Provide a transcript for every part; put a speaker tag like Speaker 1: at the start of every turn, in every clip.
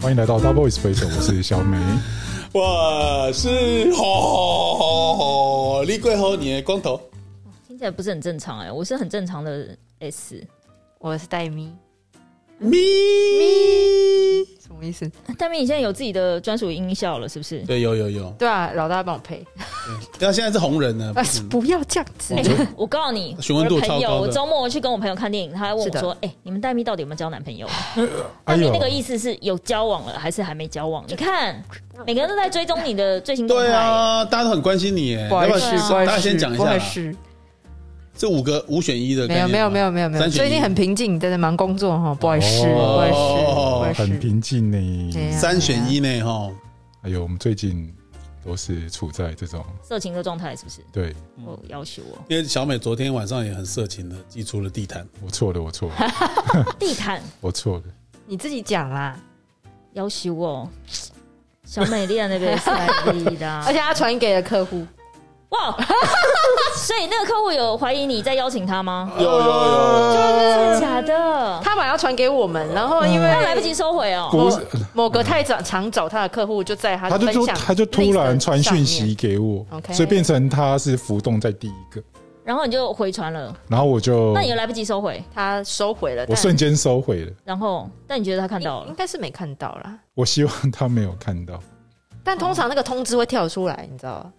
Speaker 1: 欢迎来到 Double Espresso，我是小梅。
Speaker 2: 我是吼，立贵吼你的光头，
Speaker 3: 听起来不是很正常哎、我是很正常的 S，
Speaker 4: 我是戴咪，
Speaker 2: 咪
Speaker 4: 什么意思？
Speaker 3: 但明你现在有自己的专属音效了，是不是？
Speaker 2: 对，有有有，
Speaker 4: 对啊，老大帮我配，
Speaker 2: 但现在是红人呢，
Speaker 4: 啊 不要这样子
Speaker 2: 我。
Speaker 3: 欸 我告诉你，
Speaker 2: 询问度
Speaker 3: 我的朋
Speaker 2: 超高
Speaker 3: 友，
Speaker 2: 的
Speaker 3: 我周末去跟我朋友看电影，他还问
Speaker 4: 是
Speaker 3: 我
Speaker 4: 的
Speaker 3: 说：“哎、你们黛咪到底有没有交男朋友？”
Speaker 1: 哎
Speaker 3: 黛咪
Speaker 1: 呦
Speaker 3: 那个意思是有交往了，还是还没交往？你看，每个人都在追踪你的最新动态。
Speaker 2: 对啊，大家都很关心你
Speaker 1: 哎
Speaker 2: 耶，
Speaker 4: 不
Speaker 2: 要
Speaker 4: 好
Speaker 2: 不
Speaker 4: 意
Speaker 2: 要
Speaker 4: 思，不好
Speaker 2: 大
Speaker 4: 意
Speaker 2: 家
Speaker 4: 思，
Speaker 2: 先讲一
Speaker 4: 不好
Speaker 2: 下
Speaker 4: 意
Speaker 2: 啦？
Speaker 4: 思，
Speaker 2: 这五个五选一的
Speaker 4: 没有没有没有没有没有，最近很平静，在在忙工作哈，不好意思，不
Speaker 1: 哦
Speaker 4: 好意思，不好意
Speaker 1: 很
Speaker 4: 思。
Speaker 1: 平静呢。
Speaker 4: 对啊
Speaker 2: 三选一呢哈，
Speaker 1: 哎呦，我们最近都是处在这种
Speaker 3: 色情的状态是不是？
Speaker 1: 对
Speaker 2: 嗯
Speaker 3: 我要求我
Speaker 2: 因为小美昨天晚上也很色情的寄出了地毯，
Speaker 1: 我错了，我错了，
Speaker 3: 地毯
Speaker 1: 我错了。
Speaker 4: 你自己讲啦，
Speaker 3: 要求我，小美丽的那个是来 逼的啊、
Speaker 4: 而且他传给了客户，
Speaker 3: 哇！ 所以那个客户有怀疑你在邀请他吗？
Speaker 2: 有有有，
Speaker 3: 真的假的？
Speaker 4: 他马上传给我们，然后因
Speaker 1: 嗯
Speaker 4: 为
Speaker 3: 那来不及收回哦。
Speaker 1: 不是，
Speaker 4: 某个太早常找他的客户，就在他
Speaker 1: 他就
Speaker 4: 分
Speaker 1: 突
Speaker 4: 享，
Speaker 1: 他就突然传讯息，给我，
Speaker 4: OK
Speaker 1: 所以变成他是浮动在第一个，
Speaker 3: 然后你就回传了，
Speaker 1: 然后我就
Speaker 3: 那你又来不及收回，
Speaker 4: 他收回了，
Speaker 1: 我
Speaker 4: 但
Speaker 1: 瞬间收回了。
Speaker 3: 然后但你觉得他看到
Speaker 4: 应
Speaker 3: 了，
Speaker 4: 该是没看到啦。
Speaker 1: 我希望他没有看到。
Speaker 4: 但通常那个通知会跳出来，你知道吧？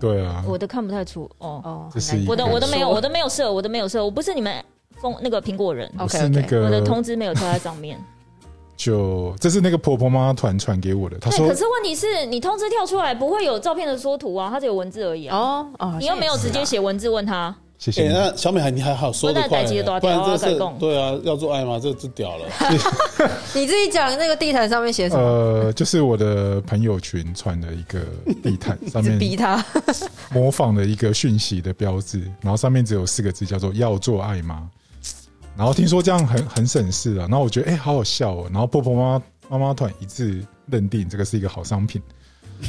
Speaker 1: 对啊，
Speaker 3: 我都看不太出哦，
Speaker 4: 哦，
Speaker 1: 这是
Speaker 4: 很
Speaker 1: 一
Speaker 4: 难
Speaker 1: 个
Speaker 3: 我的我的没有，
Speaker 4: 说
Speaker 3: 我的没有设，我的没有设，我不是你们封那个苹果人，
Speaker 1: 我
Speaker 4: OK，
Speaker 1: 是那
Speaker 4: OK
Speaker 3: 我的
Speaker 1: 个
Speaker 3: 通知没有跳在上 面。
Speaker 1: 就这是那个婆婆妈妈团传给我的，她
Speaker 3: 对，
Speaker 1: 说
Speaker 3: 可是问题是你通知跳出来不会有照片的缩图啊，它只有文字而已啊，
Speaker 4: 哦哦，
Speaker 3: 你又没有直接写文字问他，
Speaker 1: 谢谢
Speaker 2: 哎，
Speaker 1: 你，
Speaker 2: 那小美还你还好说的快，不然这是对啊，要做爱吗？这这屌 了，
Speaker 4: 你自己讲那个地毯上面写什么？
Speaker 1: 呃，就是我的朋友群传了一个地毯，上
Speaker 2: 哦
Speaker 4: 一直
Speaker 1: 面
Speaker 4: 逼他，
Speaker 1: 模仿了一个讯息的标志，然后上面只有四个字，叫做“要做爱吗”。然后听说这样很很省事啊，然后我觉得哎、好好笑哦。然后婆婆妈妈妈团一致认定这个是一个好商品，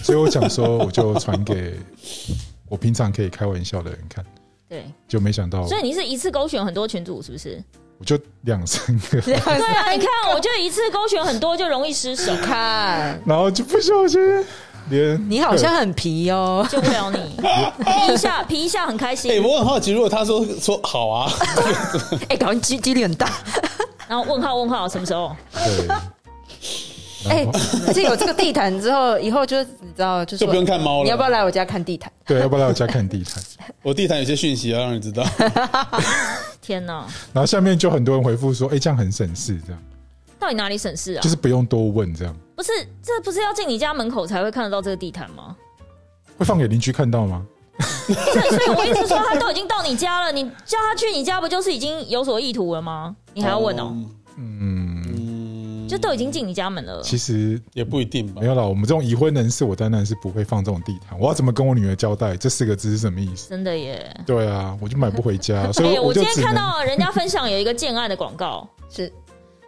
Speaker 1: 所以我想说，我就传给我平常可以开玩笑的人看，
Speaker 3: 对，
Speaker 1: 就没想到
Speaker 3: 所以你是一次勾选很多群主是不是？
Speaker 1: 我就两三个，
Speaker 3: 对
Speaker 4: 对
Speaker 3: 啊， 你看我就一次勾选很多就容易失手，
Speaker 4: 看，
Speaker 1: 然后就不小心连
Speaker 4: 你好像很皮哦。
Speaker 3: 救不了 你，皮一下皮一下很开
Speaker 2: 哎，
Speaker 3: 心，
Speaker 2: 我很好奇，如果他说说好 啊，
Speaker 4: 哎，搞你几几率 很大。
Speaker 3: 然后问号问号什么时候？
Speaker 1: 对，
Speaker 4: 哎
Speaker 1: 然后，
Speaker 4: 而且有这个地毯之后，以后就你知道，就
Speaker 2: 就不用看猫
Speaker 4: 你要不要
Speaker 2: 了。
Speaker 4: 来我家看地毯？
Speaker 1: 对，要不要来我家看地 毯？
Speaker 2: 我地毯有些讯息要让你知 道，
Speaker 3: 天哪，
Speaker 1: 然后下面就很多人回复说，哎、这样很省事，这样
Speaker 3: 到底哪里省事啊？
Speaker 1: 就是不用多问，这样
Speaker 3: 不是，这不是要进你家门口才会看得到这个地毯吗？
Speaker 1: 会放给邻居看到吗？
Speaker 3: 所以，所以我一直说他都已经到你家了，你叫他去你家，不就是已经有所意图了吗？你还要问哦？
Speaker 1: 嗯，
Speaker 2: 嗯，
Speaker 3: 就都已经进你家门了，
Speaker 1: 其实
Speaker 2: 也不一定吧
Speaker 1: 没。有啦，我们这种已婚人士，我当然是不会放这种地毯。我要怎么跟我女儿交代这四个字是什么意思？
Speaker 3: 真的耶！
Speaker 1: 对啊，我就买不回 家，所
Speaker 3: 嗯哎、
Speaker 1: 以
Speaker 3: 我
Speaker 1: 就
Speaker 3: 今天
Speaker 1: 只
Speaker 3: 看
Speaker 1: 能
Speaker 3: 到人家分享有一个建案的广告，
Speaker 4: 是，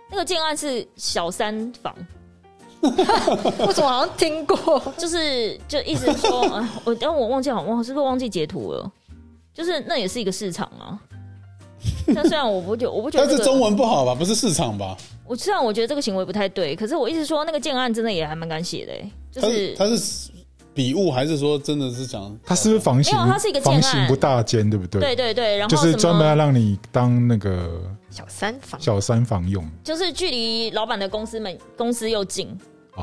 Speaker 3: 那个建案是小三房，
Speaker 4: 我怎么好像听过？
Speaker 3: 就是就一直说， 呃我但我忘记好忘是不是忘记截图了？就是那也是一个市场啊。但虽然我不觉我不觉得、
Speaker 2: 但
Speaker 3: 这
Speaker 2: 是
Speaker 3: 个
Speaker 2: 中文不好吧？不是市场吧？
Speaker 3: 我虽然我觉得这个行为不太对，可是我一直说那个建案真的也还蛮敢写的、欸，就
Speaker 2: 他是
Speaker 3: 是
Speaker 2: 他是笔误还是说真的是讲
Speaker 1: 她是不是房型
Speaker 3: 没有它是一个建
Speaker 1: 房
Speaker 3: 案
Speaker 1: 型不大间，对不对？
Speaker 3: 对对对，然后
Speaker 1: 就
Speaker 3: 什么
Speaker 1: 是专门要让你当那个
Speaker 4: 小三房，
Speaker 1: 小三房用，
Speaker 3: 就是距离老板的公司门公司又近，
Speaker 1: 因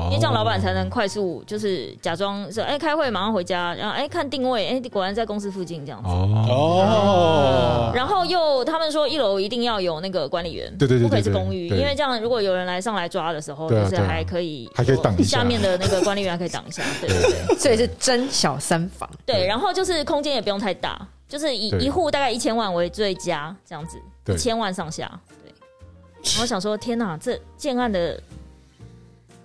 Speaker 3: 因为
Speaker 1: 哦
Speaker 3: 这样老板才能快速就是假装是哎、开会马上回家，然后哎、看定位哎、果然在公司附近这样子。
Speaker 1: 哦，
Speaker 4: 啊
Speaker 2: 哦？
Speaker 3: 然后又他们说一楼一定要有那个管理员，
Speaker 1: 对对对
Speaker 3: 不可以是
Speaker 1: 对对
Speaker 3: 公寓，
Speaker 1: 对
Speaker 3: 因为这样如果有人来上来抓的时候，
Speaker 1: 对啊
Speaker 3: 就是
Speaker 1: 对啊
Speaker 3: 还可以
Speaker 1: 还可以挡一下
Speaker 3: 下面的那个管理员还可以挡一下，对对对。
Speaker 4: 所以是真小三房。
Speaker 3: 对，然后就是空间也不用太大，就是以
Speaker 1: 对
Speaker 3: 一户大概一千万为最佳这样子，
Speaker 1: 对
Speaker 3: 一千万上下。 对，然后想说，天哪，这建案的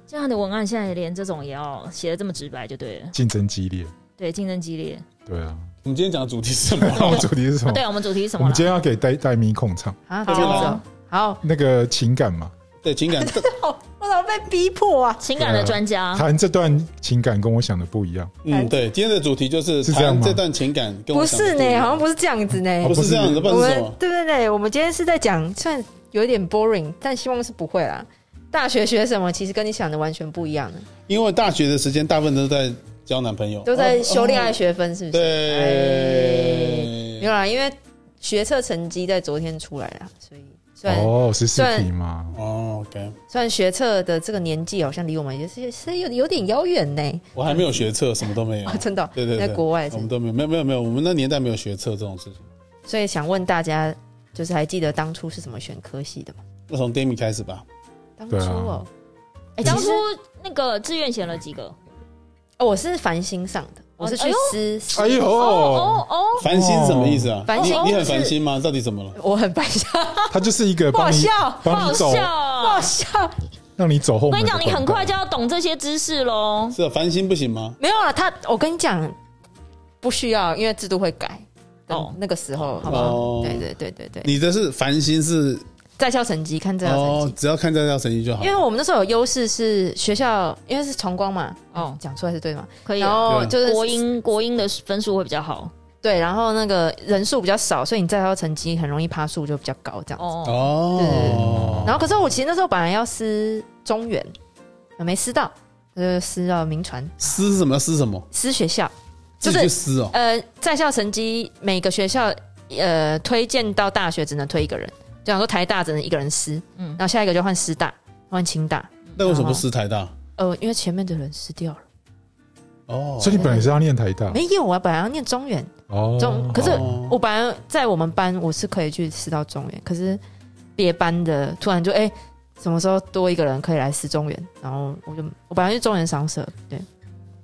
Speaker 3: 建案的文案现在连这种也要写的这么直白，就对了。
Speaker 1: 竞争激烈，
Speaker 3: 对，竞争激烈。
Speaker 1: 对啊。
Speaker 2: 我们今天讲的主题是什么？
Speaker 1: 那我们主题是什
Speaker 3: 啊、
Speaker 1: 么？
Speaker 3: 对，我们主题是什
Speaker 1: 哦我
Speaker 3: 么
Speaker 1: 们今
Speaker 3: 啦？
Speaker 1: 天要给戴戴咪控场，
Speaker 4: 啊，这样子哦。好，
Speaker 1: 那个情感嘛，
Speaker 2: 对情 感，
Speaker 4: 我怎么被逼迫啊？
Speaker 3: 情感
Speaker 1: 呃
Speaker 3: 的专家，
Speaker 1: 谈这段情感跟我想的不一样。
Speaker 2: 嗯，对，今天的主题就是
Speaker 1: 是这样
Speaker 2: 谈
Speaker 1: 吗
Speaker 2: 这段情感跟我
Speaker 4: 不
Speaker 2: 想的
Speaker 4: 是
Speaker 2: 一
Speaker 4: 呢，
Speaker 2: 样
Speaker 4: 好像不是这样子呢。
Speaker 1: 哦
Speaker 2: 不是这样的，不
Speaker 4: 我
Speaker 2: 然是什
Speaker 4: 们
Speaker 2: 么？
Speaker 4: 对对对，我们今天是在讲，虽然有一点 boring，但希望是不会啦。大学学什么，其实跟你想的完全不一样的，
Speaker 2: 因为大学的时间大部分都在交男朋友，
Speaker 4: 都在修恋
Speaker 2: 哦
Speaker 4: 爱
Speaker 2: 哦
Speaker 4: 学分，是不是？哎
Speaker 2: 对，
Speaker 4: 没有啦，因为学测成绩在昨天出来了，所以虽然、
Speaker 1: 哦，十四
Speaker 4: 虽然
Speaker 1: 题嘛，
Speaker 2: 哦，OK，
Speaker 4: 虽然学测的这个年纪好像离我们也是是有有点遥远呢，
Speaker 2: 我还没有学测，什么都没有
Speaker 4: 啊，。 真的哦、
Speaker 2: 对对对，
Speaker 4: 在国外是
Speaker 2: 我们都没有，没有没有没有，我们那年代没有学测这种事情。
Speaker 4: 所以想问大家，就是还记得当初是怎么选科系的吗？
Speaker 2: 那从 Demi 开始吧，
Speaker 4: 当初哦，哎、
Speaker 3: 当
Speaker 4: 其
Speaker 3: 初
Speaker 4: 实
Speaker 3: 那个志愿选了几个？
Speaker 4: 哦我是繁星上的，我是去
Speaker 3: 哎呦
Speaker 4: 私，
Speaker 1: 哎呦，
Speaker 3: 哦哦，
Speaker 2: 烦心是什么意思啊？
Speaker 4: 烦
Speaker 2: 你
Speaker 4: 心
Speaker 2: 你很
Speaker 3: 是
Speaker 2: 烦心吗？到底怎么了？
Speaker 4: 我很白瞎，
Speaker 1: 他就是一个
Speaker 4: 不好
Speaker 1: 帮你
Speaker 4: 笑，哦
Speaker 3: 不
Speaker 1: 帮
Speaker 3: 好
Speaker 1: 你走
Speaker 3: 笑，啊
Speaker 4: 不好笑，
Speaker 1: 让你走后
Speaker 3: 我跟
Speaker 1: 门的
Speaker 3: 你讲，
Speaker 1: 管道。
Speaker 3: 你很快就要懂这些知识喽。
Speaker 2: 是啊，烦心不行吗？
Speaker 4: 没有了。他，我跟你讲，不需要，因为制度会改。
Speaker 3: 哦
Speaker 4: 哦，那个时候，好不
Speaker 2: 哦
Speaker 4: 好？对对对对对，
Speaker 2: 你的是烦心是
Speaker 4: 在校成绩看在
Speaker 3: 啊
Speaker 4: 校成
Speaker 2: 哦
Speaker 4: 绩，，
Speaker 2: 只要看这条成绩就好
Speaker 4: 因。为我们那时候有优势是学校，因为是崇光嘛，
Speaker 3: 哦，
Speaker 4: 讲出来是对的嘛。
Speaker 3: 可以
Speaker 4: 然
Speaker 3: 啊。
Speaker 4: 后
Speaker 2: 对
Speaker 4: 就是
Speaker 3: 国英国英的分数会比较好
Speaker 4: 对，然后那个人数比较少，所以你在校成绩很容易趴数就比较高这样。
Speaker 3: 哦。
Speaker 2: 哦，
Speaker 4: 然后可是我其实那时候本来要撕中原，没撕到，呃，撕到民传，
Speaker 2: 撕什么撕什么，
Speaker 4: 撕学校，
Speaker 2: 自
Speaker 4: 就
Speaker 2: 己去
Speaker 4: 是
Speaker 2: 撕哦。
Speaker 4: 呃，在校成绩每个学校呃推荐到大学只能推一个人，就想说台大只能一个人撕，
Speaker 3: 嗯
Speaker 4: 嗯，然后下一个就换师大，换清大，
Speaker 2: 那为什么不撕台大？
Speaker 4: 呃，因为前面的人撕掉了，
Speaker 2: 哦，
Speaker 1: 所以你本来是要念台大
Speaker 4: 没有啊，本来要念中原，
Speaker 1: 哦，
Speaker 4: 中可是
Speaker 2: 哦
Speaker 4: 我本来在我们班我是可以去撕到中原，可是别班的突然就哎、什么时候多一个人可以来撕中原？然后我就我本来是中原商社，对，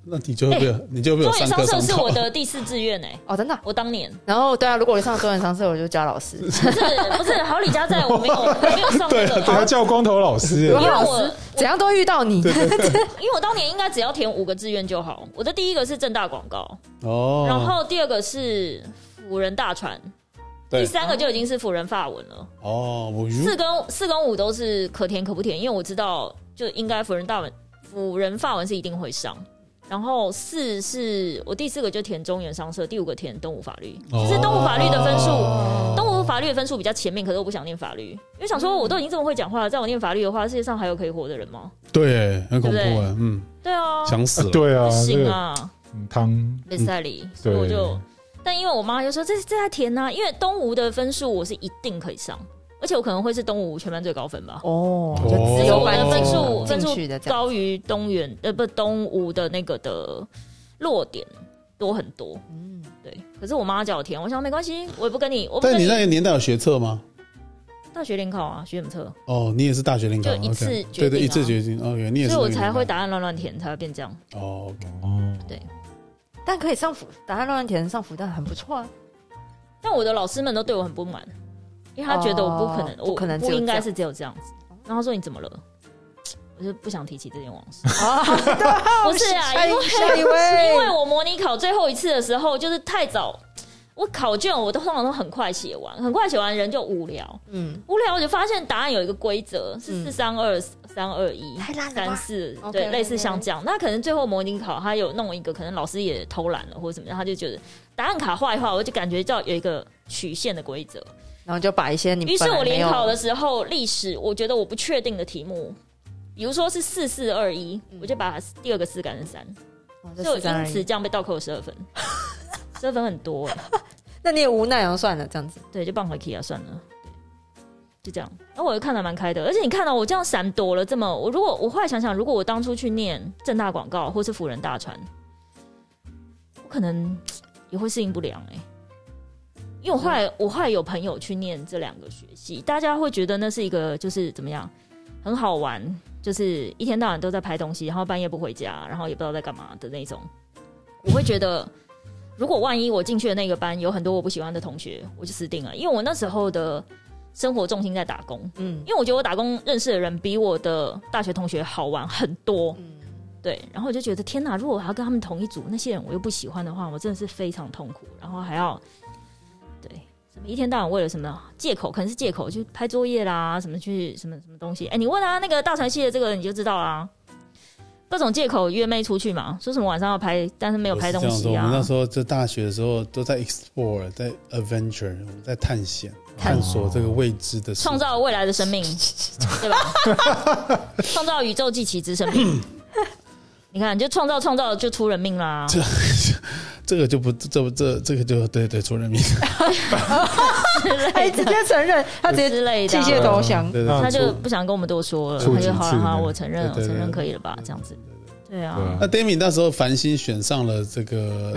Speaker 2: 那你就会被、你就会被
Speaker 3: 中
Speaker 2: 我
Speaker 3: 原
Speaker 2: 上
Speaker 3: 商
Speaker 2: 课
Speaker 3: 社
Speaker 2: 上
Speaker 3: 是
Speaker 2: 到
Speaker 3: 我的第四志愿哎，
Speaker 4: 哦，真的啊、
Speaker 3: 我当年
Speaker 4: 然后对啊，如果我上中原商社，我就教老师。
Speaker 3: 不是不是好李家在，我没有我没有上那
Speaker 1: 对啊，对
Speaker 3: 个，
Speaker 1: 他叫光头老 师
Speaker 3: 因
Speaker 4: 对
Speaker 1: 欸，
Speaker 3: 为
Speaker 4: 老
Speaker 3: 我
Speaker 4: 怎样都遇到你。
Speaker 3: 因为我当年应该只要填五个志愿就好。我的第一个是正大广告，
Speaker 2: 哦，
Speaker 3: 然后第二个是辅仁大传，
Speaker 2: 对
Speaker 3: 第三个就已经是辅仁法文了。
Speaker 2: 哦，我
Speaker 3: 四跟四跟五都是可填可不填，因为我知道就应该辅仁大文、辅仁法文是一定会上。然后四是我第四个就填中原商社，第五个填东吴法律。
Speaker 2: 哦
Speaker 3: 其实东吴法律的分数，
Speaker 2: 哦
Speaker 3: 东吴法律的分数比较前面，可是我不想念法律，因为想说我都已经这么会讲话了，在我念法律的话，世界上还有可以活的人吗？
Speaker 2: 对，很恐怖
Speaker 3: 对不
Speaker 2: 哎，嗯，
Speaker 3: 对啊，
Speaker 2: 想死
Speaker 1: 啊
Speaker 2: 了。
Speaker 1: 对啊，
Speaker 3: 不
Speaker 1: 这
Speaker 3: 行
Speaker 1: 个
Speaker 3: 啊。
Speaker 1: 嗯汤
Speaker 3: 被塞里，所以我就，但因为我妈就说这这在填呐、因为东吴的分数我是一定可以上，而且我可能会是东吴全班最高分吧，
Speaker 4: 哦，
Speaker 1: 哦
Speaker 4: 就自
Speaker 3: 只是
Speaker 4: 由
Speaker 3: 我
Speaker 4: 班
Speaker 3: 的分数
Speaker 1: 哦
Speaker 3: 分
Speaker 4: 进
Speaker 3: 数
Speaker 4: 去的这样。
Speaker 3: 高于东原呃不东吴的那个的落点多很多，
Speaker 4: 嗯，
Speaker 3: 对。可是我妈叫我填，我想没关系，我也不跟你，我不
Speaker 2: 但
Speaker 3: 跟
Speaker 2: 你那个年代有学测吗？
Speaker 3: 大学联考啊，学什么测，
Speaker 2: 哦，你也是大学领考，
Speaker 3: 就一次
Speaker 2: OK 对
Speaker 3: 决定啊
Speaker 2: 对，一次决定。OK，你也是
Speaker 3: 所以
Speaker 2: 那
Speaker 3: 我
Speaker 2: 个年代，
Speaker 3: 才会答案乱乱填，才会变这样。
Speaker 2: 哦，OK，
Speaker 1: 哦，
Speaker 3: 对
Speaker 4: 但可以上辅，打开乱乱填上辅大很不错啊。
Speaker 3: 但我的老师们都对我很不满，因为他觉得我不可能，
Speaker 4: 哦
Speaker 3: 我
Speaker 4: 不可能
Speaker 3: 不
Speaker 4: 只有
Speaker 3: 应该
Speaker 4: 这样
Speaker 3: 是只有这样子。然后他说你怎么了？我就不想提起这件往事。
Speaker 4: 啊，
Speaker 3: 不是啊，因为
Speaker 4: 下一位，
Speaker 3: 因为我模拟考最后一次的时候，就是太早，我考卷我都通常都很快写完，很快写完人就无聊，
Speaker 4: 嗯，
Speaker 3: 无聊我就发现答案有一个规则是
Speaker 4: 嗯
Speaker 3: 四三二三二一
Speaker 4: 太烂了吧
Speaker 3: 三四，
Speaker 4: OK，
Speaker 3: 对，
Speaker 4: OK，
Speaker 3: 类似像这样。那可能最后模拟考他有弄一个，可能老师也偷懒了或者怎么样，他就觉得答案卡画一画，我就感觉到有一个曲线的规则。
Speaker 4: 然后就把一些你
Speaker 3: 于是
Speaker 4: 本来
Speaker 3: 我
Speaker 4: 没
Speaker 3: 联
Speaker 4: 有
Speaker 3: 考的时候，历史我觉得我不确定的题目，比如说是四四二一，
Speaker 4: 嗯
Speaker 3: 我就把第二个四改成三。
Speaker 4: 哦
Speaker 3: 就
Speaker 4: 就
Speaker 3: 因
Speaker 4: 因
Speaker 3: 此
Speaker 4: 此，
Speaker 3: 这样被倒扣十二分，十二分很多哎、
Speaker 4: 那你也无奈，然后算了，这样子。
Speaker 3: 对，就放回 K 啊，算了，对，就这样。然后我就看的蛮开的，而且你看到哦我这样闪躲了这么，我如果我后来想想，如果我当初去念正大广告或是辅仁大传，我可能也会适应不良哎、因为我后来我后来有朋友去念这两个学系，大家会觉得那是一个就是怎么样很好玩，就是一天到晚都在拍东西，然后半夜不回家，然后也不知道在干嘛的那种。我会觉得，如果万一我进去的那个班有很多我不喜欢的同学，我就死定了，因为我那时候的生活重心在打工。
Speaker 4: 嗯
Speaker 3: 因为我觉得我打工认识的人比我的大学同学好玩很多，
Speaker 4: 嗯，
Speaker 3: 对，然后我就觉得天哪，如果我还要跟他们同一组，那些人我又不喜欢的话，我真的是非常痛苦，然后还要对什么一天到晚为了什么借口，可能是借口去拍作业啦，什么去什么什么东西，哎，你问啊那个大传系的这个你就知道啦。各种借口约妹出去嘛，说什么晚上要拍，但是没有拍东
Speaker 2: 我是这
Speaker 3: 西
Speaker 2: 样说我们
Speaker 3: 啊
Speaker 2: 那。时候在大学的时候都在 explore，在 adventure，我们在探险，
Speaker 3: 探
Speaker 2: 探索这个未知的世界
Speaker 3: 创。造未来的 生命，对吧？创造宇宙际奇之生 命。你看，就创造创造就出人命 啦。
Speaker 2: 这这个就不这不这这个就对对出人 命，
Speaker 4: 哎，直接 承认，他直接
Speaker 3: 之类的
Speaker 4: 器
Speaker 3: 啊，
Speaker 4: 械投降。
Speaker 2: 对对
Speaker 1: 那
Speaker 3: 他
Speaker 2: 对。
Speaker 3: 就不想跟我们多说了，
Speaker 1: 触
Speaker 3: 他
Speaker 1: 及
Speaker 3: 就好了
Speaker 1: 自
Speaker 3: 好了，
Speaker 1: 能
Speaker 3: 我承认，我
Speaker 2: 对对
Speaker 3: 承认
Speaker 2: 对
Speaker 3: 可以了吧？这样子，对
Speaker 1: 对
Speaker 3: 啊
Speaker 1: 啊，
Speaker 2: 那 Demi 那时候繁星选上了这 个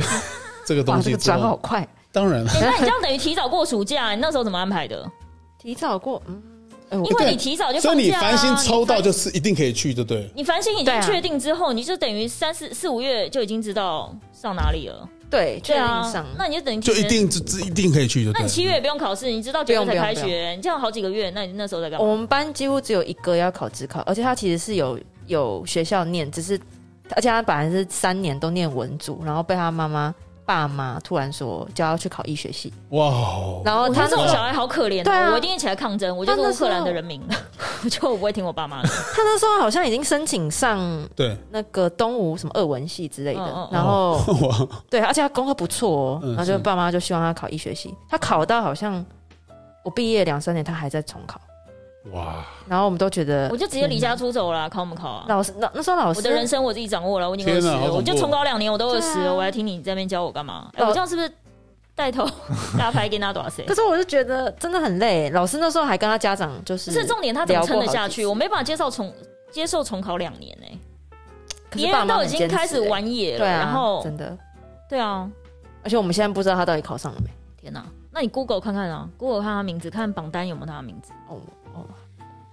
Speaker 2: 这个
Speaker 4: 哇，
Speaker 2: 东
Speaker 4: 这
Speaker 2: 西
Speaker 4: 个
Speaker 2: 之
Speaker 4: 转好
Speaker 2: 后，
Speaker 4: 快，
Speaker 2: 当然了，
Speaker 3: 欸那你这样等于提早过暑假，你那时候怎么安排的？
Speaker 4: 提早过，嗯，哎，我
Speaker 3: 因为
Speaker 2: 对
Speaker 3: 你提早就
Speaker 2: 所以你
Speaker 3: 放假啊
Speaker 2: 繁星抽到
Speaker 3: 你繁
Speaker 2: 就是一定可以去，对不对？
Speaker 3: 你繁星已
Speaker 4: 对
Speaker 3: 经
Speaker 4: 啊
Speaker 3: 确定之后，你就等于三四四五月就已经知道上哪里了，
Speaker 4: 对，确
Speaker 3: 对
Speaker 4: 定
Speaker 3: 啊
Speaker 4: 上，，
Speaker 3: 那你就等于
Speaker 2: 就
Speaker 3: 提
Speaker 2: 一
Speaker 3: 前。
Speaker 2: 定这这一定可以去，对不
Speaker 3: 那你
Speaker 2: 对？
Speaker 3: 七月也不用考试，你知道九月
Speaker 4: 嗯不用
Speaker 3: 才开
Speaker 4: 不用哦
Speaker 3: 学，你这样好几个月，那你那时候在干嘛？
Speaker 4: 我们班几乎只有一个要考职考，而且他其实是有有学校念，只是而且他本来是三年都念文组，然后被他妈妈爸妈突然说叫他去考医学系，
Speaker 2: 哇哦，
Speaker 4: 然后
Speaker 3: 我觉
Speaker 4: 他
Speaker 3: 得这
Speaker 4: 那
Speaker 3: 种
Speaker 4: 时
Speaker 3: 小
Speaker 4: 候
Speaker 3: 孩好可怜、哦，
Speaker 4: 对啊
Speaker 3: 我一定要起来抗争，我就是
Speaker 4: 他那
Speaker 3: 乌
Speaker 4: 时候
Speaker 3: 克兰的人民，我 就我不会听我爸 妈的。
Speaker 4: 他那时候好像已经申请上
Speaker 2: 对，
Speaker 4: 那个东吴什么俄文系之类的，
Speaker 3: 嗯嗯嗯
Speaker 4: 然后
Speaker 2: 哇，哦
Speaker 4: 对，而且他功课不错哦，
Speaker 2: 嗯
Speaker 4: 然后
Speaker 2: 是
Speaker 4: 就爸妈就希望他考医学系，他考到好像我毕业两三年，他还在重考，
Speaker 1: 哇，
Speaker 4: 然后我们都觉得
Speaker 3: 我就直接离
Speaker 4: 天
Speaker 3: 家出走
Speaker 4: 嗯
Speaker 3: 了，考我们考啊
Speaker 4: 哪。老师那那时候老师
Speaker 3: 我的人生我自己掌握了，我已经
Speaker 2: 天
Speaker 3: 二
Speaker 2: 哪
Speaker 4: 啊
Speaker 2: 好
Speaker 3: 十
Speaker 2: 恐
Speaker 3: 了，
Speaker 2: 怖
Speaker 3: 我就重考两年，我都二十
Speaker 4: 哦对啊
Speaker 3: 了，我还听你在那边教我干嘛？哎、
Speaker 4: 老
Speaker 3: 我这样是不是带 头大牌给他多少岁
Speaker 4: 可？是我就觉得真的很累，老师那时候还跟他家长就是
Speaker 3: 不是重点，他怎么撑得下
Speaker 4: 聊过好几次
Speaker 3: 去？我没办法接受重接受重考两年哎、
Speaker 4: 可是
Speaker 3: 别
Speaker 4: 爸
Speaker 3: 人
Speaker 4: 妈
Speaker 3: 都
Speaker 4: 很
Speaker 3: 已经
Speaker 4: 坚持
Speaker 3: 开始
Speaker 4: 欸
Speaker 3: 玩野了，
Speaker 4: 对啊，
Speaker 3: 然后
Speaker 4: 真的，
Speaker 3: 对啊，
Speaker 4: 而且我们现在不知道他到底考上了没。
Speaker 3: 天哪、那你 Google 看看啊，Google 看他名字，看榜单有没有他的名字
Speaker 4: 哦哦，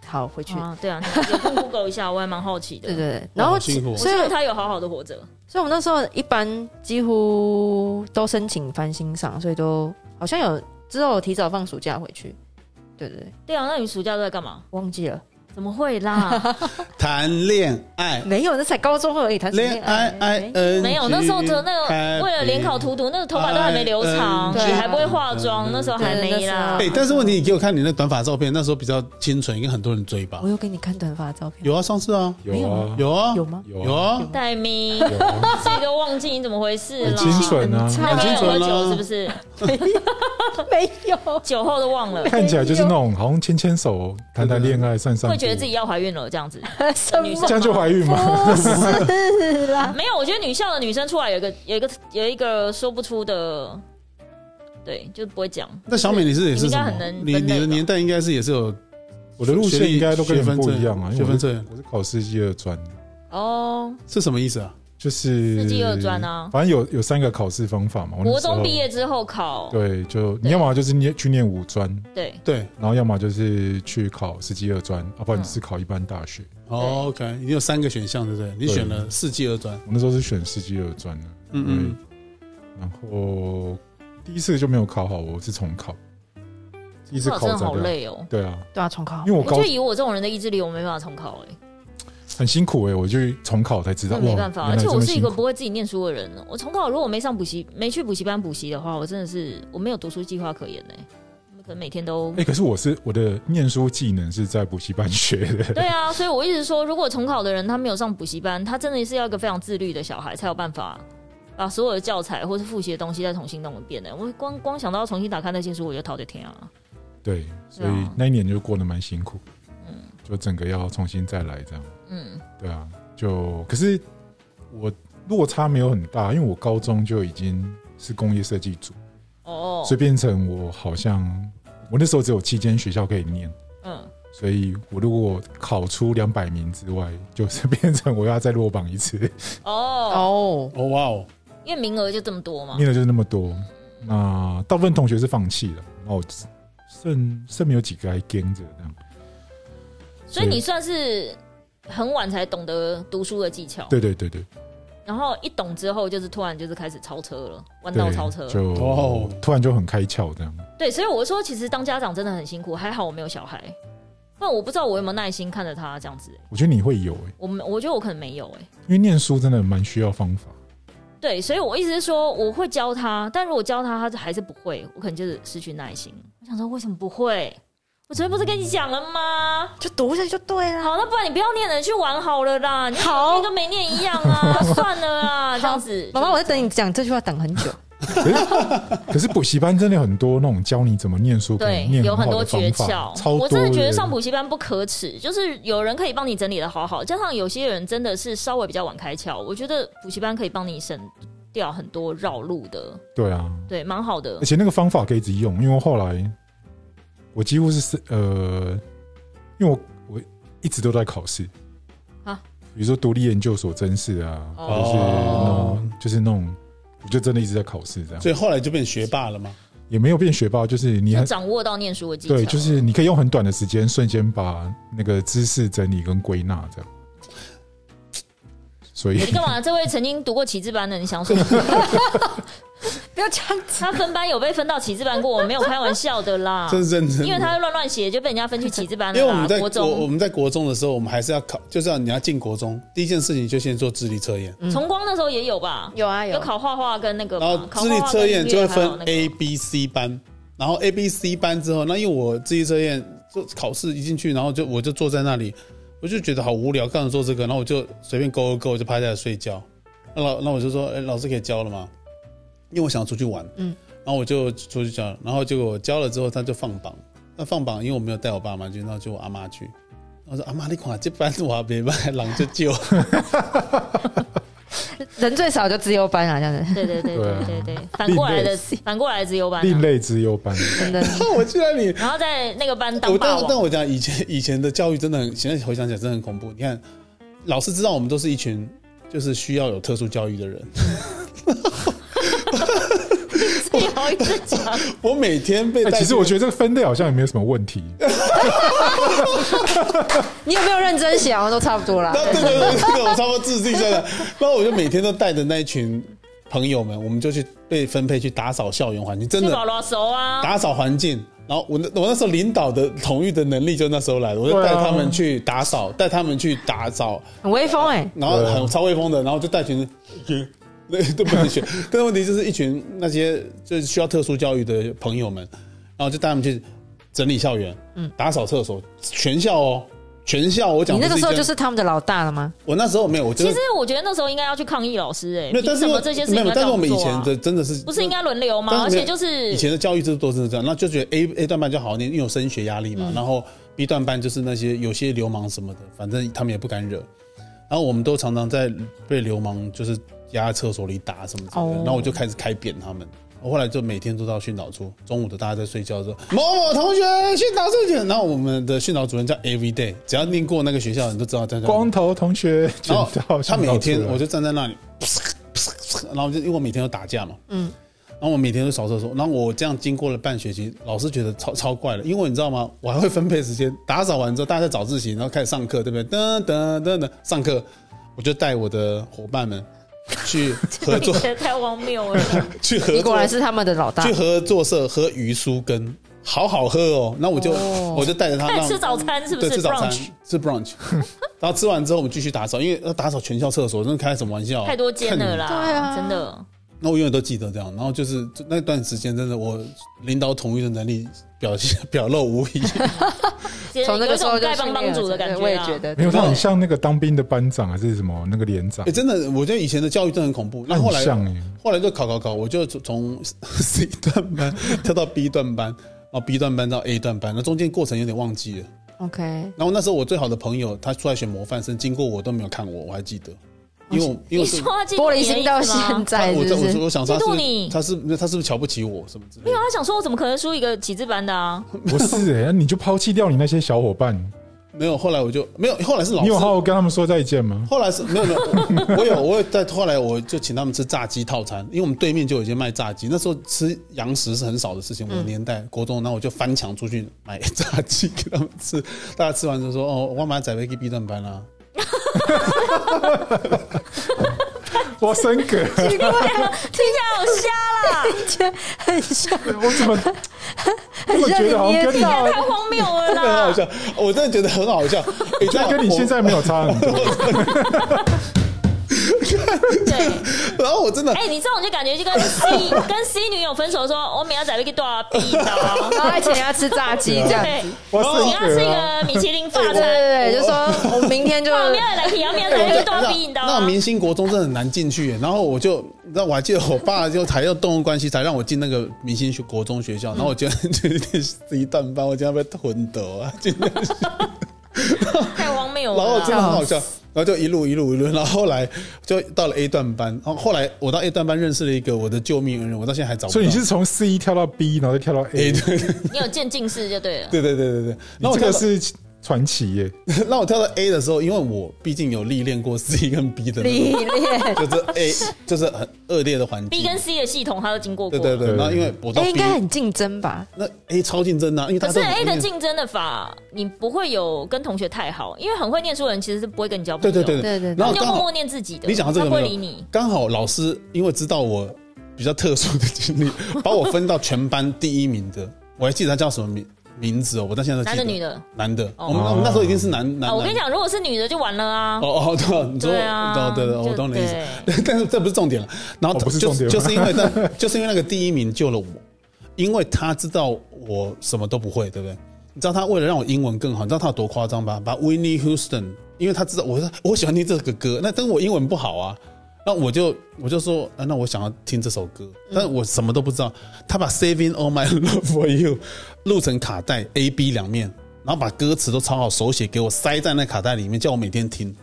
Speaker 4: 好，回去。
Speaker 3: 啊？对啊，你有空 Google 一下，我还蛮好奇的。
Speaker 4: 对对对，
Speaker 2: 那
Speaker 4: 然后
Speaker 2: 好辛苦哦
Speaker 3: 我
Speaker 4: 所
Speaker 3: 希
Speaker 4: 以
Speaker 3: 望他有好好的活着。
Speaker 4: 所以我们那时候一般几乎都申请翻新上，所以都好像有之后有提早放暑假回去。对对对，
Speaker 3: 对啊，那你暑假都在干嘛？
Speaker 4: 忘记了，
Speaker 3: 怎么会啦？
Speaker 2: 谈恋爱，
Speaker 4: 没有，那才高中而已，谈什么
Speaker 2: 恋
Speaker 4: 恋
Speaker 2: 爱
Speaker 4: 爱
Speaker 2: 爱恩，
Speaker 3: 没有，那时候的那个为了联考
Speaker 2: 图。
Speaker 3: 荼毒，那个头发都还没留长，
Speaker 4: 对
Speaker 3: 也还不会化妆
Speaker 2: 哎呃嗯，
Speaker 3: 那时候还没啦
Speaker 4: 对
Speaker 2: 哎、。但是问题，你给我看你那短发照片，那时候比较清纯，应该很多人追吧
Speaker 4: 我？有给你看短发的照 片，
Speaker 2: 有啊，上次啊，
Speaker 1: 有啊，
Speaker 2: 有啊，
Speaker 4: 有吗？
Speaker 1: 有
Speaker 2: 有
Speaker 1: 啊，
Speaker 2: 啊，
Speaker 3: 戴咪，
Speaker 1: 有啊，
Speaker 3: 这个忘记你怎么回事
Speaker 1: 很
Speaker 3: 了？
Speaker 1: 清纯啊，
Speaker 4: 很
Speaker 3: 那
Speaker 2: 很
Speaker 3: 边
Speaker 2: 清
Speaker 3: 有喝
Speaker 2: 纯啊
Speaker 3: 酒是不是？
Speaker 4: 没有，
Speaker 3: 酒后都 忘了，
Speaker 1: 看起来就是那种好像牵牵手、谈谈恋爱、散散步，
Speaker 3: 会觉得自己要哦怀孕了这样子。
Speaker 4: 什
Speaker 3: 女
Speaker 4: 么
Speaker 3: 生
Speaker 1: 这样就怀孕 吗？
Speaker 4: 不是啦？
Speaker 3: 没有，我觉得女校的女生出来有一个有一个有一个说不出的，对，就不会讲。
Speaker 2: 那小美，你是也是
Speaker 3: 你应
Speaker 2: 什
Speaker 3: 该
Speaker 2: 么
Speaker 3: 很？能
Speaker 2: 你
Speaker 3: 分类
Speaker 2: 你的
Speaker 3: 吧
Speaker 2: 年代应该是也是有
Speaker 1: 我的路
Speaker 2: 学
Speaker 1: 线
Speaker 2: 历
Speaker 1: 应该都跟你们
Speaker 2: 学
Speaker 1: 不
Speaker 2: 分制
Speaker 1: 一样啊，因
Speaker 2: 学
Speaker 1: 为
Speaker 2: 分
Speaker 1: 我是
Speaker 2: 制
Speaker 1: 我是考世纪二专，
Speaker 3: 哦，
Speaker 2: 是什么意思啊？
Speaker 1: 就是
Speaker 3: 世纪二专啊
Speaker 1: 反正有有三个考试方法嘛。我哦那
Speaker 3: 国
Speaker 1: 时候
Speaker 3: 中毕业之后考，
Speaker 1: 对，就你要么就是念去念五专，
Speaker 3: 对，
Speaker 2: 对、
Speaker 1: 然后要么就是去考世纪二专，啊，不然你是考一般大学。
Speaker 2: 哦、，OK，你有三个选项，对不对？你
Speaker 1: 对
Speaker 2: 选了四季二专，
Speaker 1: 我那时候是选世纪二专的，
Speaker 2: 嗯嗯，
Speaker 1: 然后第一次就没有考好，我是重考，第一次
Speaker 3: 考真
Speaker 1: 考
Speaker 3: 的
Speaker 1: 这
Speaker 3: 好
Speaker 1: 个，
Speaker 3: 累哦。
Speaker 1: 对啊，
Speaker 4: 对啊，重考
Speaker 1: 因为我
Speaker 3: 我
Speaker 1: 高
Speaker 3: 就以我这种人的意志力，我没办法重考哎、
Speaker 1: 很辛苦哎、我去重考才知道，
Speaker 3: 那
Speaker 1: 哇，
Speaker 3: 没办法，
Speaker 1: 原来
Speaker 3: 而且
Speaker 1: 这
Speaker 3: 我
Speaker 1: 么
Speaker 3: 是一
Speaker 1: 辛
Speaker 3: 个
Speaker 1: 苦。
Speaker 3: 不会自己念书的人。哦我重考如果没上补习，没去补习班补习的话，我真的是我没有读书计划可言呢、可能每天都
Speaker 1: 哎、可是我是我的念书技能是在补习班学的，
Speaker 3: 对啊，所以我一直说，如果重考的人他没有上补习班，他真的是要一个非常自律的小孩才有办法把所有的教材或是复习的东西再重新弄一遍呢、我光光想到要重新打开那些书，我就头得天啊！
Speaker 1: 对，所以
Speaker 3: 对啊
Speaker 1: 那一年就过得蛮辛苦，
Speaker 3: 嗯
Speaker 1: 就整个要重新再来这样。
Speaker 3: 嗯，
Speaker 1: 对啊，就可是我落差没有很大，因为我高中就已经是工业设计组，
Speaker 3: 哦
Speaker 1: 所以，变成我好像我那时候只有七间学校可以念，
Speaker 3: 嗯，
Speaker 1: 所以我如果考出两百名之外，就是变成我要再落榜一次，
Speaker 3: 哦，
Speaker 4: 哦，
Speaker 2: 哦哇哦，
Speaker 3: 因为名额就这么多嘛。
Speaker 1: 念的就是那么多。那大部分同学是放弃了，那我只剩剩没有几个还跟着这样。
Speaker 3: 哦所以你算是很晚才懂得读书的技巧，
Speaker 1: 对对对对，
Speaker 3: 然后一懂之后，就是突然就是开始超车了，弯道
Speaker 1: 对
Speaker 3: 超车。
Speaker 1: 就
Speaker 2: 哦
Speaker 1: 突然就很开窍这样。
Speaker 3: 对，所以我说，其实当家长真的很辛苦，还好我没有小孩，不然我不知道我有没有耐心看着他这样子、
Speaker 1: 我觉得你会有哎、
Speaker 3: 我没，我觉得我可能没有哎、
Speaker 1: 因为念书真的蛮需要方法。
Speaker 3: 对，所以我意思是说，我会教他，但如果教他，他还是不会，我可能就是失去耐心。我想说，为什么不会？我昨天不是跟你讲了吗？
Speaker 4: 就读下去就对了。
Speaker 3: 好，那不然你不要念了，你去玩好了啦。你
Speaker 4: 好
Speaker 3: 念跟没念一样啊， 算了啦，这样子。
Speaker 4: 妈妈，我在等你讲这句话，等很久。
Speaker 1: 可是补习班真的有很多那种教你怎么念书，可以
Speaker 3: 对，
Speaker 1: 念
Speaker 3: 有很
Speaker 1: 好
Speaker 3: 多
Speaker 1: 的
Speaker 3: 诀
Speaker 1: 方法
Speaker 3: 窍
Speaker 1: 超。多。
Speaker 3: 我真的觉得上补习班不可耻，就是有人可以帮你整理的好好，加上有些人真的是稍微比较晚开窍，我觉得补习班可以帮你省掉很多绕路的，
Speaker 1: 对啊，
Speaker 3: 对，蛮好的
Speaker 1: 而。且那个方法可以一直用，因为后来我几乎是是呃，因为我我一直都在考试
Speaker 4: 啊，
Speaker 1: 比如说独立研究所真试啊，
Speaker 4: 哦
Speaker 1: 或者是那种就是那种，我就真的一直在考试这样，
Speaker 2: 所以后来就变学霸了嘛。
Speaker 1: 也没有变学霸，就是你
Speaker 3: 就
Speaker 1: 很
Speaker 3: 掌握到念书的技巧，
Speaker 1: 对，就是你可以用很短的时间瞬间把那个知识整理跟归纳这样，所以
Speaker 3: 你干嘛？这位曾经读过旗帜班的，你想说什么？
Speaker 4: 不要这样子，
Speaker 3: 他分班有被分到旗帜班过，我没有开玩笑的啦。
Speaker 2: 这是认 真的，
Speaker 3: 啊因为他乱乱写，就被人家分去旗帜班
Speaker 2: 因为我
Speaker 3: 了
Speaker 2: 们
Speaker 3: 啦。
Speaker 2: 在
Speaker 3: 国
Speaker 2: 我我
Speaker 3: 中，
Speaker 2: 们在国中的时候，我们还是要考，就是要你要进国中，第一件事情就先做智力测验，
Speaker 3: 崇光那时候也有吧？
Speaker 4: 有啊有
Speaker 3: 有考画画跟那个
Speaker 2: 嗯
Speaker 3: 吧，
Speaker 2: 然后
Speaker 3: 考
Speaker 2: 智力
Speaker 3: 画画跟
Speaker 2: 测验
Speaker 3: 音乐
Speaker 2: 就会
Speaker 3: 还
Speaker 2: 分
Speaker 3: 有那个
Speaker 2: A、B、C 班，然后 A、B、C 班之后，那因为我智力测验就考试一进去，然后就我就坐在那里，我就觉得好无聊，干嘛做这个？然后我就随便勾勾勾，我就趴下来睡觉。那老那我就说，哎、老师可以教了吗？因为我想要出去玩，
Speaker 4: 嗯，
Speaker 2: 然后我就出去教，然后结果我教了之后，他就放榜。那放榜，因为我没有带我爸妈去，然后就我阿妈去。我说阿妈，你看这班 我还没办，狼就救。
Speaker 4: 人最少就自由班啊，这样子。
Speaker 3: 对对对
Speaker 1: 对啊
Speaker 3: 对对对，反过来的
Speaker 1: 另
Speaker 3: 反过来的自由班啊、
Speaker 1: 另类资优 班，
Speaker 4: 真的，
Speaker 2: 我去那里，
Speaker 3: 然后在那个班当
Speaker 2: 我
Speaker 3: 霸
Speaker 2: 哦但但
Speaker 3: 王，
Speaker 2: 我讲以前 以前的教育真的很，现在回想起来真的很恐怖。你看，老师知道我们都是一群就是需要有特殊教育的人，
Speaker 3: 自 由一直讲，
Speaker 2: 我每天被
Speaker 1: 哎、
Speaker 2: 带去、
Speaker 1: 其实我觉得这个分类好像也没有什么问题，
Speaker 2: 嗯
Speaker 4: 你有没有认真写？啊好像都差不多啦。
Speaker 2: 那对对对对对，我差不多自定下来。然后我就每天都带着那一群朋友们，我们就去被分配去打扫校园环境，真
Speaker 3: 去
Speaker 2: 的
Speaker 3: 保罗熟啊，
Speaker 2: 打扫环境。然后我那我那时候领导的统御的能力就那时候来的，我就
Speaker 1: 啊
Speaker 2: 带他们去打扫，带他们去打扫，
Speaker 4: 很威风哎，
Speaker 2: 然后
Speaker 1: 对啊
Speaker 2: 很超威风的，然后就带群学，那都不能学。但是问题就是一群那些就是需要特殊教育的朋友们，然后就带他们去整理校园，嗯，打扫厕所，全校哦，全校我讲
Speaker 4: 你
Speaker 2: 不
Speaker 4: 那个时候
Speaker 2: 一间
Speaker 4: 就是他们的老大了吗？
Speaker 2: 我那时候没有，我就
Speaker 3: 其
Speaker 2: 是
Speaker 3: 实我觉得那时候应该要去抗议老师哎、
Speaker 2: 没有，但
Speaker 3: 凭
Speaker 2: 是
Speaker 3: 什
Speaker 2: 我
Speaker 3: 么这些事
Speaker 2: 没
Speaker 3: 情
Speaker 2: 有，
Speaker 3: 要
Speaker 2: 但是我们以
Speaker 3: 这样
Speaker 2: 前
Speaker 3: 做啊
Speaker 2: 的真的是
Speaker 3: 不是应该轮流吗？
Speaker 2: 但
Speaker 3: 而
Speaker 2: 是没有
Speaker 3: 且就是
Speaker 2: 以 前的教育制度都是这样，那就觉得 A A 段班就好念，因为有升学压力嘛。然后 B 段班就是那些有些流氓什么的，反正他们也不敢惹。然后我们都常常在被流氓就是压在厕所里打什么之类的，
Speaker 4: 哦
Speaker 2: 然后我就开始开扁他们。我后来就每天都到训导处，中午的大家在睡觉的时候，某某同学训导处去，然后我们的训导主任叫 Every Day，只要念过那个学校，你都知道他叫
Speaker 1: 光头同学
Speaker 2: 然
Speaker 1: 卷
Speaker 2: 后
Speaker 1: 到
Speaker 2: 哦他每天我
Speaker 1: 就
Speaker 2: 就站在那里，然后就因为我每天都打架嘛，嗯，然后我每天都扫厕所，然后我这样经过了半学期，老师觉得超超怪了，因为你知道吗？我还会分配时间，打扫完之后大家在早自习，然后开始上课，对不对？噔噔噔噔，上课我就带我的伙伴们去合 作，
Speaker 3: 太荒谬 了。
Speaker 2: 去合
Speaker 4: 你
Speaker 2: 作
Speaker 4: 果然是他们的老大
Speaker 2: 去。合作社喝鱼酥羹，好好喝哦。那我就、
Speaker 4: 哦
Speaker 2: 我就带着他
Speaker 3: 在
Speaker 2: 让
Speaker 3: 吃早餐是不是
Speaker 2: 对，吃早餐
Speaker 3: brunch
Speaker 2: 吃 brunch，然后吃完之后我们继续打扫，因为要打扫全校厕所，真的开什么玩笑啊、
Speaker 3: 太多间了啦，
Speaker 4: 看你对啊
Speaker 3: 真的。
Speaker 2: 那我永远都记得这样。然后就是就那段时间，真的我领导统一的能力表现 表露无 遗。
Speaker 4: 从那个时候
Speaker 3: 有一
Speaker 4: 就
Speaker 3: 种丐帮帮主的感觉、啊，
Speaker 4: 我也觉。得
Speaker 1: 没有，他很像那个当兵的班长还是什么那个连长
Speaker 2: 哎、，真的，我觉得以前的教育真的很恐怖。那
Speaker 1: 他
Speaker 2: 后
Speaker 1: 很
Speaker 2: 来
Speaker 1: 像哎、
Speaker 2: 后来就考考考，我就从 C 段班跳到 B 段班，然后 B 段班到 A 段班，那中间过程有点忘记了。
Speaker 4: OK。
Speaker 2: 然后那时候我最好的朋友，他出来选模范生，经过我都没有看我，我还记得，因为我因为
Speaker 3: 你
Speaker 2: 我是
Speaker 3: 说他嫉妒
Speaker 4: 玻璃
Speaker 3: 你的
Speaker 4: 心
Speaker 3: 意
Speaker 4: 到
Speaker 3: 思吗
Speaker 4: 现
Speaker 2: 他
Speaker 4: 在
Speaker 2: 啊我
Speaker 4: 是
Speaker 2: 在
Speaker 4: 不
Speaker 2: 我
Speaker 4: 是
Speaker 2: 说？我想说
Speaker 3: 嫉妒
Speaker 2: 他是
Speaker 3: 你
Speaker 2: 他是他是不是瞧不起我什么之类
Speaker 3: 没
Speaker 2: 的
Speaker 3: 有，？他想说我怎么可能输一个旗帜班的 啊？
Speaker 1: 不是哎、你就抛弃掉你那些小伙伴，
Speaker 2: 没有，后来我就没有，后来是老
Speaker 1: 你
Speaker 2: 师
Speaker 1: 有，好好跟他们说再见吗？
Speaker 2: 后来是没有没有， 我我有我有在后来我就请他们吃炸鸡套餐，因为我们对面就有一间卖炸鸡，那时候吃洋食是很少的事情，我
Speaker 4: 嗯
Speaker 2: 的年代国中，然后我就翻墙出去买炸鸡给他们吃，大家吃完就说哦，我买仔贝去 B 段班啦、哦
Speaker 1: 我生格，
Speaker 4: 啊
Speaker 3: 听起来好瞎 啦，
Speaker 4: 很像，
Speaker 1: 我 怎么
Speaker 4: 很
Speaker 1: 我
Speaker 4: 像
Speaker 1: 觉得好像
Speaker 4: 你捏
Speaker 1: 跟你
Speaker 4: 造
Speaker 1: 好
Speaker 3: 太荒谬了
Speaker 4: 啊
Speaker 2: 很好
Speaker 3: 啦！
Speaker 2: 笑，我真 的觉得很好笑，哎，这
Speaker 1: 像跟你现在没有差很多。
Speaker 2: 看
Speaker 3: 对，
Speaker 2: 然后我真的
Speaker 3: 哎、你这种就感觉就跟 C 跟 C 女友分手说，我明天仔要去多少 逼刀，
Speaker 4: 然后还请人家吃炸鸡这样。
Speaker 3: 对，
Speaker 1: 哇啊
Speaker 2: 哦
Speaker 3: 你要吃
Speaker 1: 是
Speaker 3: 一
Speaker 1: 一个
Speaker 3: 个米其林法
Speaker 4: 对对
Speaker 3: 餐，
Speaker 4: 对，对就说我明天就
Speaker 3: 我明天来啊皮，要明天仔要去多少逼哦
Speaker 4: 哦
Speaker 2: 那
Speaker 3: 刀
Speaker 2: 种，明星国中真的很难进去耶，然后我就，你知道，我还记得我爸就才用动物关系才让我进那个明星学国中学
Speaker 4: 嗯
Speaker 2: 校，然后我今天就有点自己蛋班，我今天被吞斗啊， 今天
Speaker 3: 太荒谬
Speaker 2: 然后
Speaker 3: 了
Speaker 2: 真的
Speaker 3: 啦。
Speaker 2: 很好笑，然后就一路一路一路，然后后来就到了 A 段班，然后后来我到 A 段班认识了一个我的救命恩人，我到现在还找不到。
Speaker 1: 所以你是从 C 跳到 B，然后再跳到
Speaker 2: A
Speaker 1: A，
Speaker 2: 对
Speaker 3: 你有渐进式就对了。
Speaker 2: 对对对对对，
Speaker 1: 你
Speaker 2: 然后我
Speaker 1: 这
Speaker 2: 跳
Speaker 1: 个
Speaker 2: 到
Speaker 1: 是传奇耶，
Speaker 2: 那我跳到 A 的时候，因为我毕竟有历练过 C 跟 B 的那个，
Speaker 4: 历练。
Speaker 2: 就是 A 就是很恶劣的环境。
Speaker 3: B 跟 C 的系统他都经过过
Speaker 2: 对，对对，
Speaker 1: 对
Speaker 2: 然后因为我到
Speaker 4: A 哎应
Speaker 2: B，
Speaker 4: 该很竞争吧？
Speaker 2: 那 A 超竞争啊，因为
Speaker 3: 可
Speaker 2: 他
Speaker 3: 是 A 的竞争的法，你不会有跟同学太好，因为很会念书的人其实是不会跟你交朋
Speaker 2: 对
Speaker 3: 友，
Speaker 2: 对对
Speaker 4: 对对对
Speaker 2: 然后
Speaker 3: 他就
Speaker 2: 刚
Speaker 3: 默默
Speaker 2: 好
Speaker 3: 念自己的，
Speaker 2: 你讲到这个
Speaker 3: 他不会
Speaker 2: 没有
Speaker 3: 理你。
Speaker 2: 刚好老师因为知道我比较特殊的经历，把我分到全班第一名的，我还记得他叫什么名名字哦，我到现在都记
Speaker 3: 男
Speaker 2: 得
Speaker 3: 的女的
Speaker 2: 男的，
Speaker 3: 哦
Speaker 2: 我们我们那时候一定是男男。
Speaker 3: 啊，我跟你
Speaker 2: 男
Speaker 3: 讲，如果是女的就完了啊。
Speaker 2: 哦哦，对，你说哦
Speaker 3: 对啊，
Speaker 2: 对对，
Speaker 3: 就
Speaker 2: 我懂你的意思。
Speaker 3: 对
Speaker 2: 但是这不是重点了。然后
Speaker 1: 哦不是
Speaker 2: 就
Speaker 1: 重点吗
Speaker 2: 就是因为 那，就是因为那个第一名救了我，因为他知道我什么都不会，对不对？你知道他为了让我英文更好，你知道他有多夸张吧？把 Winnie Houston，因为他知道我我喜欢听这个歌，那但我英文不好啊，那我就我就说、啊那我想要听这首歌，但我什么都不知道。他把 Saving All My Love for You 录成卡带 A B 两面，然后把歌词都抄好手写给我塞在那卡带里面，叫我每天听。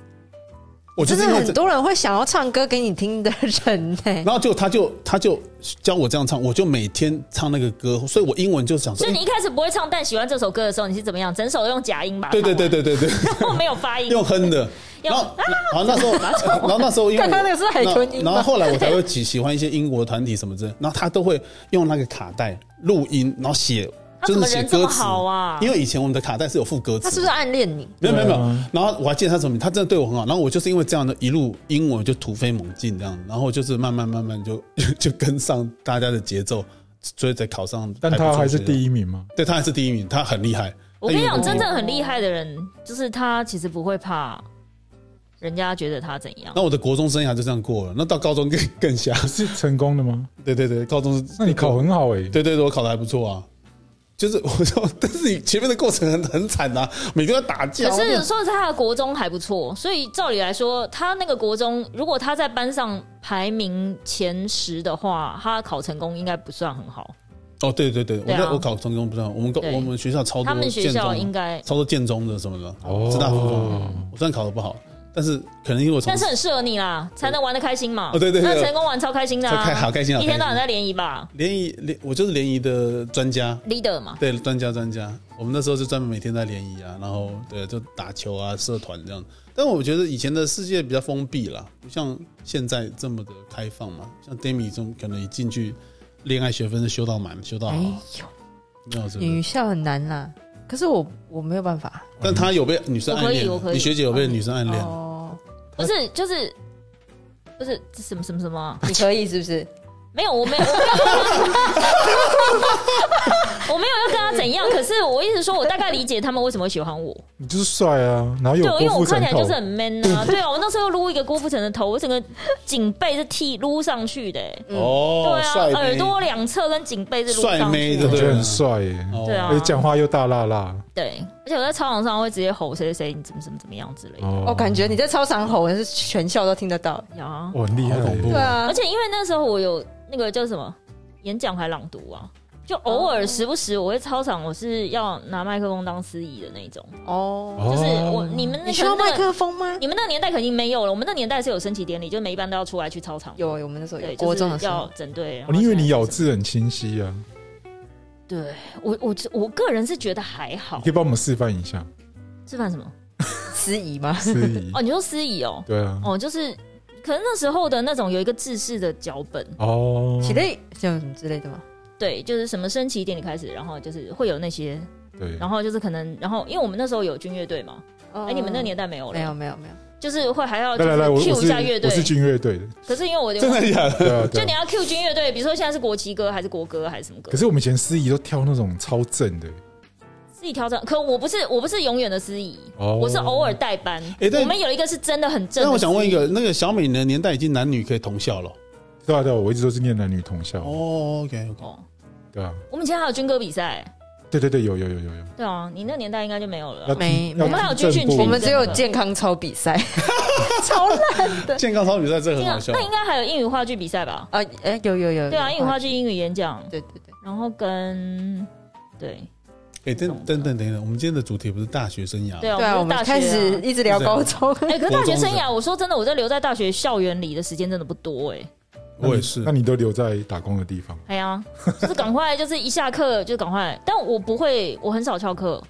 Speaker 2: 我就
Speaker 4: 真
Speaker 2: 是
Speaker 4: 的
Speaker 2: 因为这
Speaker 4: 很多人会想要唱歌给你听的人呢、
Speaker 2: 然后就他就他就教我这样唱，我就每天唱那个歌，所以我英文就想说，
Speaker 3: 所以你一开始不会唱，但喜欢这首歌的时候，你是怎么样？整首用假音吧？
Speaker 2: 哎对对对对对对，
Speaker 3: 唱完，然后没有发音。
Speaker 2: 用哼的。然
Speaker 3: 用
Speaker 2: 后然后那时 候，然后那时候因为我
Speaker 4: 刚刚那个是海豚音
Speaker 2: 然后然后
Speaker 4: 吧
Speaker 2: 后来我才会喜喜欢一些英国团体什么之类，然后他都会用那个卡带录音，然后写
Speaker 3: 他
Speaker 2: 就是
Speaker 3: 怎么
Speaker 2: 写
Speaker 3: 人这么
Speaker 2: 歌词
Speaker 3: 好啊？
Speaker 2: 因为以前我们的卡带是有附歌词
Speaker 4: 他
Speaker 2: 的，
Speaker 4: 是不是暗恋你？
Speaker 2: 没有没有没有
Speaker 1: 对啊，
Speaker 2: 然后我还记得他什么，他真的对我很好。然后我就是因为这样的一路英文就突飞猛进这样，然后就是慢慢慢慢就就 跟上大家的节奏，所以才考上。
Speaker 1: 但他还是第
Speaker 2: 一，
Speaker 1: 一名吗？
Speaker 2: 对他还是第一名，他很厉害。
Speaker 3: 我跟你讲，
Speaker 2: 他
Speaker 3: 真
Speaker 2: 英文很好
Speaker 3: 正很厉害的人，就是他其实不会怕人家觉得他怎样。
Speaker 2: 那我的国中生涯就这样过了，那到高中更 更瞎。
Speaker 1: 是成功的吗？
Speaker 2: 对对对，高中是
Speaker 1: 那你考很好哎，
Speaker 2: 对对对，我考的还不错啊。就是 我说，但是你前面的过程很 很惨啊，每天要打架。
Speaker 3: 可是说实在，他的国中还不错，所以照理来说，他那个国中如果他在班上排名前十的话，他考成功应该不算很好。
Speaker 2: 哦，对对对，我
Speaker 3: 对啊
Speaker 2: 在我考成功不知道，我们高
Speaker 3: 对
Speaker 2: 我们学校超多
Speaker 3: 他们学
Speaker 2: 建
Speaker 3: 校
Speaker 2: 中
Speaker 3: 应，该，
Speaker 2: 超多哦建中的什么的，
Speaker 1: 哦
Speaker 2: 师大附中。我虽然考的不好，但是可能因为我从
Speaker 3: 但是很适合你啦，才能玩的开心嘛。
Speaker 2: 哦对对对
Speaker 3: 那成功玩超开心的、
Speaker 2: 超开好
Speaker 3: 啊，
Speaker 2: 开心啊！
Speaker 3: 一天到晚在联谊吧
Speaker 2: 联谊联，我就是联谊的专家，
Speaker 3: ，leader 嘛。
Speaker 2: 对专家专家。我们那时候就专门每天在联谊啊，然后对就打球啊，社团这样。但我觉得以前的世界比较封闭啦，不像现在这么的开放嘛。像 Demi 这种可能一进去，恋爱学分是修到满，修
Speaker 3: 哎
Speaker 2: 到好，
Speaker 4: 没有，
Speaker 2: 没有这
Speaker 4: 女
Speaker 2: 个。
Speaker 4: 校很难啦。可是我我没有办法
Speaker 2: 但他有被女生暗恋
Speaker 3: 我可以我可
Speaker 2: 啊，
Speaker 3: 以
Speaker 2: 你学姐有被女生暗恋啊，
Speaker 4: 哦，
Speaker 3: 不是，就是不是这什么什么什么啊、
Speaker 4: 你可以是不是？
Speaker 3: 没有，我没有， 我没有，我没有要跟他怎样。可是我一直说，我大概理解他们为什么会喜欢我。
Speaker 1: 你就是帅啊，然后有
Speaker 3: 对，因为
Speaker 1: 郭
Speaker 3: 我
Speaker 1: 富
Speaker 3: 看
Speaker 1: 城
Speaker 3: 起来
Speaker 1: 头
Speaker 3: 就是，很 man 啊。对啊，我那时候撸一个郭富城的头，我整个颈背是剃撸上去的、欸。
Speaker 2: 哦
Speaker 3: 对啊，
Speaker 2: 帅妹
Speaker 3: 耳朵两侧跟颈背是撸
Speaker 2: 帅
Speaker 3: 上
Speaker 2: 妹
Speaker 3: 去
Speaker 1: 我
Speaker 2: 对
Speaker 3: 的。
Speaker 1: 觉得很帅耶，
Speaker 2: 哦
Speaker 3: 对啊
Speaker 1: 而且讲话又大辣辣
Speaker 3: 对，而且我在操场上会直接吼谁谁谁，你怎么怎么怎么样之类的。
Speaker 1: 哦
Speaker 4: 我、感觉你在操场吼，是全校都听得到。
Speaker 3: 有啊，
Speaker 1: 我很厉害
Speaker 2: 好恐怖
Speaker 1: 耶，
Speaker 4: 对啊
Speaker 3: 而，且因为那时候我有那个叫什么演讲还朗读啊，就偶尔时不时我会操场，我是要拿麦克风当司仪的那种，
Speaker 4: 哦，
Speaker 3: 就是
Speaker 1: 哦
Speaker 3: 我你们那
Speaker 4: 你需
Speaker 3: 个
Speaker 4: 要麦
Speaker 3: 那个
Speaker 4: 克风吗？
Speaker 3: 你们那个年代肯定没有了，我们那年代是有升旗典礼，就每一班都要出来去操场。
Speaker 4: 有，我们那时候有
Speaker 3: 对，
Speaker 4: 国中的
Speaker 3: 就是
Speaker 4: 时
Speaker 3: 要
Speaker 4: 候，
Speaker 3: 整队。然
Speaker 1: 哦
Speaker 3: 后
Speaker 1: 因为你
Speaker 3: 现在
Speaker 1: 咬
Speaker 3: 是
Speaker 1: 字很清晰啊，
Speaker 3: 对我我我个人是觉得还好
Speaker 1: 你可以。帮我们示范一下，
Speaker 3: 示范什么？
Speaker 4: 司仪吗？
Speaker 1: 司仪
Speaker 3: 哦，，你说司仪哦，
Speaker 1: 对啊，
Speaker 3: 哦，就是可能那时候的那种有一个制式的脚本，
Speaker 1: 哦，
Speaker 4: 起立，这样什么之类的吗？
Speaker 3: 对，就是什么升旗典礼开始，然后就是会有那些，
Speaker 1: 对，
Speaker 3: 然后就是可能，然后因为我们那时候有军乐队嘛，哎，你们那个年代没有了，
Speaker 4: 嗯没有没有没有，
Speaker 3: 就是会还要就
Speaker 1: 来来
Speaker 3: 是
Speaker 1: 来，我我
Speaker 3: Q 一
Speaker 1: 是
Speaker 3: 下乐
Speaker 1: 我是
Speaker 3: 队，
Speaker 1: 军乐队的，
Speaker 3: 可是因为我有
Speaker 2: 真的假的？
Speaker 1: 对啊，对
Speaker 3: 就
Speaker 1: 啊
Speaker 3: 你要 Q 军乐队，比如说现在是国旗歌还是国歌还是什么歌
Speaker 1: 可？是我们以前司仪都挑那种超正的，
Speaker 3: 司己调整。可我不是我不是永远的司仪，
Speaker 1: 哦
Speaker 3: 我是偶尔代班。
Speaker 2: 诶对
Speaker 3: 我们有一个是真的很正的司仪。
Speaker 2: 那我想问一个，那个小美你的年代已经男女可以同校了。
Speaker 1: 对啊对啊，我一直都是念男女同校，
Speaker 2: 哦，OK OK，
Speaker 3: 哦，
Speaker 1: 对啊，
Speaker 3: 我们以前还有军歌比赛，
Speaker 1: 对对对，有有有有有，
Speaker 3: 对啊，你那年代应该就没有了
Speaker 1: 要
Speaker 3: 啦。
Speaker 4: 没
Speaker 1: 要
Speaker 4: 我们
Speaker 3: 还有
Speaker 1: 进
Speaker 3: 军训
Speaker 1: 正步
Speaker 3: 群
Speaker 4: 我们只有
Speaker 3: 真的
Speaker 4: 健康操比赛，超烂的。
Speaker 2: 健康操比赛这个很好笑
Speaker 3: 那。应该还有英语话剧比赛吧？
Speaker 4: 啊，哎，有有有，
Speaker 3: 对啊，英语话
Speaker 4: 话，
Speaker 3: 剧、英语演讲，
Speaker 4: 对对对，
Speaker 3: 然后跟对
Speaker 2: 哎，等等等等等，我们今天的主题不是大学生涯，
Speaker 3: 对啊，
Speaker 4: 对啊，
Speaker 3: 我
Speaker 4: 我
Speaker 3: 们
Speaker 4: 们
Speaker 3: 大学
Speaker 4: 开始
Speaker 3: 啊。
Speaker 4: 一直聊高中，
Speaker 3: 哎、可是大学生
Speaker 2: 国中
Speaker 3: 涯，我说真的，我在留在大学校园里的时间真的不多哎、
Speaker 1: 那你
Speaker 2: 我也是
Speaker 1: 那。你都留在打工的地方，
Speaker 3: 哎呀，就是赶快，就是一下课就赶快。但我不会，我很少翘课，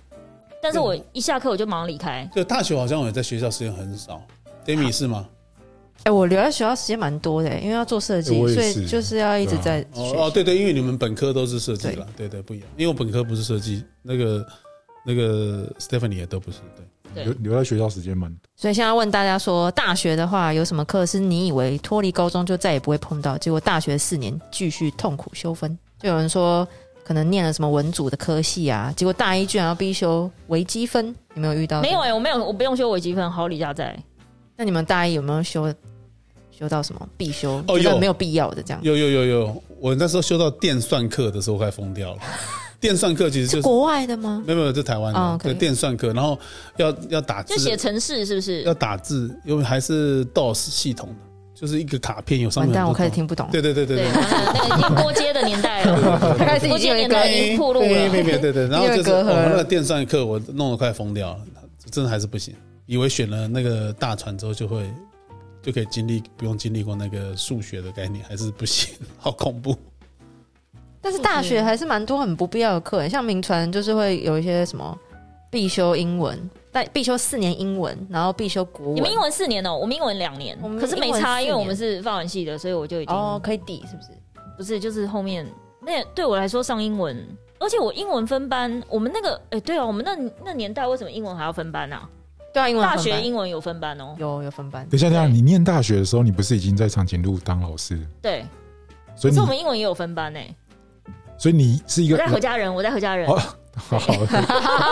Speaker 3: 但是我一下课我就马上离开。
Speaker 2: 就大学好像我在学校时间很少，Demi 是吗？
Speaker 4: 哎，我留在学校时间蛮多的，因为要做设
Speaker 1: 哎
Speaker 4: 计，
Speaker 1: 我也
Speaker 4: 所
Speaker 1: 是
Speaker 4: 以就是要一直在学
Speaker 2: 哦哦，
Speaker 4: 校。
Speaker 2: 对对，因为你们本科都是设计啦，对对不一样，因为我本科不是设计，那个那个 Stephanie 也都不是，对。
Speaker 3: 对
Speaker 1: 留留在学校时间蛮多，
Speaker 4: 所以现在问大家说，大学的话有什么课是你以为脱离高中就再也不会碰到，结果大学四年继续痛苦修分？就有人说，可能念了什么文组的科系啊，结果大一居然要必修微积分，你们有遇到？
Speaker 3: 没有哎、我没有，我不用修微积分，好李家在。
Speaker 4: 那你们大一有没有修修到什么必修？
Speaker 2: 哦
Speaker 4: 觉得
Speaker 2: 有
Speaker 4: 没有必要的这样。
Speaker 2: 有有有有，我那时候修到电算课的时候，我快疯掉了。电算课其实就是
Speaker 4: 是国外的吗？
Speaker 2: 没有没有，在台湾
Speaker 4: 哦
Speaker 2: 的
Speaker 4: ，OK
Speaker 2: 对电算课，然后要要打字啊
Speaker 3: 就，写程式是不
Speaker 2: 要
Speaker 3: 是？
Speaker 2: 打字，因为还是 DOS 系统的，就是一个卡片有上
Speaker 4: 完
Speaker 2: 面很
Speaker 4: 蛋，
Speaker 2: 多
Speaker 4: 我开始
Speaker 2: 洞。
Speaker 4: 听不懂。
Speaker 2: 对对对对
Speaker 3: 对，
Speaker 2: 对
Speaker 3: 完了那个已经过街的年代 了，
Speaker 4: 他开始
Speaker 3: 过
Speaker 4: 已
Speaker 3: 街
Speaker 4: 经有一
Speaker 3: 年
Speaker 4: 个
Speaker 3: 代已经暴露
Speaker 2: 对对
Speaker 3: 了。
Speaker 2: 对对对， 然后就是
Speaker 4: 因为
Speaker 2: 我
Speaker 4: 有隔阂
Speaker 2: 那个电算课，我弄得快疯掉了，真的还是不行。以为选了那个大船之后就会就可以经历不用经历过那个数学的概念，还是不行，好恐 怖。
Speaker 4: 但是大学还是蛮多很不必要的课，欸像民传就是会有一些什么必修英文，但必修四年英文，然后必修国
Speaker 3: 你
Speaker 4: 文
Speaker 3: 们。英文四年哦、我们英文两年
Speaker 4: 我，们
Speaker 3: 可是没
Speaker 4: 英文四
Speaker 3: 差，
Speaker 4: 年
Speaker 3: 因为我们是法文系的，所以我就已经、
Speaker 4: 哦，可以抵是不是？
Speaker 3: 不是就是后面那对我来说上英文，而且我英文分班，我们那个哎、对啊，我们那那年代为什么英文还要分班啊？
Speaker 4: 对啊，英文
Speaker 3: 大
Speaker 4: 分
Speaker 3: 学
Speaker 4: 班
Speaker 3: 英文有分班哦、
Speaker 4: 有有分班
Speaker 1: 等一下，等一下，你念大学的时候，你不是已经在长颈鹿当老师，
Speaker 3: 对，
Speaker 1: 所
Speaker 3: 可
Speaker 1: 以
Speaker 3: 是
Speaker 1: 你
Speaker 3: 我们英文也有分班欸呢、
Speaker 1: 所以你是一
Speaker 3: 我
Speaker 1: 个
Speaker 3: 在何家人，我在何家人
Speaker 1: 哦，好，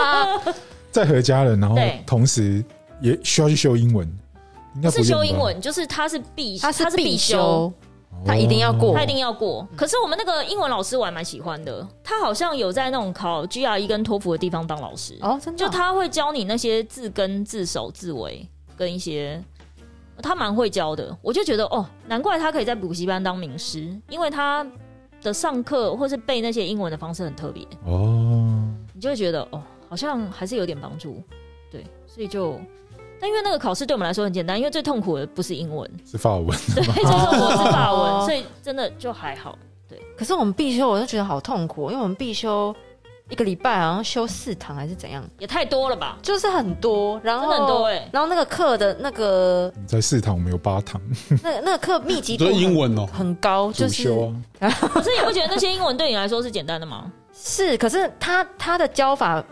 Speaker 1: 在和家人，然后
Speaker 3: 对
Speaker 1: 同时也需要去修英文，应该
Speaker 3: 不
Speaker 1: 不
Speaker 3: 是修
Speaker 1: 用
Speaker 3: 英
Speaker 1: 吧，
Speaker 3: 文，就是他是必
Speaker 4: 它是
Speaker 3: 是必
Speaker 4: 必修，它一定要过
Speaker 3: 他
Speaker 2: 哦
Speaker 3: 一定要过。可是我们那个英文老师我还蛮喜欢的，他好像有在那种考 GRE 跟托福的地方当老师，
Speaker 4: 哦，真的
Speaker 3: 就
Speaker 4: 哦
Speaker 3: 他会教你那些字根、字首、字尾跟一些，他蛮会教的。我就觉得哦，难怪他可以在补习班当名师，因为他的上课或是背那些英文的方式很特别，
Speaker 1: 哦，
Speaker 3: 你就会觉得哦，好像还是有点帮助。对，所以就。但因为那个考试对我们来说很简单，因为最痛苦的不是英文，
Speaker 1: 是法文，
Speaker 3: 对，就是我是法
Speaker 4: 哦
Speaker 3: 文，所以真的就还好。
Speaker 4: 可是我们必修，我就觉得好痛苦，因为我们必修一个礼拜好像修四堂还是怎样，
Speaker 3: 也太多了吧？
Speaker 4: 就是很多，然后
Speaker 3: 真的很多欸
Speaker 4: 然后那个课的那个
Speaker 1: 在四堂我们有八堂，
Speaker 4: 那那个课密集度
Speaker 2: 所以英
Speaker 4: 很
Speaker 2: 文哦，
Speaker 4: 很高，
Speaker 1: 主
Speaker 4: 就是
Speaker 1: 修啊，
Speaker 3: 可是你不觉得那些英文对你来说是简单的 吗？
Speaker 4: 是，可是他他的教法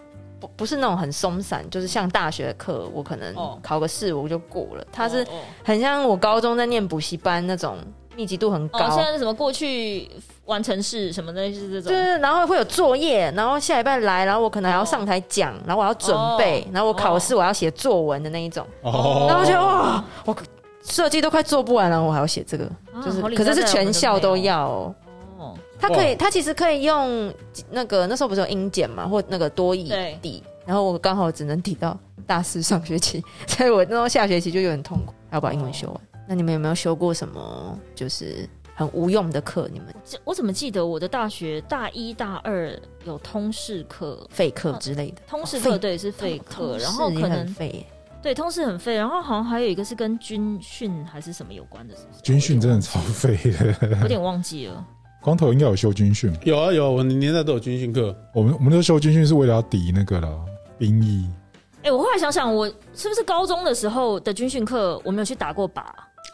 Speaker 4: 不不是那种很松散，就是像大学课，我可能
Speaker 3: 哦
Speaker 4: 考个试我就过了。他是
Speaker 3: 哦哦
Speaker 4: 很像我高中在念补习班那种密集度很
Speaker 3: 哦，现
Speaker 4: 高，
Speaker 3: 在是什么过去完成式什么的，就是这种。
Speaker 4: 就是然后会有作业，然后下礼拜来，然后我可能还要上台讲，然后我要准备
Speaker 3: 哦，
Speaker 4: 然后我考试我要写作文的那一种，
Speaker 2: 哦
Speaker 4: 然后我觉得哇，我设计都快做不完了，我还要写这个，
Speaker 3: 啊
Speaker 4: 就是
Speaker 3: 好理
Speaker 4: 可
Speaker 3: 所
Speaker 4: 是是
Speaker 3: 当然
Speaker 4: 全校都
Speaker 3: 我们没有
Speaker 4: 要哦。
Speaker 3: 哦，
Speaker 4: 他可以，
Speaker 2: 哇
Speaker 4: 他其实可以用那个那时候不是有英检嘛，或那个多义
Speaker 3: 对
Speaker 4: 抵，然后我刚好只能抵到大四上学期，所以我那时候下学期就有点痛苦，还要把英文修完。那你们有没有修过什么就是很无用的课？你们
Speaker 3: 这我怎么记得我的大学大一大二有通识课，
Speaker 4: 废课之类的？
Speaker 3: 通识
Speaker 4: 哦
Speaker 3: 课
Speaker 4: 废
Speaker 3: 对是废课，然后
Speaker 4: 通识
Speaker 3: 可
Speaker 4: 也很
Speaker 3: 能
Speaker 4: 废耶，
Speaker 3: 对通识很废，然后好像还有一个是跟军训还是什么有关的，是不是
Speaker 1: 军训真的超废的，
Speaker 3: 有点忘记了。
Speaker 1: 光头应该有修军训吧，
Speaker 2: 有啊有啊，我年代都有军训课，
Speaker 1: 我们我们都修军训是为了要抵那个啦，兵役，
Speaker 3: 哎，我后来想想，我是不是高中的时候的军训课我没有去打过靶？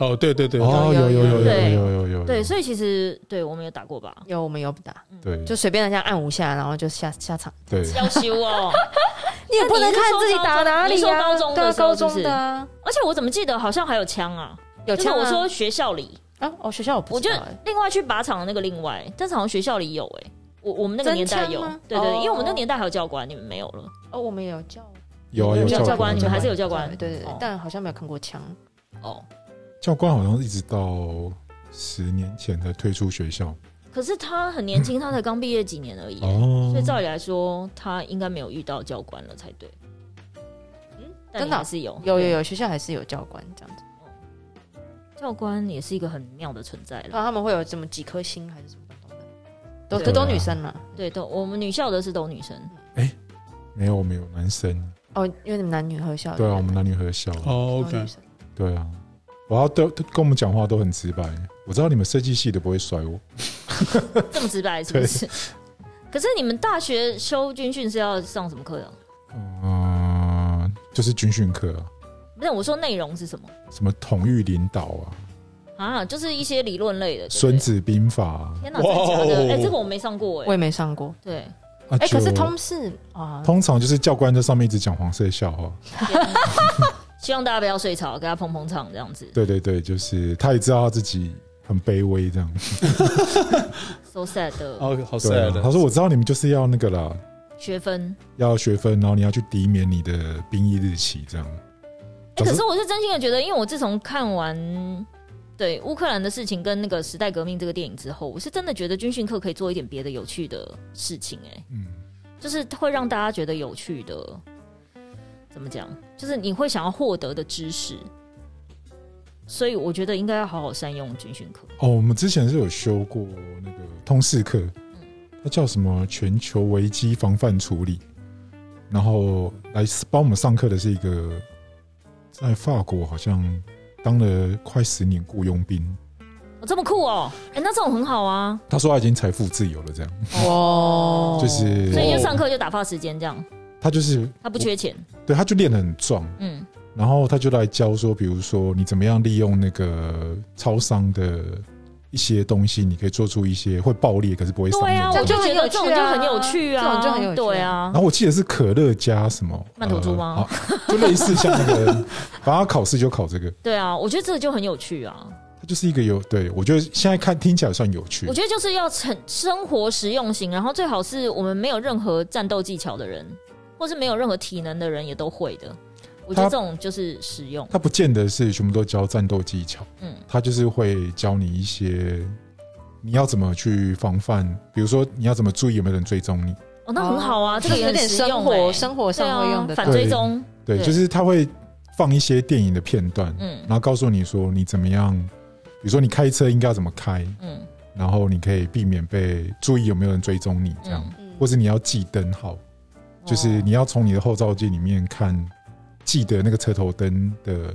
Speaker 2: 哦对对对，
Speaker 1: 哦，有
Speaker 4: 有
Speaker 1: 有
Speaker 4: 有
Speaker 1: 有有
Speaker 3: 对
Speaker 1: 有有有，
Speaker 3: 对，
Speaker 1: 以
Speaker 3: 所以其实对我们有打过靶，
Speaker 4: 有我们有打，
Speaker 1: 对
Speaker 4: 就随便人家按五下，然后就下下场。
Speaker 1: 对，
Speaker 3: 要修哦。
Speaker 4: 你也不能看自己打哪
Speaker 3: 你
Speaker 4: 里
Speaker 3: 是说
Speaker 4: 啊，
Speaker 3: 高中
Speaker 4: 对啊
Speaker 3: 你是说
Speaker 4: 高
Speaker 3: 高中的时候
Speaker 4: 中的啊，
Speaker 3: 而且我怎么记得好像还有枪啊？
Speaker 4: 有
Speaker 3: 就是
Speaker 4: 枪
Speaker 3: 我
Speaker 4: 啊
Speaker 3: 说学校里，
Speaker 4: 啊，哦，学校我不
Speaker 3: 我
Speaker 4: 知
Speaker 3: 就
Speaker 4: 道耶
Speaker 3: 另外去靶场的那个另外，但是好像学校里有哎、我我们那个年代
Speaker 4: 真
Speaker 3: 有
Speaker 4: 枪吗，
Speaker 3: 对对，对
Speaker 4: 哦
Speaker 3: 因为我们那个年代还有教官，你们没有了，
Speaker 4: 哦，我们也有教
Speaker 1: 有啊
Speaker 3: 你
Speaker 1: 有
Speaker 3: 们
Speaker 4: 教
Speaker 3: 有教
Speaker 1: 官
Speaker 3: 官，你们还是有教官，
Speaker 4: 对对对
Speaker 3: 哦，
Speaker 4: 但好像没有看过枪。
Speaker 3: 哦。
Speaker 1: 教官好像一直到十年前才退出学校
Speaker 3: 可是他很年轻，他才刚毕业几年而已，
Speaker 1: 哦
Speaker 3: 所以照理来说，他应该没有遇到教官了才对。嗯，但
Speaker 4: 真
Speaker 3: 你
Speaker 4: 的哦
Speaker 3: 还是有，
Speaker 4: 有有
Speaker 3: 对
Speaker 4: 有，学校还是有教官这样子，
Speaker 3: 教官也是一个很妙的存在
Speaker 4: 然
Speaker 3: 了。
Speaker 4: 后他们会有什么几颗星还是什么东东的，都
Speaker 3: 对
Speaker 4: 这都
Speaker 1: 对啊
Speaker 4: 女生啦。
Speaker 3: 对，都我们女校的是都女生，
Speaker 4: 嗯
Speaker 1: 没有我们有男生，
Speaker 4: 哦，因为你们男女合校。
Speaker 1: 对啊，我们男女合校，
Speaker 2: 哦
Speaker 4: 都女
Speaker 2: ，OK，
Speaker 4: 生
Speaker 1: 对啊，我要都都跟我们讲话都很直白，我知道你们设计系的不会甩我，
Speaker 3: 这么直白是不是？ 可是你们大学修军训是要上什么课啊的？
Speaker 1: 嗯，就是军训课啊，
Speaker 3: 不是我说内容是什么
Speaker 1: 什么统御领导啊，
Speaker 3: 啊？就是一些理论类的。对不对
Speaker 1: 孙，子兵法啊，
Speaker 3: 天哪，真的假
Speaker 2: 哇哦
Speaker 3: 的？哎，这个我没上过
Speaker 4: 我
Speaker 3: 哎。
Speaker 4: 也没上过。
Speaker 3: 对，
Speaker 1: 啊
Speaker 4: 哎，
Speaker 1: 就
Speaker 4: 可是通识啊，
Speaker 1: 通常就是教官在上面一直讲黄色笑话，
Speaker 3: 天哪希望大家不要睡着，给他捧捧场这样子。
Speaker 1: 对对对，就是他也知道他自己很卑微这样，
Speaker 3: So sad 的
Speaker 2: 哦，好
Speaker 1: 对啊
Speaker 2: sad，
Speaker 1: 他说我知道你们就是要那个啦，
Speaker 3: 学分。
Speaker 1: 要学分，然后你要去抵免你的兵役日期，这样。
Speaker 3: 哎，可是我是真心的觉得，因为我自从看完。对乌克兰的事情跟那个时代革命这个电影之后，我是真的觉得军训课可以做一点别的有趣的事情、哎，
Speaker 1: 嗯，
Speaker 3: 就是会让大家觉得有趣的，怎么讲？就是你会想要获得的知识，所以我觉得应该要好好善用军训课。
Speaker 1: 哦，我们之前是有修过那个通识课，它叫什么全球危机防范处理，然后来帮我们上课的是一个在法国好像当了快十年雇佣兵，
Speaker 3: 哦，这么酷哦！哎、那这种很好啊，
Speaker 1: 他说他已经财富自由了，这样
Speaker 4: 哦，
Speaker 1: 就是
Speaker 3: 所以就上课就打发时间这样，
Speaker 1: 他就是
Speaker 3: 他不缺钱。
Speaker 1: 对，他就练得很壮，
Speaker 3: 嗯，
Speaker 1: 然后他就来教说，比如说你怎么样利用那个超商的一些东西，你可以做出一些会爆裂可是不会伤
Speaker 3: 对
Speaker 1: 人
Speaker 3: 啊，
Speaker 1: 的。
Speaker 3: 我就觉得这
Speaker 4: 这
Speaker 3: 种
Speaker 4: 样
Speaker 3: 就
Speaker 4: 就
Speaker 3: 很
Speaker 4: 很
Speaker 3: 有
Speaker 4: 有
Speaker 3: 趣
Speaker 4: 趣
Speaker 3: 啊，
Speaker 4: 啊这种就很有趣啊
Speaker 3: 对啊
Speaker 1: 然。后我记得是可乐加什么
Speaker 3: 曼陀珠吗
Speaker 1: 呃好就类似像那个， 反正他考试就考这个，
Speaker 3: 对啊，我觉得这个就很有趣啊！
Speaker 1: 它就是一个有对我觉得现在看听起来算有
Speaker 4: 嗯
Speaker 1: 趣
Speaker 3: 我。觉得就是要很生活实用型，然后最好是我们没有任何战斗技巧的人，或是没有任何体能的人也都会的。我觉
Speaker 1: 他
Speaker 3: 得这种就是实用。
Speaker 1: 它不见得是全部都教战斗技巧，
Speaker 3: 嗯，
Speaker 1: 它就是会教你一些你要怎么去防范，比如说你要怎么注意有没有人追踪你。
Speaker 3: 哦，那很好啊，这个也
Speaker 4: 有
Speaker 3: 很
Speaker 4: 点
Speaker 3: 实用
Speaker 4: 生活
Speaker 3: 欸
Speaker 4: 生活
Speaker 3: 对
Speaker 4: 上会用
Speaker 3: 啊、
Speaker 4: 的东
Speaker 3: 反
Speaker 4: 西。
Speaker 3: 追踪，
Speaker 1: 对，
Speaker 3: 对
Speaker 1: 就是他会放一些电影的片段，
Speaker 3: 嗯
Speaker 1: 然后告诉你说你怎么样，比如说你开车应该要怎么开，
Speaker 3: 嗯
Speaker 1: 然后你可以避免被注意有没有人追踪你这样，
Speaker 3: 嗯
Speaker 1: 或是你要记灯号，就是你要从你的后照镜里面看，记得那个车头灯的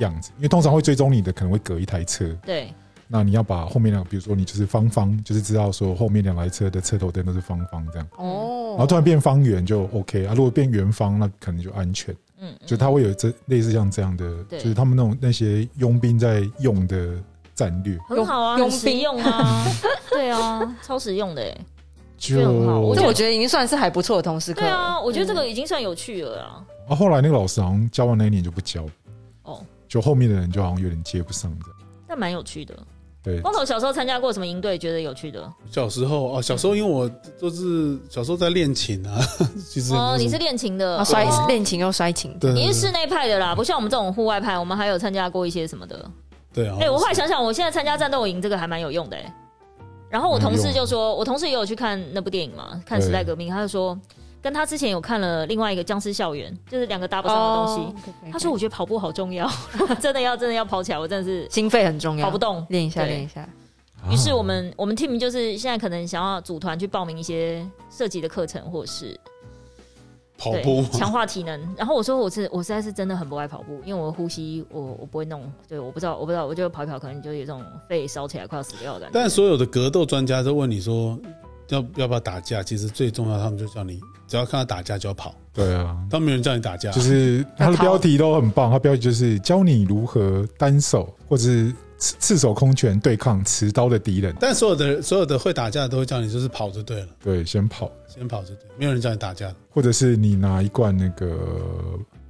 Speaker 1: 样子，因为通常会追踪你的可能会隔一台车，
Speaker 3: 对，
Speaker 1: 那你要把后面两，比如说你就是方方，就是知道说后面两台车的车头灯都是方方这样，
Speaker 4: 哦，
Speaker 1: 然后突然变方圆就 OK 啊，如果变圆方那可能就安全。
Speaker 3: 嗯，
Speaker 1: 就
Speaker 3: 嗯
Speaker 1: 他会有这类似像这样的，
Speaker 3: 对
Speaker 1: 就是他们那种那些佣兵在用的战略，
Speaker 3: 很好啊，
Speaker 4: 佣
Speaker 3: 很实
Speaker 4: 兵
Speaker 3: 用啊， 对啊，超实用的哎，
Speaker 1: 就
Speaker 3: 这很好我
Speaker 4: 这
Speaker 3: 就
Speaker 4: 我觉得已经算是还不错的通识课
Speaker 3: 对
Speaker 4: 了。
Speaker 3: 啊，我觉得这个
Speaker 4: 嗯
Speaker 3: 已经算有趣了啊。
Speaker 1: 啊，后来那个老师好像教完那一年就不教，
Speaker 3: 哦，
Speaker 1: 就后面的人就好像有点接不上这样。
Speaker 3: 但蛮有趣的。
Speaker 1: 对，
Speaker 3: 光头小时候参加过什么营队，觉得有趣的？
Speaker 2: 小时候哦，小时候因为我都是小时候在练琴啊， 其实也没有
Speaker 3: 哦，
Speaker 2: 什
Speaker 3: 你
Speaker 2: 么
Speaker 3: 是练琴的，
Speaker 4: 啊摔
Speaker 3: 哦
Speaker 4: 练琴又摔琴，
Speaker 2: 对啊
Speaker 3: 你是室内派的啦，不像我们这种户外派，我们还有参加过一些什么的。
Speaker 2: 对啊，
Speaker 3: 哎、我后来想想，我现在参加战斗营这个还蛮有用的、欸。然后我同事就说，我同事也有去看那部电影嘛，看《时代革命》，他就说跟他之前有看了另外一个《僵尸校园》，就是两个搭不上的东西。
Speaker 4: 哦，可以可以
Speaker 3: 他说：“我
Speaker 4: 可
Speaker 3: 觉得跑步好重要， 如果真的要真的要跑起来，我真的是
Speaker 4: 以心肺很重要，
Speaker 3: 跑不动。
Speaker 4: 练一下
Speaker 3: 对
Speaker 4: 练一下。”
Speaker 3: 于是
Speaker 1: 啊
Speaker 3: 我们我们 team 就是现在可能想要组团去报名一些射击的课程，或是
Speaker 2: 跑
Speaker 3: 对
Speaker 2: 步嘛，
Speaker 3: 强化体能。 然后我说我是我实在是真的很不爱跑步，因为我呼吸我我不会弄，对，我不知道我不知道，我就跑一跑，可能就有一种肺烧起来快要死掉的感觉。
Speaker 2: 但所有的格斗专家都问你说要要不要打架，其实最重要，他们就叫你只要看到打架就要跑，
Speaker 1: 对啊，
Speaker 2: 但没有人叫你打架，
Speaker 1: 就是他的
Speaker 4: 要逃
Speaker 1: 标题都很棒，他标题就是教你如何单手或者是赤赤手空拳对抗持刀的敌人。
Speaker 2: 但所有的所有的会打架的都会叫你就是跑就对了，
Speaker 1: 对，先跑，
Speaker 2: 先跑就对，没有人叫你打架的。
Speaker 1: 或者是你拿一罐那个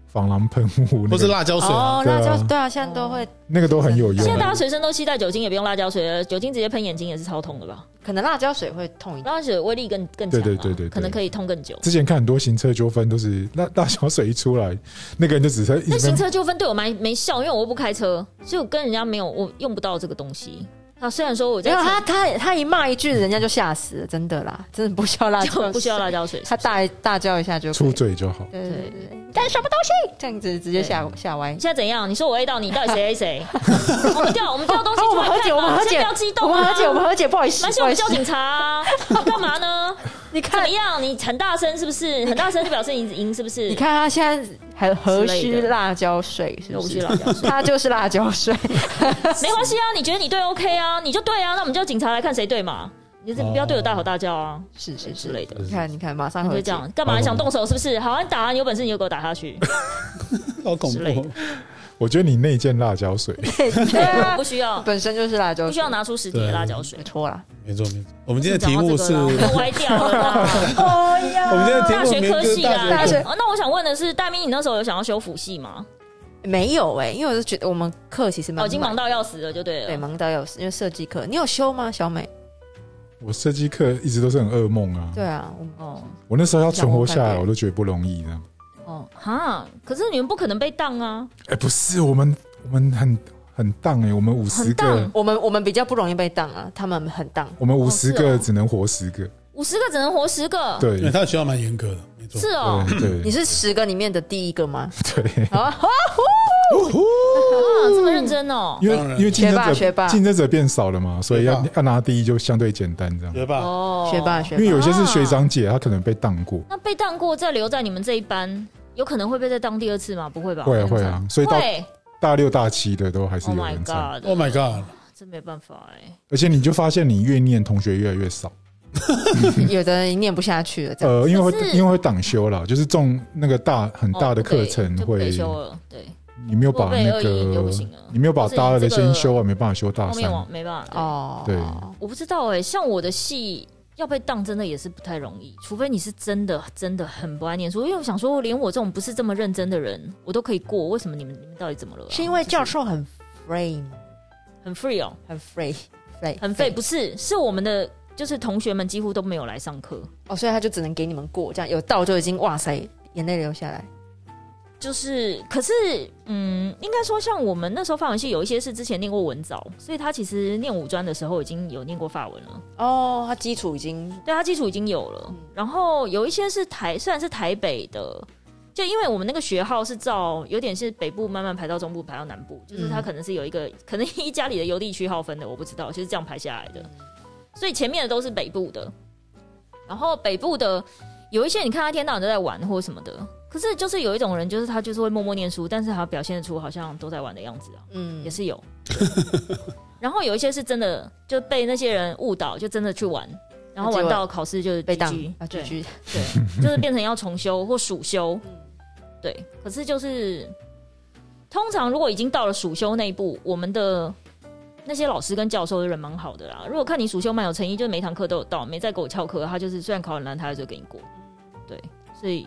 Speaker 1: 防狼喷雾，
Speaker 2: 或
Speaker 1: 那
Speaker 2: 是
Speaker 1: 个
Speaker 2: 辣椒水啊，
Speaker 4: 哦，
Speaker 1: 对啊
Speaker 4: 辣椒对啊，现在都
Speaker 3: 哦
Speaker 4: 会，
Speaker 1: 那个都很有用
Speaker 3: 现在大家
Speaker 1: 啊。
Speaker 3: 随身都携带酒精，也不用辣椒水了，酒精直接喷眼睛也是超痛的吧？
Speaker 4: 可能辣椒水会痛一点。
Speaker 3: 辣椒水威力更更强啊，
Speaker 1: 对对对对对
Speaker 3: 可能可以痛更久。
Speaker 1: 之前看很多行车纠纷都是那大小水一出来，那个人就只是一
Speaker 3: 那
Speaker 1: 直
Speaker 3: 行
Speaker 1: 在
Speaker 3: 车纠纷对我蛮没效，因为我又不开车，所以我跟人家没有，我用不到这个东西。啊，虽然说我
Speaker 4: 没
Speaker 3: 在
Speaker 4: 有他，他他一骂一句，人家就吓死了，真的啦，真的不需要辣椒
Speaker 3: 就
Speaker 4: 水，
Speaker 3: 不需要辣椒水，
Speaker 4: 他大大叫一下就可以
Speaker 1: 出，嘴就好。
Speaker 4: 对对对，对你干什么东西？这样子直接吓吓歪
Speaker 3: 你。现在怎样？你说我 A 到你，到底谁 A 谁？我们掉我们掉东西
Speaker 4: 啊，我
Speaker 3: 出
Speaker 4: 们
Speaker 3: 来
Speaker 4: 和解，我们
Speaker 3: 看嘛，
Speaker 4: 和解，
Speaker 3: 先不要激动
Speaker 4: 我
Speaker 3: 啊，
Speaker 4: 们和解，我们和解，不好意思
Speaker 3: 蛮，
Speaker 4: 不
Speaker 3: 像我
Speaker 4: 好
Speaker 3: 们
Speaker 4: 意思
Speaker 3: 叫，警察 啊，你干嘛呢？
Speaker 4: 你
Speaker 3: 怎么
Speaker 4: 看，
Speaker 3: 样？你很大声是不是？很大声就表示你赢是不是？
Speaker 4: 你看他现在还何
Speaker 3: 之类
Speaker 4: 须
Speaker 3: 的
Speaker 4: 辣椒水，是
Speaker 3: 又
Speaker 4: 不
Speaker 3: 不是
Speaker 4: 是？
Speaker 3: 辣椒水，
Speaker 4: 他就是辣椒水，
Speaker 3: 没关系啊，你觉得你对 OK 啊，你就对啊，那我们叫警察来看谁对嘛。你这不要对我大吼大叫啊，
Speaker 4: 是是
Speaker 3: 之类的
Speaker 4: 你看，你看，马上
Speaker 3: 你
Speaker 4: 和
Speaker 3: 就
Speaker 4: 解
Speaker 3: 这。样，啊干嘛还想动手是不是？好，你打啊，你有本事你就给我打下去。
Speaker 2: 好恐
Speaker 3: 之类
Speaker 2: 怖
Speaker 3: 的。
Speaker 1: 我觉得你那件辣椒水，
Speaker 4: 对啊
Speaker 3: 我不需要，
Speaker 4: 本身就是辣椒水，
Speaker 3: 不需要拿出实体的辣椒水
Speaker 4: 没。错啦。
Speaker 2: 没错没错，我们今天啊的题目是，
Speaker 3: 讲到
Speaker 2: 我们
Speaker 3: 这个啦我歪掉了啦。
Speaker 4: 哦呀，
Speaker 2: 今天的题
Speaker 3: 大
Speaker 2: 目
Speaker 3: 学
Speaker 2: 名
Speaker 3: 科
Speaker 2: 字
Speaker 3: 系
Speaker 2: 是
Speaker 3: 啦，
Speaker 2: 大
Speaker 4: 大
Speaker 2: 学
Speaker 4: 学
Speaker 3: 哦，那我想问的是，大咪，你那时候有想要修辅系吗？
Speaker 4: 没有哎，因为我是觉得我们课其实蛮
Speaker 3: 哦，已经忙到要死了，就对
Speaker 4: 对
Speaker 3: 了。
Speaker 4: 忙到要死，因为设计课你有修吗，小美？
Speaker 1: 我设计课一直都是很噩梦啊。
Speaker 4: 对啊，我
Speaker 3: 哦
Speaker 1: 我那时候要存活下
Speaker 4: 想我
Speaker 1: 来，
Speaker 4: 看
Speaker 1: 我都觉得不容易这样。
Speaker 3: 哦，哈，可是你们不可能被当啊，
Speaker 1: 哎，不是，我们我们很很荡哎，我们五十
Speaker 3: 很荡
Speaker 1: 个，
Speaker 4: 我们我们比较不容易被当啊，他们很当。
Speaker 1: 我们五十
Speaker 3: 哦是
Speaker 1: 个
Speaker 3: 哦
Speaker 1: 只能活十个。
Speaker 3: 五十个只能活十个，
Speaker 1: 对
Speaker 2: 因为他的学校蛮严格的，没错
Speaker 3: 是。哦，
Speaker 1: 对对
Speaker 4: 你是十个里面的第一个吗？
Speaker 1: 对，
Speaker 4: 啊，
Speaker 3: 啊，这么认真哦。
Speaker 1: 因为
Speaker 2: 当然
Speaker 1: 因为竞争
Speaker 4: 学
Speaker 1: 者
Speaker 4: 霸
Speaker 1: 竞争者变少了嘛，所以要
Speaker 2: 学
Speaker 1: 要拿第一就相对简单这样。
Speaker 2: 学霸，
Speaker 3: 哦，
Speaker 4: 学霸学
Speaker 1: 因为
Speaker 4: 霸，
Speaker 1: 有些是学长姐，她可能被当过，
Speaker 3: 那被当过再留在你们这一班，有可能会被再当第二次吗？不会吧？
Speaker 1: 会啊会啊，所以到
Speaker 3: 会
Speaker 1: 大六大七的都还是
Speaker 3: ，Oh
Speaker 1: 有
Speaker 3: my
Speaker 1: 人在，
Speaker 3: god，
Speaker 2: ，Oh my god，
Speaker 3: 真没办法哎。
Speaker 1: 而且你就发现你越念同学越来越少，
Speaker 4: 有的人念不下去了，这样
Speaker 1: 呃，因为会
Speaker 3: 可是
Speaker 1: 因为会挡修啦，就是重那个大很大的
Speaker 3: 哦不可
Speaker 1: 课
Speaker 3: 以
Speaker 1: 程
Speaker 3: 就不可
Speaker 1: 会
Speaker 3: 以，修了，对，
Speaker 1: 你没有把
Speaker 3: 若被
Speaker 1: 那
Speaker 3: 恶意就不
Speaker 1: 个
Speaker 3: 行了
Speaker 1: 你没有把大二的
Speaker 3: 就是你这
Speaker 1: 先
Speaker 3: 个
Speaker 1: 修啊完，没办法修大
Speaker 3: 后面
Speaker 1: 三，
Speaker 3: 往没办法哦。
Speaker 4: 哦，
Speaker 1: 对
Speaker 3: 我不知道哎，像我的戏要被当真的也是不太容易，除非你是真的真的很不爱念书，因为我想说，连我这种不是这么认真的人，我都可以过，为什么你们你们到底怎么了啊？
Speaker 4: 是因为教授很 free 吗？
Speaker 3: 很 free 哦，
Speaker 4: 很 free free
Speaker 3: 很废，不是，是我们的就是同学们几乎都没有来上课，
Speaker 4: 哦，所以他就只能给你们过，这样有到就已经哇塞，眼泪流下来。
Speaker 3: 就是，可是，嗯，应该说，像我们那时候法文系有一些是之前念过文藻，所以他其实念五专的时候已经有念过法文了，
Speaker 4: 哦，他基础已经
Speaker 3: 对他基础已经有了。然后有一些是台，虽然是台北的，就因为我们那个学号是照有点是北部慢慢排到中部，排到南部，就是他
Speaker 4: 嗯
Speaker 3: 可能是有一个， 可能依家里的邮地区号分的，我不知道，就是这样排下来的。所以前面的都是北部的，然后北部的有一些你看他一天到晚都在玩或什么的，可是就是有一种人，就是他就是会默默念书，但是他表现得出好像都在玩的样子啊，
Speaker 4: 嗯
Speaker 3: 也是有。 然后有一些是真的就被那些人误导，就真的去玩，然后玩到考试就是
Speaker 4: 被当
Speaker 3: GG
Speaker 4: 啊，
Speaker 3: 对
Speaker 4: 继续
Speaker 3: 对，就是变成要重修或暑修，对。可是就是通常如果已经到了暑修那一步，我们的那些老师跟教授的人蛮好的啦。如果看你暑修蛮有诚意，就是每堂课都有到，没再给我翘课，他就是虽然考很烂，他还是会给你过。对，所以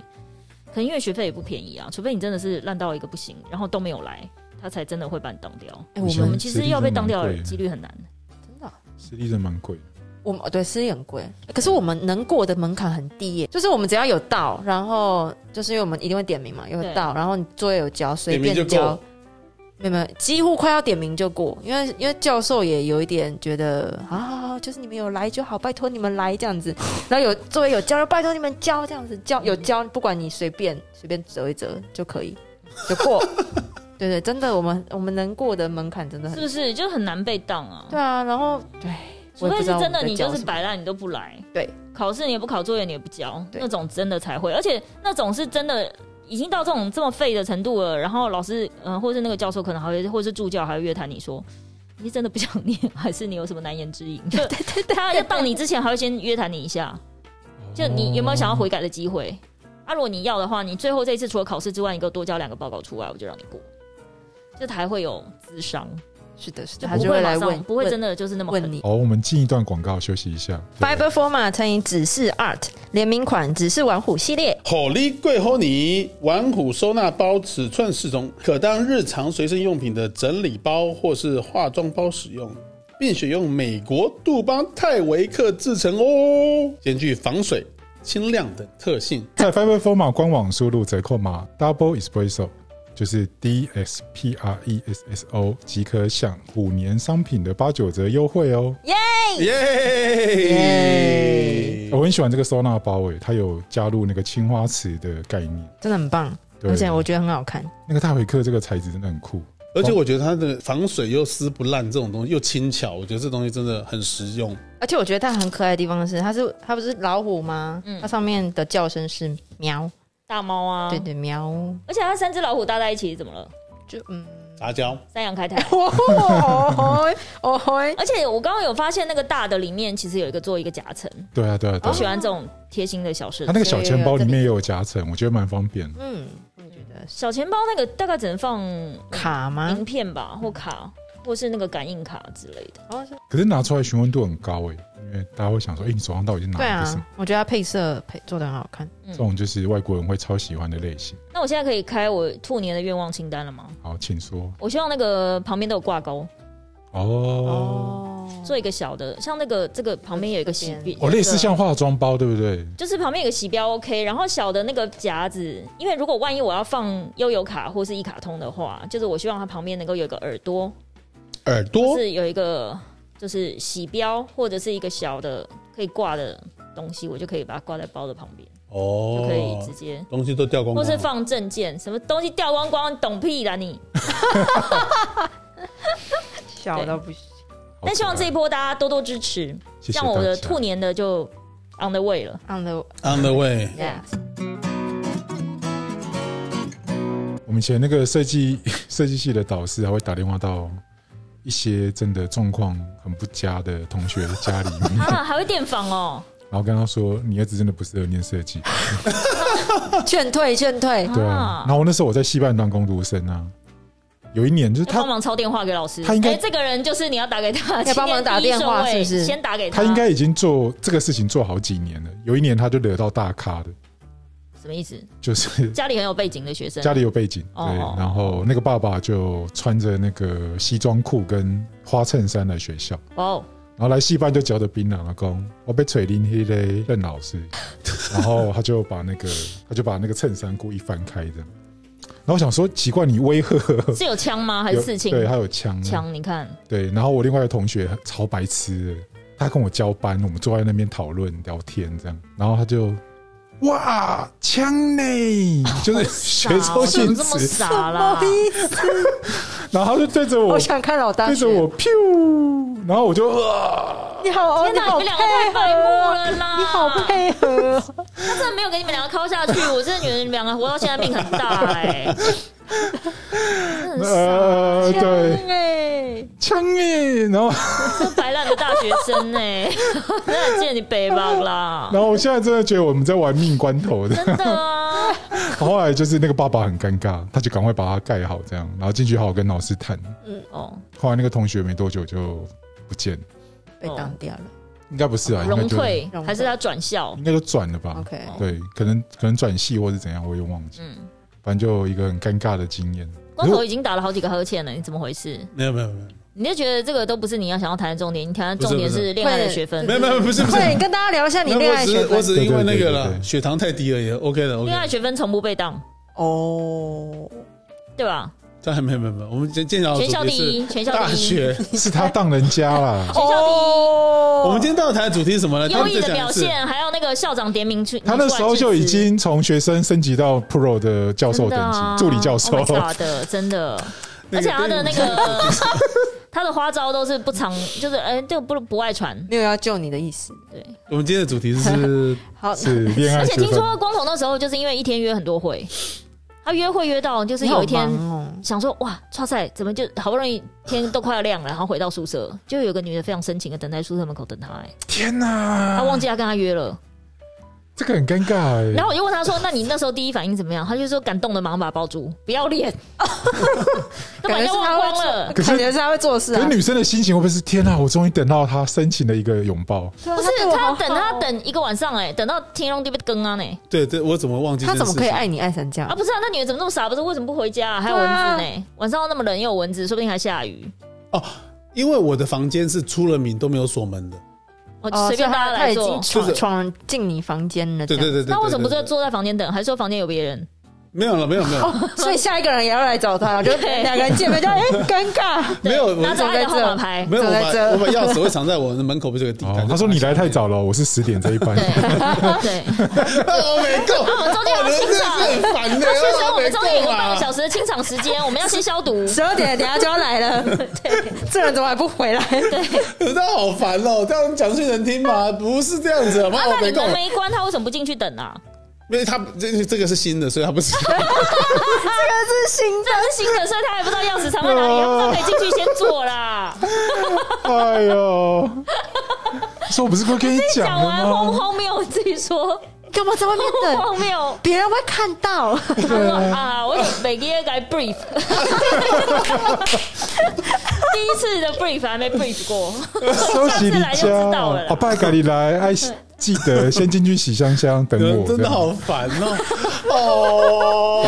Speaker 3: 可能因为学费也不便宜啊，除非你真的是烂到一个不行，然后都没有来，他才真的会把你当掉。
Speaker 1: 我
Speaker 4: 哎，
Speaker 3: 我
Speaker 4: 我
Speaker 1: 们
Speaker 4: 们
Speaker 3: 们其实要被当掉的几率很难。
Speaker 4: 真的啊。
Speaker 1: 私立真蛮贵的。
Speaker 4: 我们哦对私立很贵，可是我们能过的门槛很低耶，就是我们只要有到，然后就是因为我们一定会点名嘛，有
Speaker 3: 对
Speaker 4: 到，然后你作业有交，随便
Speaker 2: 点名就
Speaker 4: 交
Speaker 2: 过，
Speaker 4: 没有没有，几乎快要点名就过，因为因为教授也有一点觉得啊，好好好就是你们有来就好，拜托你们来这样子，然后有作业有交，就拜托你们交这样子，交有交，不管你随便随便折一折就可以，就过。 对对，真的，我们我们能过的门槛真的
Speaker 3: 是
Speaker 4: 很
Speaker 3: 不是就很难被当啊？
Speaker 4: 对啊，然后对，
Speaker 3: 除非是真的，你
Speaker 4: 我也不知道我们在教
Speaker 3: 就是
Speaker 4: 什么
Speaker 3: 摆烂，你都不来。
Speaker 4: 对，
Speaker 3: 考试你也不考，作业你也不交，
Speaker 4: 对
Speaker 3: 那种真的才会。而且那种是真的已经到这种这么废的程度了，然后老师嗯、呃或是那个教授可能还会，或是助教还会约谈你说。你是真的不想念，还是你有什么难言之隐？就他要当你之前，还会先约谈你一下，就你有没有想要悔改的机会？啊，如果你要的话，你最后这一次除了考试之外，你给我多交两个报告出来，我就让你过。就他还会有智商，
Speaker 4: 是的，是的，
Speaker 3: 就
Speaker 4: 他
Speaker 3: 不
Speaker 4: 就
Speaker 3: 会
Speaker 4: 会
Speaker 3: 马
Speaker 4: 来
Speaker 3: 上
Speaker 4: 问，
Speaker 3: 不会
Speaker 4: 问
Speaker 3: 真的就是那么狠
Speaker 4: 问你。
Speaker 1: 好，我们进一段广告休息一下。对
Speaker 4: Fiber Forma 乘以指示 Art 联名款指示玩虎系列，
Speaker 2: 火力贵吼你玩虎收纳包尺寸适中，可当日常随身用品的整理包或是化妆包使用，并选用美国杜邦泰维克制成哦，兼具防水、轻量等特性。
Speaker 1: 在 Fiber Forma 官网输入折扣码 Double Espresso，就是 D S P R E S S O，即可享五年商品的八九折优惠哦。
Speaker 2: 耶！
Speaker 1: 我很喜欢这个收纳包欸诶，它有加入那个青花瓷的概念。
Speaker 4: 真的很棒，
Speaker 1: 对
Speaker 4: 而且我觉得很好看。
Speaker 1: 那个大回客这个材质真的很酷。
Speaker 2: 而且我觉得它的防水又撕不烂，这种东西又轻巧，我觉得这东西真的很实用。
Speaker 4: 而且我觉得它很可爱的地方是，它是它不是老虎吗？它上面的叫声是喵，
Speaker 3: 大猫嗯啊，
Speaker 4: 对对喵，
Speaker 3: 而且它三只老虎搭在一起怎么了？
Speaker 4: 就嗯，
Speaker 2: 杂交，
Speaker 3: 三 羊开泰。
Speaker 4: 哦吼哦吼，
Speaker 3: 而且我刚刚有发现那个大的里面其实有一个做一个夹层，
Speaker 1: 对啊，对啊，对
Speaker 3: 我
Speaker 1: 啊
Speaker 3: 喜。欢这种贴心的小设
Speaker 1: 它
Speaker 3: 计。
Speaker 1: 那个小钱包里面也有夹层，我觉得蛮方便的。
Speaker 4: 嗯，我觉得是
Speaker 3: 小钱包那个大概只能放
Speaker 4: 卡吗
Speaker 1: 啊
Speaker 3: 名？片吧，或卡，或是那个感应卡之类的。
Speaker 4: 哦，是
Speaker 1: 可是拿出来询问度很高诶，因为大家会想说，哎，你手上到底是拿
Speaker 4: 对
Speaker 1: 的是什么
Speaker 4: 啊？，我觉得它配色配做的很好看。
Speaker 1: 这种就是外国人会超喜欢的类型。
Speaker 3: 嗯那我现在可以开我兔年的愿望清单了吗？
Speaker 1: 好，请说。
Speaker 3: 我希望那个旁边都有挂钩，
Speaker 1: 哦，
Speaker 4: 哦，
Speaker 3: 做一个小的，像那个这个旁边有一个喜
Speaker 4: 这
Speaker 3: 饼
Speaker 4: 边，
Speaker 1: 哦，类似像化妆包，对不对？
Speaker 3: 就是旁边有个洗标 OK，然后小的那个夹子，因为如果万一我要放悠游卡或是一卡通的话，就是我希望它旁边能够有一个耳朵，
Speaker 2: 耳朵
Speaker 3: 就是有一个就是洗标或者是一个小的可以挂的东西，我就可以把它挂在包的旁边，
Speaker 2: 哦
Speaker 3: 就可以直接。
Speaker 2: 东西都掉光
Speaker 3: 或
Speaker 2: 光了，
Speaker 3: 是放证件，什么东西掉光光，你懂屁啦你！
Speaker 4: 小到不行。
Speaker 1: 好
Speaker 3: 但希望
Speaker 1: 可
Speaker 3: 这
Speaker 1: 爱
Speaker 3: 一波大家多多支持，
Speaker 1: 谢谢
Speaker 3: 像我的
Speaker 1: 大家
Speaker 3: 兔年的就 on the way 了。
Speaker 4: on the
Speaker 2: on the way。
Speaker 3: Yeah
Speaker 1: 我们以前那个设计设计系的导师还会打电话到一些真的状况很不佳的同学的家里面，
Speaker 3: 啊，还会电访哦，
Speaker 1: 然后跟他说：“你儿子真的不适合念设计。
Speaker 4: 劝退劝退”，
Speaker 1: 对啊
Speaker 3: 啊，
Speaker 1: 然后那时候我在西半段攻读生啊，有一年就是
Speaker 3: 要帮
Speaker 1: 他，
Speaker 3: 忙抄电话给老师。
Speaker 1: 他应该
Speaker 3: 哎这个人就是你要打给他，
Speaker 4: 要帮忙打电话
Speaker 3: 今天第一
Speaker 4: 是不
Speaker 3: 顺位
Speaker 4: 是
Speaker 3: 先打给
Speaker 1: 他应该已经做这个事情做好几年了。有一年他就惹到大咖的，
Speaker 3: 什么意思？
Speaker 1: 就是
Speaker 3: 家里很有背景的学生，
Speaker 1: 家里有背景，
Speaker 3: 哦
Speaker 1: 对
Speaker 3: 哦，
Speaker 1: 然后那个爸爸就穿着那个西装裤跟花衬衫来学校。
Speaker 3: 哇哦，
Speaker 1: 然后来戏班就嚼着槟榔了，公，我被锤林黑嘞，任老 师，然后他就把那个他就把那个衬衫故意翻开这样，然后我想说奇怪，你威吓
Speaker 3: 是有枪吗？还
Speaker 1: 有
Speaker 3: 是刺青？
Speaker 1: 对，他有枪，啊
Speaker 3: 枪，你看，
Speaker 1: 对，然后我另外一个同学超白痴的，他跟我交班，我们坐在那边讨论聊天这样，然后他就哇枪呢， 就是学
Speaker 3: 傻
Speaker 1: 抽
Speaker 3: 哦怎
Speaker 1: 性
Speaker 3: 么这么
Speaker 1: 质，
Speaker 3: 傻啦？
Speaker 1: 然后他就对着我
Speaker 4: 我想看老大
Speaker 1: 对着
Speaker 4: 学，
Speaker 1: 我噗，然后我就啊，
Speaker 4: 你好，
Speaker 3: 天
Speaker 4: 你
Speaker 3: 哪，
Speaker 4: 好
Speaker 3: 你们
Speaker 4: 配
Speaker 3: 两个太
Speaker 4: 合
Speaker 3: 白目
Speaker 4: 哦，
Speaker 3: 了啦！
Speaker 4: 你好配合哦，
Speaker 3: 他真的没有给你们两个敲下去，我真的觉得你们两个活到现在命很大哎、真的很啊
Speaker 1: 呃，对。
Speaker 4: 对，
Speaker 1: 枪哎，然 后
Speaker 3: 傻，白烂的大学生 哎、真的见你北吧啦！
Speaker 1: 然后我现在真的觉得我们在玩命关头的。
Speaker 3: 真的啊，
Speaker 1: 后来就是那个爸爸很尴尬，他就赶快把它盖好，这样，然后进去好好跟老师谈。
Speaker 3: 哦，
Speaker 1: 后来那个同学没多久就不见了，
Speaker 4: 被挡掉了
Speaker 1: 应该不是啊，应该
Speaker 3: 融
Speaker 1: 就
Speaker 3: 退
Speaker 4: 融退
Speaker 3: 还是他转校
Speaker 1: 应？该就转了吧。
Speaker 4: ，OK，
Speaker 1: 对，可能可能转系或是怎样，我也忘记。
Speaker 3: 嗯，
Speaker 1: 反正就有一个很尴尬的经验。
Speaker 3: 光头已经打了好几个呵欠了，你怎么回事？
Speaker 2: 没有没有没有
Speaker 3: 你就觉得这个都不是你要想要谈的重点，你谈的重点
Speaker 2: 不是不
Speaker 3: 是恋爱的学分
Speaker 2: 没。有没有不是不是，
Speaker 4: 快点跟大家聊一下你恋爱
Speaker 2: 没有
Speaker 4: 学
Speaker 2: 我只是我只
Speaker 4: 分
Speaker 2: 是因为那
Speaker 1: 对
Speaker 2: 个
Speaker 1: 对对对
Speaker 2: 了，
Speaker 1: 对
Speaker 2: 血糖太低而已，OK 的 OK
Speaker 3: 恋爱
Speaker 2: 的。
Speaker 3: 学分从不被当，
Speaker 4: 哦，
Speaker 3: 对吧？
Speaker 2: 但还没有没有没有，我们今天要
Speaker 3: 全校第一，全校
Speaker 2: 大
Speaker 3: 第 一，
Speaker 2: 学。
Speaker 1: 是他当人家 啦，
Speaker 4: 哦，
Speaker 2: 我们今天到底谈的主题是什么呢？
Speaker 3: 优异
Speaker 2: 他们再
Speaker 3: 的
Speaker 2: 讲
Speaker 3: 表
Speaker 2: 一次。
Speaker 3: 现，还有那个校长点名去，
Speaker 1: 他那时候就已经从学生升级到 Pro 的教授等级，
Speaker 3: 啊
Speaker 1: 助理教授。
Speaker 3: 的，Oh 真的。
Speaker 2: 那个
Speaker 3: 而且他的那个 他的花招都是不常，就是哎，这个不不外传。
Speaker 4: 没有要救你的意思，
Speaker 3: 对，
Speaker 2: 我们今天的主题 是
Speaker 4: 好，
Speaker 1: 是恋爱
Speaker 3: 而且
Speaker 1: 学
Speaker 3: 听
Speaker 1: 分，
Speaker 3: 说光头那时候就是因为一天约很多会，他约会约到就是
Speaker 4: 你
Speaker 3: 有
Speaker 4: 好
Speaker 3: 一天
Speaker 1: 啊
Speaker 4: 忙哦，
Speaker 3: 想说哇，超赛怎么就好不容易天都快要亮了，然后回到宿舍，就有个女的非常深情的等在宿舍门口等他、哎，
Speaker 1: 天哪！
Speaker 3: 他忘记他跟他约了，
Speaker 1: 这个很尴尬哎、
Speaker 3: 然后我就问他说：“那你那时候第一反应怎么样？”他就说：“感动的马上把他抱住，不要脸，都把人家忘光了。
Speaker 1: 可是
Speaker 4: 感觉是他会做事
Speaker 1: 可
Speaker 4: 啊
Speaker 1: 是。女生的心情会不会是天啊，我终于等到她深情的一个拥抱？
Speaker 3: 不
Speaker 5: 不
Speaker 3: 是他等他，等一个晚上哎、等到天龙地被更啊呢
Speaker 2: 对对，我怎么忘记？
Speaker 4: 他怎么可以？爱你爱成这样
Speaker 3: 啊！？不是啊，那女人怎么那么傻？不是为什么不回家、啊？还有蚊子呢、晚上又那么冷，又有蚊子，说不定还下雨。
Speaker 2: 哦因为我的房间是出了名都没有锁门的。
Speaker 3: 我
Speaker 4: 哦
Speaker 3: 随便
Speaker 4: 所以
Speaker 3: 大
Speaker 4: 他
Speaker 3: 家
Speaker 4: 他
Speaker 3: 来
Speaker 4: 已
Speaker 3: 做
Speaker 2: 就
Speaker 4: 经。
Speaker 2: 是
Speaker 4: 闯闯进你房间了。
Speaker 2: 对对
Speaker 4: 这
Speaker 2: 对
Speaker 4: 样，
Speaker 2: 对对。
Speaker 3: 那为什么不
Speaker 2: 对
Speaker 3: 就坐在房间等？还是说房间有别人？
Speaker 2: 没有了？没有没有，
Speaker 3: 哦
Speaker 4: 所以下一个人也要来找 他，就
Speaker 3: 对
Speaker 4: 两个人见面就哎尴尬。
Speaker 2: 没有我
Speaker 3: 拿着爱的号码牌。
Speaker 2: 没有，我
Speaker 4: 走在这
Speaker 2: 把我把钥匙会藏在我的门口，不是有个地
Speaker 1: 哦
Speaker 2: 毯？，
Speaker 1: 她说你来太 早了，我是十点这一班
Speaker 3: 对。对，
Speaker 2: ，Oh my god！
Speaker 3: 我们中间有
Speaker 2: 哇人真
Speaker 3: 清
Speaker 2: 的是
Speaker 3: 场
Speaker 2: 很烦 的，啊
Speaker 3: 所以说我们中间有一个半个
Speaker 2: 时。
Speaker 3: 小时的清场时间，我们要先消毒。
Speaker 4: 十二点等一下就要来 了，这人怎么还不回来？
Speaker 2: 真的好烦哦！这样讲去能听 吗？不是这样子，好不
Speaker 3: 啊，
Speaker 2: 好？
Speaker 3: 那
Speaker 2: 没
Speaker 3: 你
Speaker 2: 空
Speaker 3: 门，没关，他为什么不进去等啊？
Speaker 2: 因为他这这个是新的，所以他不是。
Speaker 4: 这是新
Speaker 3: 这是新的，所以他也不知道钥匙藏在哪里，他不知道可以进去先做啦。
Speaker 1: 哎呦， 说我不是都跟你
Speaker 3: 讲
Speaker 1: 讲
Speaker 3: 完
Speaker 1: 了
Speaker 3: 荒
Speaker 1: 吗？
Speaker 3: 荒谬，自己说
Speaker 4: 干嘛在外面等？
Speaker 3: 荒谬。
Speaker 4: 别人会看到。
Speaker 3: 他说啊，我每个月该 brief，第一次的 brief 还没 brief 过，
Speaker 1: 休息你
Speaker 3: 下次来就知
Speaker 1: 家
Speaker 3: 道了啦，
Speaker 1: 哦，拜咖喱来，哎，记得先进去洗香香，等我。
Speaker 2: 真的好烦 哦！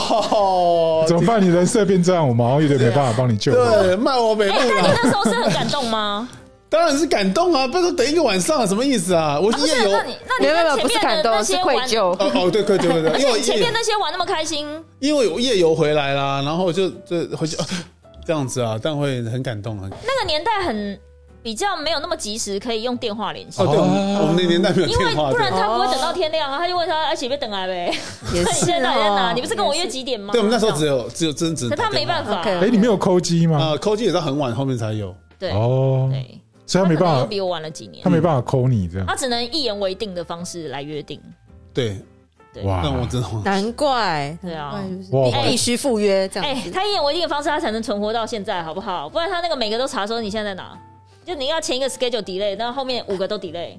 Speaker 2: 哦，
Speaker 1: 这样，怎么办？你人设变这样，我们好像有点没办法帮你救。
Speaker 2: 对，啊骂我北部
Speaker 3: 哎，那你
Speaker 2: 了，
Speaker 3: 那时候是很感动吗？
Speaker 2: 当然是感动啊！不是等一个晚上，什么意思啊？我
Speaker 3: 不
Speaker 2: 夜
Speaker 3: 是，
Speaker 2: 游
Speaker 3: 那你那你
Speaker 4: 没有
Speaker 3: 跟
Speaker 4: 没
Speaker 3: 前
Speaker 4: 有，不是感
Speaker 3: 面的那
Speaker 4: 动，是
Speaker 3: 些
Speaker 4: 愧
Speaker 3: 玩，
Speaker 4: 疚。
Speaker 2: 哦哦，对，对对对 对，因为我
Speaker 3: 你前面
Speaker 2: 夜
Speaker 3: 那些玩那么开心，
Speaker 2: 因为我夜游回来啦，然后就就回去这样子啊，但会很感动啊。
Speaker 3: 那个年代很比较没有那么及时可以用电话联系
Speaker 2: 哦，。对，我们我们那年代没有
Speaker 3: 啊因为
Speaker 2: 电话，
Speaker 3: 不然
Speaker 2: 对，
Speaker 3: 他不会等到天亮啊，他就问他：“哎，姐别等来呗，
Speaker 4: 也
Speaker 3: 那你现在到底在哪？
Speaker 4: 哦
Speaker 3: 啊你不是跟我约几点吗？”
Speaker 2: 对我们那时候
Speaker 3: 这
Speaker 2: 只
Speaker 3: 样
Speaker 2: 有只有真只，
Speaker 3: 可啊他没办法，
Speaker 4: OK
Speaker 1: 哎，你没有抠鸡吗？
Speaker 2: 啊，扣机也到很晚后面才有。
Speaker 3: 对
Speaker 1: 哦，
Speaker 3: 对，
Speaker 1: 所以他没
Speaker 3: 可能又
Speaker 1: 办法，
Speaker 3: 比啊我晚了几年
Speaker 1: 他，没办法抠你这样。
Speaker 3: 他只能一言为定的方式来约定。
Speaker 2: 对，
Speaker 3: 对
Speaker 1: 哇
Speaker 2: 那我真的忘了
Speaker 4: 难怪，
Speaker 3: 对啊
Speaker 4: 难怪就是
Speaker 1: 哇
Speaker 4: 必必须赴约这
Speaker 3: 哎
Speaker 4: 样子，。
Speaker 3: 他一言为定的方式，他才能存活到现在，好不好？不然他那个每个都查说你现在在哪，就你要前一个 schedule delay，然后后面五个都 delay，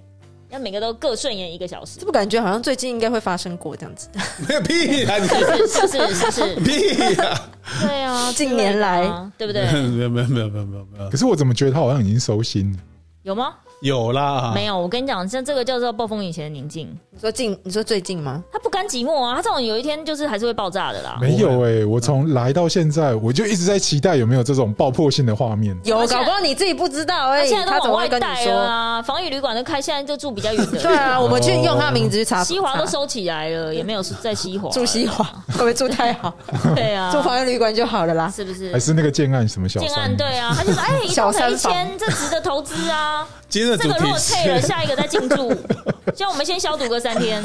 Speaker 3: 要每个都各顺延一个小时
Speaker 4: 这，不感觉好像最近应该会发生过这样 子？
Speaker 2: 没有 屁啊，你
Speaker 3: 是是是 是，
Speaker 2: 屁啊！
Speaker 3: 对啊，
Speaker 4: 近年
Speaker 3: 之
Speaker 4: 来
Speaker 3: 类的啊对不对？
Speaker 2: 没有没有没有没有没有没有
Speaker 1: 可是我怎么觉得他好像已经收心了？
Speaker 3: 有吗？
Speaker 2: 有啦，
Speaker 3: 没有，我跟你讲，像这个叫做暴风雨前的宁静。
Speaker 4: 你说近，你说最近吗？
Speaker 3: 他不甘寂寞啊，他这种有一天就是还是会爆炸的啦。
Speaker 1: 没有哎、我从来到现在，我就一直在期待有没有这种爆破性的画面。
Speaker 4: 有，
Speaker 3: 现在
Speaker 4: 搞不好你自己不知道而
Speaker 3: 他
Speaker 4: 已。
Speaker 3: 现在
Speaker 4: 他
Speaker 3: 都
Speaker 4: 怎
Speaker 3: 往
Speaker 4: 么会
Speaker 3: 外
Speaker 4: 跟你
Speaker 3: 带了
Speaker 4: 说？
Speaker 3: 啊，防疫旅馆都开，现在就住比较远的。
Speaker 4: 对啊，我们去用他名字去查。
Speaker 3: 西华都
Speaker 4: 查
Speaker 3: 收起来了，也没有在西华
Speaker 4: 住西华，会不会住太好？
Speaker 3: 对啊，
Speaker 4: 住房源旅馆就好了啦。
Speaker 3: 是不是
Speaker 1: 还？是那个建案什么小
Speaker 3: 建
Speaker 1: 三
Speaker 3: 案对啊，他就说哎，一
Speaker 4: 小
Speaker 3: 栋才
Speaker 4: 三
Speaker 3: 一
Speaker 4: 房
Speaker 3: 千，这值得投资啊。
Speaker 2: 今天的
Speaker 3: 这
Speaker 2: 主
Speaker 3: 个如
Speaker 2: 题
Speaker 3: 果退了，
Speaker 2: 是
Speaker 3: 下一个再进 驻，像我们先消毒个三天，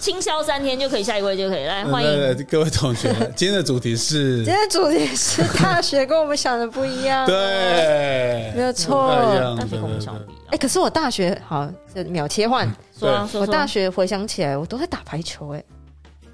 Speaker 3: 清消三天就可以，下一位就可以来 欢
Speaker 2: 对对
Speaker 3: 迎。
Speaker 2: 对各位同学，今天的主题是
Speaker 4: 今天主题是大学，跟我们想的不一 样。，
Speaker 2: 对，
Speaker 4: 没有错。
Speaker 2: 不太一样
Speaker 3: 但是跟我们
Speaker 2: 对对
Speaker 3: 相
Speaker 2: 对
Speaker 3: 比啊
Speaker 4: 哎、，可是我大学好，这秒切换。
Speaker 3: 说啊说
Speaker 4: 我
Speaker 3: 说
Speaker 4: 大学回想起来，我都在打排球、哎，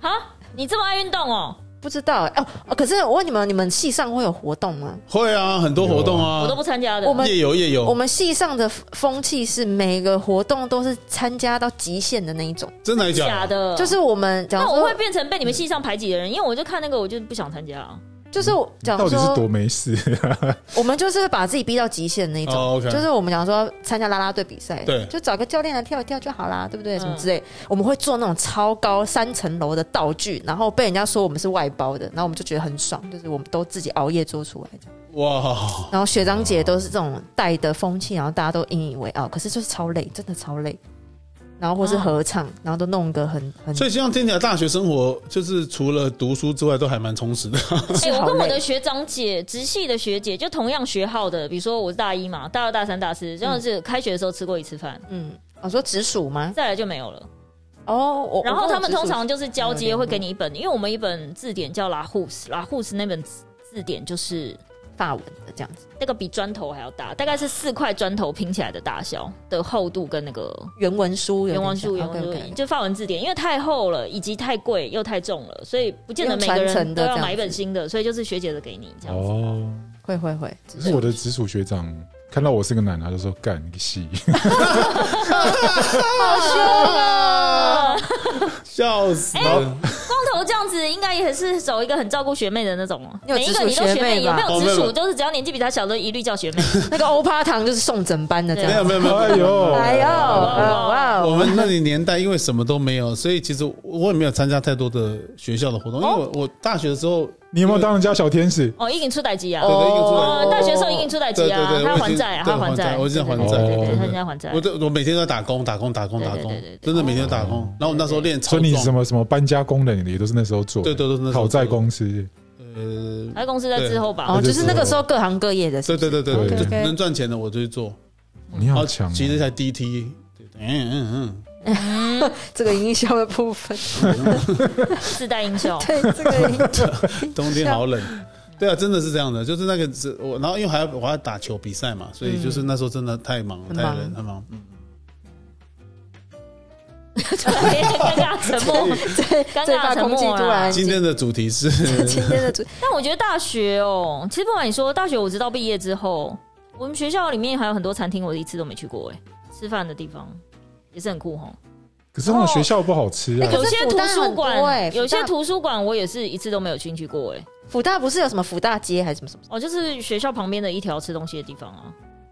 Speaker 3: 啊，你这么爱运动哦，
Speaker 4: 不知道、哎哦哦。可是我问你们，你们系上会有活动吗？
Speaker 2: 会啊，很多活动
Speaker 3: 我都
Speaker 2: 啊，
Speaker 3: 不参加的。
Speaker 4: 我们
Speaker 2: 夜游夜
Speaker 4: 我
Speaker 2: 游，
Speaker 4: 们系上的风气是每个活动都是参加到极限的那一种，
Speaker 2: 真的还是
Speaker 3: 假
Speaker 2: 假的？
Speaker 3: 的，
Speaker 4: 就是我们
Speaker 3: 嗯
Speaker 4: 讲
Speaker 3: 那我
Speaker 4: 说
Speaker 3: 会，变成被你们系上排挤的人，因为我就看那个，我就不想参加啊。
Speaker 4: 就是我讲
Speaker 1: 到底是
Speaker 4: 说，
Speaker 1: 多没事？
Speaker 4: 我们就是把自己逼到极限的那一种。
Speaker 2: 哦，OK
Speaker 4: 就是我们讲说参加啦啦队比赛，
Speaker 2: 对
Speaker 4: 就找个教练来跳一跳就好啦，对不对？
Speaker 3: 嗯
Speaker 4: 什么之类，我们会做那种超高三层楼的道具，然后被人家说我们是外包的，然后我们就觉得很爽，就是我们都自己熬夜做出来这样。
Speaker 2: 哇，
Speaker 4: 然后学长姐都是这种带的风气，然后大家都引以为傲，可是就是超累，真的超累。然后或是合唱，然后都弄个很很
Speaker 2: 所以这样听起来，大学生活就是除了读书之外，都还蛮充实的。
Speaker 3: 哎、
Speaker 4: 是
Speaker 3: 我
Speaker 4: 好
Speaker 3: 跟我的
Speaker 4: 累。
Speaker 3: 学长姐、直系的学姐，就同样学号的，比如说我是大一嘛，大二、大三、大四，这样是开学的时候吃过一次饭，
Speaker 4: 嗯，我说直属吗？
Speaker 3: 再来就没有了。
Speaker 4: 哦，我
Speaker 3: 然后他们通常
Speaker 4: 就
Speaker 3: 就是交接
Speaker 4: 嗯
Speaker 3: 会给你一本，因为我们一本字典叫拉护斯，拉护斯那本字典就是
Speaker 4: 法文的这样子，
Speaker 3: 那个比砖头还要大，大概是四块砖头拼起来的大小的厚度跟那个
Speaker 4: 原文书有
Speaker 3: 原
Speaker 4: 点
Speaker 3: 文
Speaker 4: 像，哦
Speaker 3: 书、原文书
Speaker 4: OK，OK
Speaker 3: 就法文字典，因为太厚了，以及太贵又太重了，所以不见得
Speaker 4: 用
Speaker 3: 每个
Speaker 4: 传承
Speaker 3: 人都要
Speaker 4: 的这样
Speaker 3: 买一本新的，所以就是学姐的给你这样子。
Speaker 1: 哦，
Speaker 4: 会会会，
Speaker 1: 只是我的直属学长看到我是个男的，他就说干你个戏，
Speaker 2: 笑死了！
Speaker 3: 光头这样子应该也是走一个很照顾学妹的那种哦，
Speaker 4: 你有
Speaker 3: 每一
Speaker 4: 直
Speaker 3: 个
Speaker 4: 属
Speaker 3: 你都学
Speaker 4: 学妹
Speaker 3: 妹，有
Speaker 4: 吧
Speaker 3: 没有直
Speaker 2: 哦没
Speaker 3: 属？
Speaker 2: 有
Speaker 3: 都是只要年纪比他小的，一律叫 学妹。
Speaker 4: 那个欧趴糖就是送整班的这
Speaker 2: 没有
Speaker 4: 样。
Speaker 2: 没有没有，
Speaker 1: 哎呦
Speaker 4: 哎呦，呃哇
Speaker 2: 我
Speaker 4: 哦！
Speaker 2: 们那个年代因为什么都没有，所以其实我也没有参加太多的学校的活动，因为我我大学的时候，
Speaker 1: 你有没有当人家小天使？
Speaker 3: 哦，一影出代机啊！
Speaker 2: 对对，一个出
Speaker 3: 哦，
Speaker 2: 来。
Speaker 3: 大学时候一影出代机啊
Speaker 2: 对对，对
Speaker 3: 他
Speaker 2: 我已
Speaker 3: 还
Speaker 2: 经
Speaker 3: 债啊，
Speaker 2: 对
Speaker 3: 他还
Speaker 2: 还
Speaker 3: 债，
Speaker 2: 债我已经
Speaker 3: 对
Speaker 2: 还
Speaker 1: 债
Speaker 3: 对对对，
Speaker 1: 哦
Speaker 3: 他现在还债
Speaker 2: 我。都我每天都在打工，打工，打工，打
Speaker 3: 对
Speaker 2: 工
Speaker 3: 对哦对，
Speaker 2: 真的每天都打工。然后我们那时候练超
Speaker 1: 所以你什
Speaker 2: 壮，
Speaker 1: 么什么搬家工人也都是那时候做
Speaker 2: 对
Speaker 1: 的，
Speaker 2: 对对，那时候
Speaker 1: 讨债公司，
Speaker 2: 呃，
Speaker 3: 他公司在之后吧
Speaker 4: 哦，，就是那个时候各行各业的，
Speaker 2: 对对对对，
Speaker 1: OK，OK
Speaker 2: 就能赚钱的我就去做。
Speaker 1: 你
Speaker 2: 然后
Speaker 1: 好强哦，
Speaker 2: 骑那台 DT，对嗯嗯
Speaker 4: 这个营销的部分，
Speaker 3: 自带 英雄。
Speaker 4: 对这个营
Speaker 2: 嗯，冬天好冷。对啊，真的是这样的，就是那个是我，然后因为还要我还要打球比赛嘛，所以就是
Speaker 3: 嗯
Speaker 2: 那时候真的太忙了，
Speaker 4: 很
Speaker 2: 太
Speaker 4: 忙
Speaker 2: 冷，太忙。嗯
Speaker 3: 对， 尴尬沉默，尴
Speaker 4: 这一
Speaker 3: 尬
Speaker 4: 把
Speaker 3: 沉
Speaker 4: 空气
Speaker 3: 默
Speaker 4: 突
Speaker 3: 啦。
Speaker 4: 然
Speaker 2: 今天的主题是
Speaker 3: 嗯
Speaker 4: 今天的主
Speaker 3: 但我觉得大学哦，其实不瞒你说，大学我直到毕业之后，我们学校里面还有很多餐厅，我一次都没去过哎、吃饭的地方也是很酷吼。
Speaker 1: 可是那种学校不好吃啊
Speaker 4: 可，
Speaker 3: 有
Speaker 4: 是
Speaker 3: 些
Speaker 4: 复
Speaker 3: 图
Speaker 4: 旦
Speaker 3: 书
Speaker 4: 很多欸
Speaker 3: 馆，
Speaker 4: 复
Speaker 3: 有些
Speaker 4: 旦
Speaker 3: 图书馆我也是一次都没有进去过哎、
Speaker 4: 福大不是有什么福大街还是什么什么？
Speaker 3: 哦，就是学校旁边的一条吃东西的地方啊，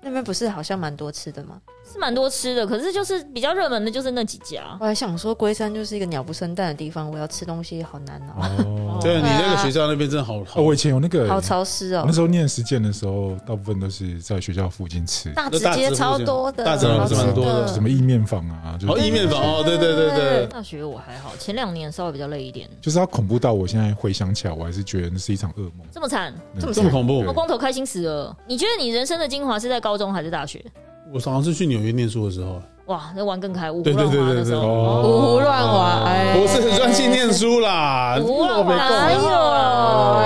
Speaker 4: 那边不是好像蛮多吃的吗？
Speaker 3: 是蛮多吃的，可是就是比较热门的就是那几家。
Speaker 4: 我还想说龟山就是一个鸟不生蛋的地方，我要吃东西好难哦，
Speaker 1: 哦，
Speaker 2: 对你那个
Speaker 3: 啊
Speaker 2: 学校那边真的好好
Speaker 1: 哦，我以前有那个，
Speaker 4: 好
Speaker 1: 我
Speaker 4: 潮湿哦
Speaker 1: 那，时候念实践的时候，大部分都是在学校附近吃，
Speaker 4: 大直街超多的，
Speaker 2: 大直
Speaker 4: 好
Speaker 1: 街嗯
Speaker 4: 吃
Speaker 1: 蛮
Speaker 2: 啊多的
Speaker 1: 什么意面坊啊，就
Speaker 2: 哦，
Speaker 1: 是
Speaker 2: 意面房哦，对对对对，
Speaker 3: 大学我还好，前两年稍微比较累一点，
Speaker 1: 就是它恐怖到我现在回想起来，我还是觉得那是一场噩梦。
Speaker 3: 这么惨，
Speaker 1: 那
Speaker 4: 这么
Speaker 1: 种
Speaker 2: 这么恐怖
Speaker 3: 我。光头开心死了。你觉得你人生的精华是在高中还是大学？
Speaker 2: 我好像是去纽约念书的时候，啊
Speaker 3: 哇，那玩更开，五胡
Speaker 2: 对对
Speaker 3: 乱
Speaker 2: 对
Speaker 3: 华
Speaker 2: 对
Speaker 3: 的时候，
Speaker 1: 对哦
Speaker 4: 五胡乱华，哎，
Speaker 2: 我是很专心念书啦，啊
Speaker 3: 五胡乱华，
Speaker 4: 哎
Speaker 3: 哎
Speaker 4: 呦，
Speaker 2: 哦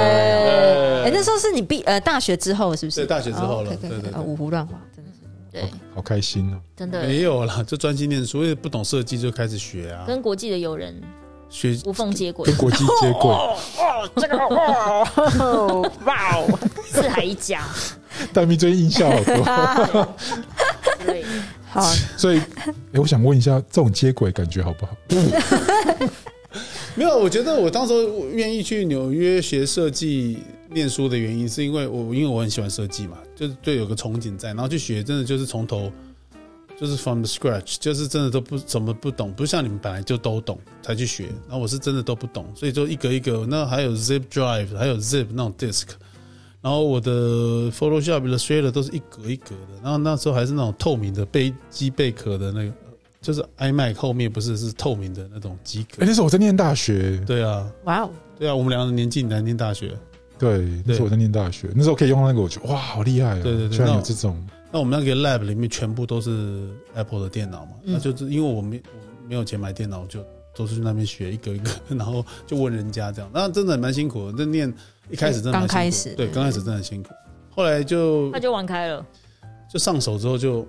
Speaker 3: 呦，
Speaker 4: 哎，那时候是你毕呃大学之后是不是？
Speaker 2: 对大学之后了
Speaker 4: 哦，OK，OK，
Speaker 2: 对对对
Speaker 4: 啊五胡乱华真的是
Speaker 3: 对，
Speaker 1: 好开心哦！
Speaker 3: 真的
Speaker 2: 没有啦，就专心念书，因为不懂设计就开始学啊，
Speaker 3: 跟国际的友人
Speaker 2: 学
Speaker 3: 无缝接轨
Speaker 1: 跟，国际接 轨，
Speaker 3: 四海一家。
Speaker 1: 但咪最近音效好多，
Speaker 3: 对，
Speaker 4: 好，啊
Speaker 1: 所以哎，我想问一下，这种接轨感觉好不好？
Speaker 2: 没有，我觉得我当时候愿意去纽约学设计念书的原因，是因为我因为我很喜欢设计嘛，就是对有个憧憬在，然后去学，真的就是从头，就是 from scratch，就是真的都不怎么不懂，不像你们本来就都懂才去学，然后我是真的都不懂，所以就一格一格，那还有 zip drive，还有 zip 那种 disk。然后我的 Photoshop、Illustrator 都是一格一格的，然后那时候还是那种透明的背机贝壳的那个，就是 iMac 后面不是是透明的那种机壳
Speaker 1: 哎，。那时候我在念大学，
Speaker 2: 对啊，
Speaker 4: 哇哦，
Speaker 2: 对啊，我们两个年纪，你来念大学，
Speaker 1: 对，那时候我在念大学，那时候可以用那个，我觉得哇，好厉害哦！
Speaker 2: 对对对
Speaker 1: 居然
Speaker 2: 那
Speaker 1: 有
Speaker 2: 我
Speaker 1: 这种
Speaker 2: 那我们那个 lab 里面全部都是 Apple 的电脑嘛，
Speaker 4: 嗯
Speaker 2: 那就是因为我没我没有钱买电脑，我就都是去那边学一个一个， 然后就问人家这样，那真的蛮辛苦的。那念一开始真的蛮辛苦
Speaker 4: 刚开始
Speaker 2: 对，刚开始真的很辛苦，后来就
Speaker 3: 他就玩开了，
Speaker 2: 就上手之后就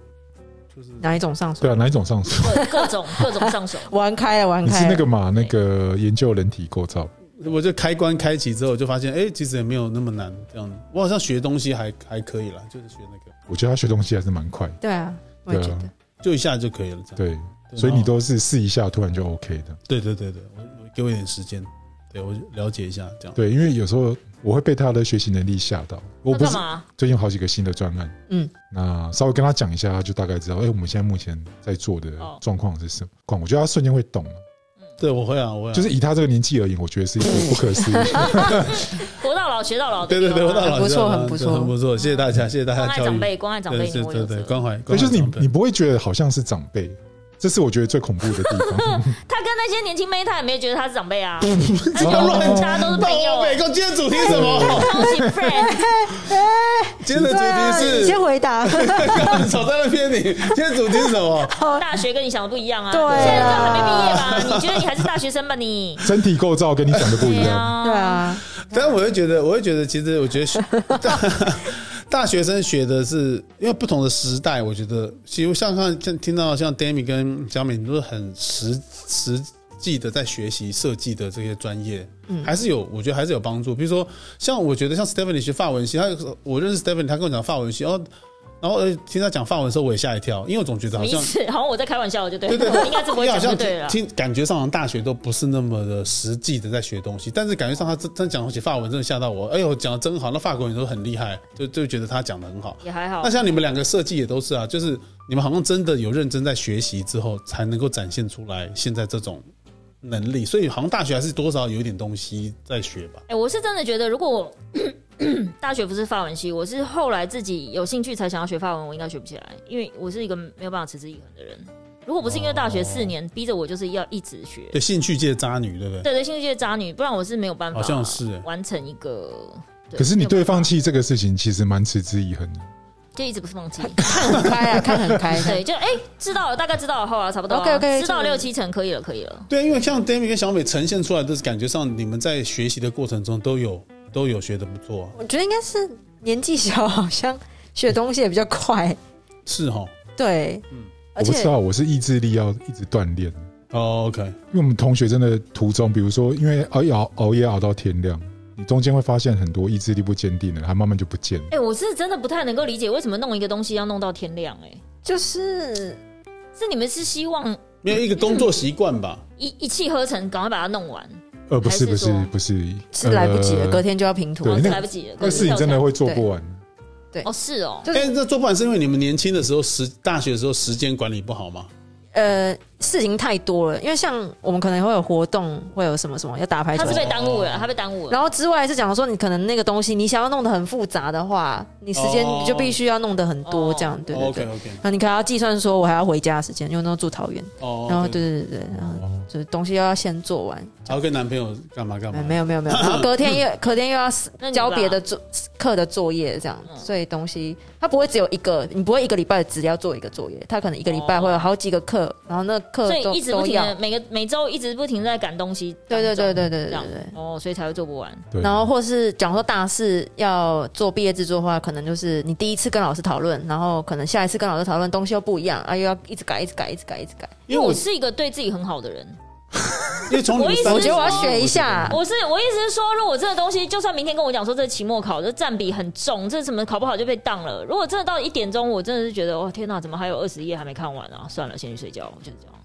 Speaker 2: 就是
Speaker 4: 哪一种上手
Speaker 1: 对？啊，哪一种上手？
Speaker 3: 各各种各种上手。
Speaker 4: 玩开了，玩
Speaker 1: 你是
Speaker 4: 开
Speaker 1: 那
Speaker 4: 了，
Speaker 1: 个嘛？那个研究人体构造，
Speaker 2: 我就开关开启之后，就发现哎、其实也没有那么难这样。我好像学东西还还可以啦，就是学那个
Speaker 1: 我觉得他学东西还是蛮快的。
Speaker 4: 对啊，我也觉
Speaker 1: 对
Speaker 4: 得
Speaker 1: 啊。
Speaker 2: 就一下就可以了这样。
Speaker 1: 对，
Speaker 2: 对
Speaker 1: 所以
Speaker 2: 然后
Speaker 1: 你都是试一下，突然就 OK 的。
Speaker 2: 对对对对，我我给我一点时间，对我了解一下这样。
Speaker 1: 对，因为有时候我会被他的学习能力吓到。我
Speaker 3: 他
Speaker 1: 不
Speaker 3: 哦干
Speaker 1: 是
Speaker 3: 嘛？
Speaker 1: 最近有好几个新的专案，
Speaker 4: 嗯，
Speaker 1: 那稍微跟他讲一下，他就大概知道，哎、我们现在目前在做的
Speaker 3: 哦
Speaker 1: 状况是什么。况我觉得他瞬间会懂了，
Speaker 2: 对，我会啊，我会、啊，
Speaker 1: 就是以他这个年纪而言，我觉得是一个不可思 议。
Speaker 3: 活到老学到老的
Speaker 2: 对
Speaker 3: 地
Speaker 2: 对
Speaker 3: 方啊。
Speaker 2: 对，我到老
Speaker 4: 很不错
Speaker 2: 师啊
Speaker 4: 很不错
Speaker 2: 对很不错，谢谢大家，谢谢大
Speaker 3: 关
Speaker 2: 家
Speaker 3: 爱
Speaker 2: 教
Speaker 3: 长
Speaker 2: 育，
Speaker 3: 辈，关爱长辈，
Speaker 2: 对
Speaker 3: 你
Speaker 2: 是
Speaker 3: 我
Speaker 2: 对
Speaker 3: 有
Speaker 2: 对
Speaker 3: 责。
Speaker 2: 关怀，
Speaker 1: 对，
Speaker 2: 关
Speaker 1: 就是
Speaker 2: 怀
Speaker 1: 你
Speaker 2: 长辈
Speaker 1: 你不会觉得好像是长辈，这是我觉得最恐怖的地 方。
Speaker 3: 他跟那些年轻妹，他也没觉得他是长辈啊，他
Speaker 1: 不要乱
Speaker 3: 就大家都是
Speaker 2: 那
Speaker 3: 朋
Speaker 2: 我
Speaker 3: 友， 啊
Speaker 2: 美国哦今天主题是什么？
Speaker 3: 超 级 friend。
Speaker 2: 今天的主
Speaker 4: 对啊，你
Speaker 2: 题
Speaker 4: 先
Speaker 2: 是，
Speaker 4: 回答。
Speaker 3: 啊
Speaker 2: 少在那 边你，今天主题是什么？
Speaker 3: 大学跟你想的不一样啊，
Speaker 4: 对啊
Speaker 3: 你现在都还没毕业吧？你觉得你还是大学生吧？你
Speaker 1: 身体构造跟你想的不一
Speaker 3: 对
Speaker 1: 样。
Speaker 3: 啊，
Speaker 4: 对啊，
Speaker 2: 但我会觉得，我会觉得，其实我觉得学 大大学生学的是，因为不同的时代，我觉得，其实像看像听到像 Demi 跟小敏都是很实实际的在学习设计的这些专业，还是有，我觉得还是有帮助。比如说，像我觉得像 Stephanie 学法文系，他我认识 Stephanie，他跟我讲法文系，哦，然然后呃听他讲范文的时候，我也吓一跳，因为我总觉得好
Speaker 3: 什
Speaker 4: 啊
Speaker 3: 么意
Speaker 2: 像
Speaker 3: 思？好像我在开玩笑， 就对
Speaker 2: 对对
Speaker 3: 了，
Speaker 2: 对，
Speaker 3: 我应该是不会
Speaker 2: 因为
Speaker 3: 讲
Speaker 2: 好
Speaker 3: 就
Speaker 2: 像
Speaker 3: 对了。
Speaker 2: 听听感觉上好像大学都不是那么的实际的在学东西，但是感觉上他真真讲起法文真的吓到我，哎呦讲的真好，那法国人都很厉害，就就觉得他讲的很好。
Speaker 3: 也还好
Speaker 2: 那，像你们两个设计也都是啊，就是你们好像真的有认真在学习之后，才能够展现出来现在这种能力，所以好像大学还是多少有一点东西在学吧。
Speaker 3: 哎、我是真的觉得，如果我 大学不是法文系，我是后来自己有兴趣才想要学法文，我应该学不起来，因为我是一个没有办法持之以恒的人。如果不是因为大学四年逼着我就是要一直学，
Speaker 2: 对，兴趣界渣女，对不对？
Speaker 3: 对对，兴趣界渣女，不然我是没有办法，
Speaker 2: 好像是欸
Speaker 3: 完成一个。
Speaker 1: 可是你对放
Speaker 3: 弃
Speaker 1: 弃这个事情其实蛮持之以恒的。
Speaker 3: 就一直不放弃，
Speaker 4: 很开啊，看很开。
Speaker 3: 对，就哎、知道了，大概知道了，后啊，差不多啊
Speaker 4: OK，OK，
Speaker 3: 知道
Speaker 4: 这个
Speaker 3: 六七成可以了，可以了。
Speaker 2: 对，因为像 d a m i 跟小美呈现出来的感觉上，你们在学习的过程中都有都有学的不错啊、
Speaker 4: 我觉得应该是年纪小，好像学东西也比较快。
Speaker 2: 是哦哈、
Speaker 4: 对，
Speaker 1: 嗯我
Speaker 4: 而
Speaker 1: 不知
Speaker 4: 且
Speaker 1: 道，我是意志力要一直锻炼，
Speaker 2: 哦 o k
Speaker 1: 因为我们同学真的途中，比如说因为熬夜熬熬夜熬到天亮，你中间会发现很多意志力不坚定的，它慢慢就不见了。
Speaker 3: 哎、我是真的不太能够理解为什么弄一个东西要弄到天亮、哎，
Speaker 4: 就是
Speaker 3: 是你们是希望
Speaker 2: 没有一个工作习惯吧？
Speaker 3: 一一气呵成，赶快把它弄完，
Speaker 1: 呃，不是
Speaker 3: 还
Speaker 1: 不
Speaker 3: 是
Speaker 1: 是
Speaker 3: 说
Speaker 1: 不是，
Speaker 4: 是来不及了，
Speaker 1: 呃
Speaker 4: 隔天就要平图
Speaker 1: 对
Speaker 3: 然。
Speaker 1: 那
Speaker 3: 后就
Speaker 1: 个
Speaker 3: 哦来不及了。
Speaker 1: 那个事情真的会做不完。
Speaker 3: 哦，是哦，
Speaker 4: 就
Speaker 2: 哎、
Speaker 4: 是
Speaker 2: 那做不管是因为你们年轻的时候时大学的时候时间管理不好吗？
Speaker 4: 呃，事情太多了，因为像我们可能会有活动，会有什么什么要打排球
Speaker 3: 他是，被耽误了，他被耽误了。
Speaker 4: 然后之外是讲说你可能那个东西你想要弄得很复杂的话，你时间
Speaker 2: 哦
Speaker 4: 就必须要弄得很多
Speaker 3: 哦
Speaker 4: 这样，对对对。
Speaker 2: OK OK，
Speaker 4: 然后你可能要计算说我还要回家的时间，因为那时候住桃园，
Speaker 2: 哦，
Speaker 4: 然后对，对对对，然后
Speaker 1: 哦，
Speaker 4: 就是东西又要先做完，
Speaker 2: 还要跟男朋友干嘛干
Speaker 4: 哎没
Speaker 2: 嘛？
Speaker 4: 没有没有没 有，然后隔天又隔天又要是
Speaker 3: 那你
Speaker 4: 交
Speaker 3: 吧
Speaker 4: 别的作课的作业这样，
Speaker 3: 嗯
Speaker 4: 所以东西它不会只有一个，你不会一个礼拜只要做一个作业，它可能一个礼拜
Speaker 3: 哦
Speaker 4: 会有好几个课，然后那个课
Speaker 3: 所
Speaker 4: 都
Speaker 3: 以一直不
Speaker 4: 都
Speaker 3: 停
Speaker 4: 要
Speaker 3: 的，每个每周一直不停地在赶东西当
Speaker 4: 对
Speaker 3: 中，
Speaker 4: 对对对对对
Speaker 3: 这
Speaker 4: 对
Speaker 3: 样
Speaker 4: 对。
Speaker 3: 哦，所以才会做不完。
Speaker 1: 对，
Speaker 4: 然后或是讲说大四要做毕业制作的话，可能就是你第一次跟老师讨论，然后可能下一次跟老师讨论东西又不一样啊，又要一直改，一直改，一直改，一直改。
Speaker 2: 因
Speaker 3: 因
Speaker 2: 为
Speaker 3: 为
Speaker 2: 我
Speaker 3: 我是一个对自己很好的人，
Speaker 2: 因为从你
Speaker 3: 我
Speaker 2: 们
Speaker 3: 意思
Speaker 2: 三哦
Speaker 3: 是
Speaker 4: 我觉得我要
Speaker 3: 说
Speaker 4: 学一下，
Speaker 3: 我是我意思是说，如果这个东西，就算明天跟我讲说这期末考这占比很重，这什么考不好就被当了。如果真的到一点钟，我真的是觉得，哦天哪，怎么还有二十页还没看完啊？算了，先去睡觉，我就是这样。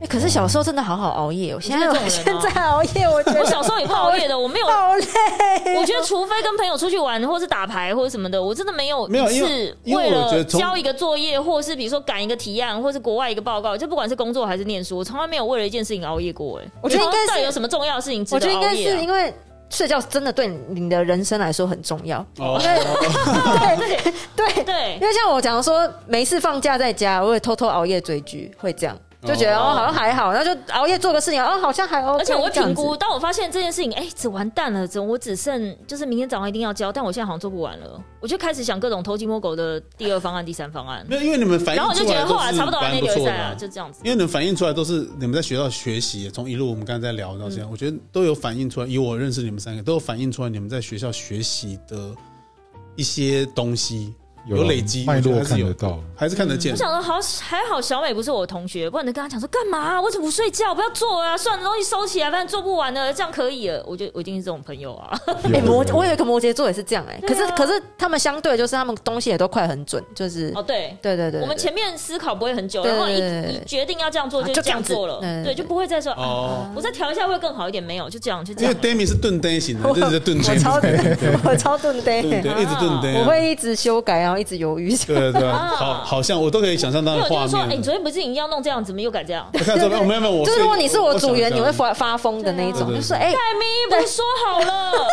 Speaker 4: 欸可是小时候真的好好熬夜哦，我现在
Speaker 3: 我
Speaker 4: 我
Speaker 3: 是这种人
Speaker 4: 现
Speaker 3: 啊
Speaker 4: 在熬夜，我觉
Speaker 3: 我
Speaker 4: 得
Speaker 3: 小时候也不熬夜的，我没有
Speaker 4: 好累。哦
Speaker 3: 我觉得，除非跟朋友出去玩，或是打牌，或者什么的，我真的没有
Speaker 2: 没有
Speaker 3: 一次
Speaker 2: 因为因为
Speaker 3: 为
Speaker 2: 我觉
Speaker 3: 了
Speaker 2: 得从
Speaker 3: 交一个作业，或是比如说赶一个提案，或是国外一个报告，就不管是工作还是念书，我从来没有为了一件事情熬夜过。哎，
Speaker 4: 我觉得应该是
Speaker 3: 到底有什么重要的事情值
Speaker 4: 我觉
Speaker 3: 得
Speaker 4: 得应
Speaker 3: 熬
Speaker 4: 该
Speaker 3: 夜
Speaker 4: 是
Speaker 3: 啊？
Speaker 4: 因为睡觉真的对你的人生来说很重 要。
Speaker 2: 哦，
Speaker 4: 对，
Speaker 3: 对
Speaker 4: 因，为像我讲说，没事放假在家，我会偷偷熬夜追剧，会这样。就觉得
Speaker 2: 哦
Speaker 4: 哦，好像还好，然后就熬夜做个事情，哦，好像还 OK。
Speaker 3: 而且我会评估，，当我发现这件事情，哎、只完蛋了，怎么我只剩就是明天早上一定要交，但我现在好像做不完了，我就开始想各种偷鸡摸狗的第二方案、第三方案，
Speaker 2: 没有，因为你们反应
Speaker 3: 然后我就
Speaker 2: 出
Speaker 3: 觉
Speaker 2: 来
Speaker 3: 得后
Speaker 2: 都
Speaker 3: 来
Speaker 2: 是
Speaker 3: 差不多
Speaker 2: 蛮
Speaker 3: 那
Speaker 2: 不
Speaker 3: 决
Speaker 2: 错
Speaker 3: 赛
Speaker 2: 的啊。
Speaker 3: 啊，就这样子。
Speaker 2: 因为你们反映出来都是你们在学校学习，从一路我们刚才在聊到这样，我觉得都有反映出来。以我认识你们三个，都有反映出来你们在学校学习的一些东西有累积，
Speaker 1: 脉
Speaker 2: 我觉得
Speaker 1: 络
Speaker 2: 还是
Speaker 1: 看
Speaker 2: 有
Speaker 1: 得，到。
Speaker 2: 还是看得见
Speaker 3: 我。想说好，还好小美不是我同学，不然能跟她讲说干嘛、啊我怎么不睡觉？不要做啊，算了，东西收起来，反正做不完了，这样可以了。我就我一定是这种朋友啊，
Speaker 4: 哎、摩
Speaker 1: 有
Speaker 4: 我有一个摩羯座也是这样哎、
Speaker 3: 对
Speaker 4: 可
Speaker 3: 啊
Speaker 4: 是可是他们相对就是他们东西也都快很准，就是、
Speaker 3: 哦对。
Speaker 4: 对对对对
Speaker 3: 我们前面思考不会很久，
Speaker 4: 对
Speaker 3: 然后
Speaker 4: 对对
Speaker 3: 一
Speaker 4: 对
Speaker 3: 一决定要这样做
Speaker 4: 啊
Speaker 3: 就
Speaker 4: 就
Speaker 3: 这样
Speaker 4: 这样子
Speaker 3: 做了，
Speaker 4: 对
Speaker 3: 对，
Speaker 4: 对对
Speaker 3: 就不会再说啊，
Speaker 2: 哦，
Speaker 3: 我再调一下会更好一点，没有，就这样，就这
Speaker 2: 因为
Speaker 3: 样。
Speaker 2: Demi 是钝 Demi 型的，
Speaker 4: 我
Speaker 2: 就是在钝 Demi，
Speaker 4: 我 超 我超钝的、
Speaker 2: 对对，一直钝 Demi，啊
Speaker 4: 我会一直修改，然后一直犹豫。
Speaker 2: 对对对，
Speaker 3: 啊
Speaker 2: 好，好像我都可以想象到
Speaker 3: 因为
Speaker 2: 的
Speaker 3: 我就
Speaker 2: 画
Speaker 3: 是说，哎、
Speaker 2: 面
Speaker 3: 你。昨天不是你要弄这样，怎么又改这样？
Speaker 2: 我看这边，没有没有，我
Speaker 4: 就是如果你是我组员，
Speaker 2: 想
Speaker 4: 你
Speaker 2: 象
Speaker 4: 会发发疯的那一
Speaker 2: 对
Speaker 4: 种，
Speaker 2: 啊
Speaker 4: 就说哎，
Speaker 3: 艾米不是说好 了？哦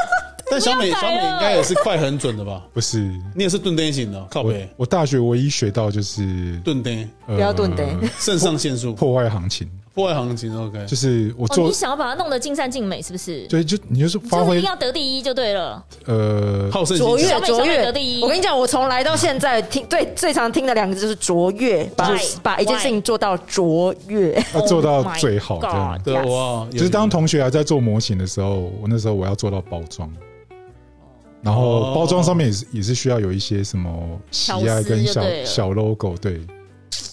Speaker 2: 但小美
Speaker 3: 不要改
Speaker 2: 小美
Speaker 3: 了
Speaker 2: 应该也是快很准的吧？
Speaker 1: 不是
Speaker 2: 你也是钝灯型的，靠
Speaker 1: 我
Speaker 2: 北
Speaker 1: 我大学唯一学到就是
Speaker 2: 钝灯，
Speaker 1: 不
Speaker 4: 要钝的
Speaker 2: 肾上腺素
Speaker 1: 破坏行 情，
Speaker 2: 破坏行情，OK，
Speaker 1: 就是我
Speaker 3: 哦，
Speaker 1: 做
Speaker 3: 你想要把它弄得尽善尽美，是不是？
Speaker 1: 对就你就是
Speaker 3: 就
Speaker 1: 发
Speaker 3: 是一
Speaker 1: 挥
Speaker 3: 定要得第一就对了。
Speaker 1: 呃
Speaker 2: 好胜
Speaker 4: 卓
Speaker 2: 心
Speaker 4: 越
Speaker 3: 小美
Speaker 4: 卓
Speaker 3: 小美
Speaker 4: 越
Speaker 3: 得第一。
Speaker 4: 我跟你讲，我从来到现在听最最常听的两个字就是卓越，把
Speaker 3: Why？
Speaker 4: 把一件
Speaker 3: Why？
Speaker 4: 事情做到卓越。
Speaker 1: 要做到
Speaker 3: Oh my
Speaker 1: 最好这
Speaker 3: God
Speaker 1: 样。
Speaker 2: 对啊
Speaker 3: Yes
Speaker 2: 哇，有
Speaker 1: 就是当同学还在做模型的时候，我那时候我要做到包
Speaker 3: 哦
Speaker 1: 装，然后
Speaker 2: 哦
Speaker 1: 包装上面也是也是需要有一些什么喜爱跟
Speaker 3: 巧思就
Speaker 1: 小
Speaker 3: 对了
Speaker 1: 小 logo，对，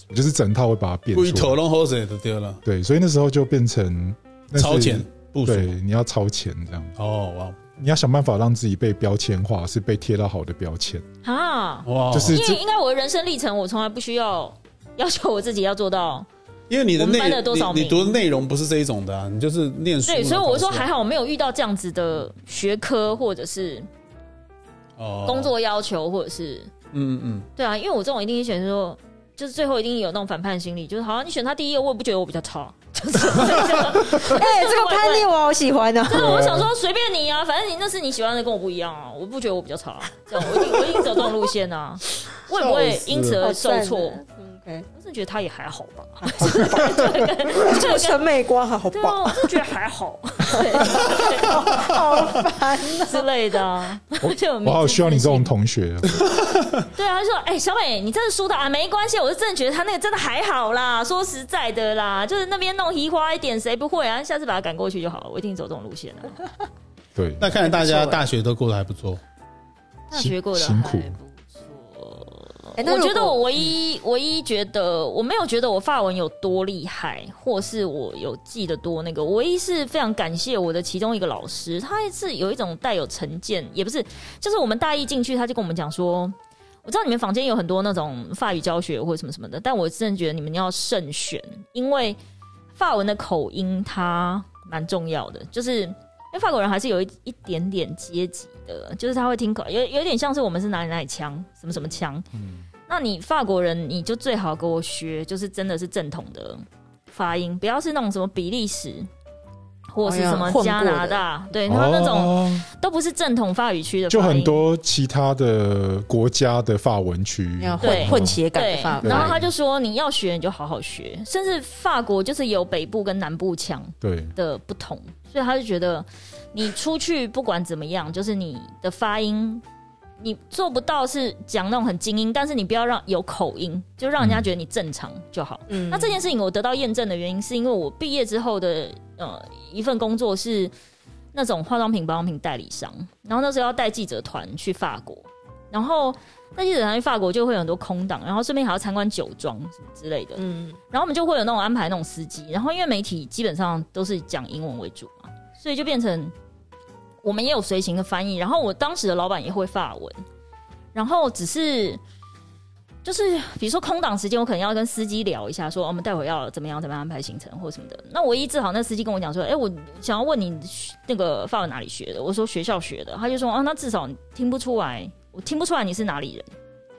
Speaker 1: 我就是整套会把它变
Speaker 2: 故意
Speaker 1: 出
Speaker 2: 头
Speaker 1: 来。
Speaker 2: 弄后水就对了，
Speaker 1: 对，所以那时候就变成那是
Speaker 2: 超前部署，
Speaker 1: 对，你要超前这样。
Speaker 2: 哦哇，
Speaker 1: 你要想办法让自己被标签化，是被贴到好的标签，
Speaker 3: 啊，
Speaker 2: 哇，
Speaker 1: 就是
Speaker 3: 因为
Speaker 1: 这
Speaker 3: 应该我的人生历程，我从来不需要要求我自己要做到，
Speaker 2: 因为你的
Speaker 3: 我们
Speaker 2: 内
Speaker 3: 班的多少
Speaker 2: 你
Speaker 3: 名
Speaker 2: 你读的内容不是这一种的啊，你就是念书嘛。
Speaker 3: 对，所以我说
Speaker 2: 考试
Speaker 3: 还好我没有遇到这样子的学科或者是
Speaker 2: 哦
Speaker 3: 工，作要求，或者是
Speaker 2: 嗯嗯
Speaker 3: 对啊，因为我这种一定选说，就是最后一定有那种反叛心理，就是好像你选他第一，我也不觉得我比较差，就是
Speaker 4: 哎、这个叛逆我好喜欢啊！
Speaker 3: 就是我想说随便你啊，反正你那是你喜欢的，跟我不一样啊，我不觉得我比较差、这样我一定我一定走这种路线啊， 我也不会因此而受挫。
Speaker 5: OK，
Speaker 3: 我是觉得他也还好 吧，
Speaker 5: 这个审美观好
Speaker 3: 对啊，
Speaker 5: 棒，
Speaker 3: 我是觉得还 好，对
Speaker 5: 好
Speaker 4: 哦
Speaker 5: 烦啊！
Speaker 3: 之类的、啊。 就
Speaker 1: 我好需要你这种同学 啊，
Speaker 3: 对啊，他说：“哎、小美，你真的输的啊，没关系，我是真的觉得他那个真的还好啦。说实在的啦，就是那边弄移花一点，谁不会啊？下次把他赶过去就好了。我一定走这种路线啊的、
Speaker 1: 对，
Speaker 2: 那看来大
Speaker 3: 还
Speaker 2: 家
Speaker 3: 不错欸
Speaker 2: 大学都过得还不错。
Speaker 3: 大学过得
Speaker 1: 辛苦
Speaker 3: 还不
Speaker 5: 哎那
Speaker 3: 我
Speaker 5: 如果
Speaker 3: 觉得我唯一唯一觉得我没有觉得我发文有多厉害，或是我有记得多那个，我唯一是非常感谢我的其中一个老师，他是有一种带有成见，也不是，就是我们大一进去他就跟我们讲说。我知道你们房间有很多那种法语教学或者什么什么的，但我真的觉得你们要慎选，因为法文的口音它蛮重要的，就是因为法国人还是有一一点点阶级的，就是他会听口，有有点像是我们是哪里哪里腔，什么什么腔。
Speaker 1: 嗯
Speaker 3: 那你法国人，你就最好给我学，就是真的是正统的发音，不要是那种什么比利时或者是什
Speaker 4: 哎
Speaker 3: 么
Speaker 4: 呀混过的
Speaker 3: 加拿大，对他那种
Speaker 1: 哦
Speaker 3: 都不是正统法语区的发
Speaker 1: 就
Speaker 3: 音，
Speaker 1: 很多其他的国家的法文区
Speaker 4: 要，
Speaker 3: 对
Speaker 4: 混混血感的发
Speaker 3: 对，然后
Speaker 4: 发
Speaker 3: 他就说你要学你就好好学，甚至法国就是有北部跟南部腔
Speaker 1: 对，
Speaker 3: 的不同，所以他就觉得你出去不管怎么样，就是你的发音。你做不到是讲那种很精英，但是你不要让有口音，就让人家觉得你正常就好。
Speaker 5: 嗯
Speaker 3: 那这件事情我得到验证的原因，是因为我毕业之后的呃一份工作是那种化妆品、保养品代理商，然后那时候要带记者团去法国，然后带记者团去法国就会有很多空档，然后顺便还要参观酒庄什么之类的，
Speaker 5: 嗯，
Speaker 3: 然后我们就会有那种安排那种司机，然后因为媒体基本上都是讲英文为主嘛，所以就变成我们也有随行的翻译。然后我当时的老板也会法文，然后只是就是比如说空档时间，我可能要跟司机聊一下说，哦我们待会要怎么样怎么样安排行程或什么的。那唯一治好那司机跟我讲说，哎，我想要问你那个法文哪里学的？我说学校学的，他就说啊，那至少你听不出来，我听不出来你是哪里人。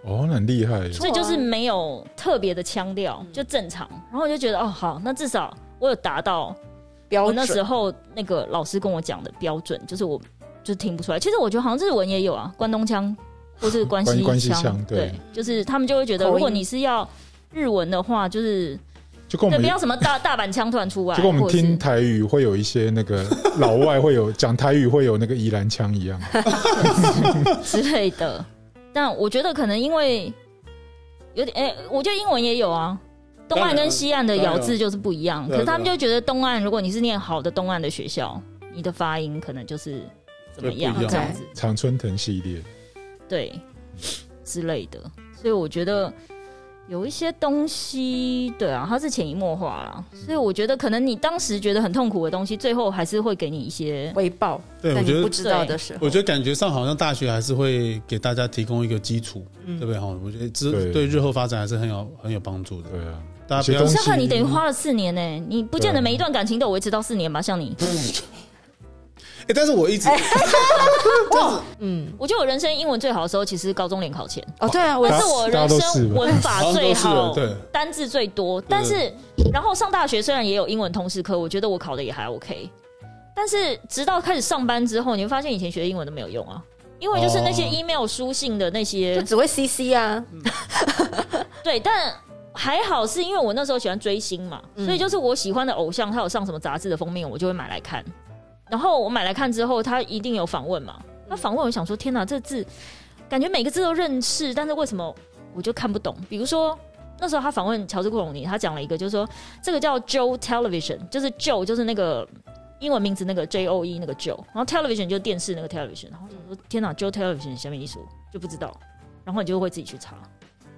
Speaker 1: 哦，那很厉害耶，
Speaker 3: 所以就是没有特别的腔调，
Speaker 1: 嗯
Speaker 3: 就正常。然后我就觉得哦，好，那至少我有达到
Speaker 5: 标
Speaker 3: 我那时
Speaker 5: 准
Speaker 3: 候那个老师跟我讲的标准，就是我就听不出来。其实我觉得好像日文也有啊，关东腔或是关西
Speaker 1: 关关西
Speaker 3: 腔，
Speaker 1: 腔对
Speaker 3: 对，就是他们就会觉得，
Speaker 5: 口音
Speaker 3: 如果你是要日文的话，就是
Speaker 1: 就跟我
Speaker 3: 对，
Speaker 1: 们
Speaker 3: 不要什么大大阪腔突然出来，
Speaker 1: 就跟我们
Speaker 3: 或者是
Speaker 1: 听台语会有一些那 个老外会有讲台语会有那个宜兰腔一样，
Speaker 3: 之类的。但我觉得可能因为有点，哎、我觉得英文也有啊。东岸跟西岸的咬字就是不一样，
Speaker 2: 当然
Speaker 3: 可
Speaker 2: 有
Speaker 3: 是他们就觉得东岸，如果你是念好的东岸的学校，你的发音可能就是怎么样
Speaker 2: 就不一样
Speaker 3: 这样子，
Speaker 1: 常春藤系列，
Speaker 3: 对之类的。所以我觉得有一些东西，对啊，它是潜移默化啦。所以我觉得可能你当时觉得很痛苦的东西，最后还是会给你一些
Speaker 5: 回报，
Speaker 2: 对，
Speaker 5: 在
Speaker 2: 我觉
Speaker 5: 你
Speaker 2: 得
Speaker 5: 不知道的时候，
Speaker 2: 我觉得感觉上好像大学还是会给大家提供一个基础，
Speaker 5: 嗯
Speaker 2: 对不对？哈，我觉得这
Speaker 1: 对
Speaker 2: 对日后发展还是很有很有帮助的。
Speaker 1: 对啊，
Speaker 2: 大家不要
Speaker 1: 有些东西
Speaker 3: 这样你等于花了四年呢、你不见得每一段感情都有维持到四年吧？像你，
Speaker 2: 哎，但是我一直
Speaker 4: 嗯，
Speaker 3: 我觉得我人生英文最好的时候，其实高中联考前，
Speaker 4: 哦，对啊，我
Speaker 1: 大
Speaker 3: 那
Speaker 1: 家
Speaker 3: 是我
Speaker 1: 大家
Speaker 3: 人
Speaker 1: 都是
Speaker 3: 生
Speaker 1: 吧
Speaker 3: 文法 最好
Speaker 2: 好像都，是对
Speaker 3: 单字最多。但是，然后上大学虽然也有英文通识课，我觉得我考的也还 OK，但是直到开始上班之后，你会发现以前学的英文都没有用啊。因为就是那些
Speaker 2: 哦
Speaker 3: email 书信的那
Speaker 5: 就
Speaker 3: 些，
Speaker 5: 只会 CC 啊，
Speaker 3: 对，但还好是因为我那时候喜欢追星嘛，所以就是我喜欢的偶像他有上什么杂志的封面，我就会买来看。然后我买来看之后，他一定有访问嘛。那访问我想说，天哪，这字感觉每个字都认识，但是为什么我就看不懂？比如说那时候他访问乔治·库隆尼，他讲了一个，就是说这个叫 Joe Television，就是 Joe 就是那个英文名字那个 J O E 那个 Joe，然后 Television 就是电视那个 Television。然后我想说，天哪，Joe Television 下面一说就不知道，然后你就会自己去查。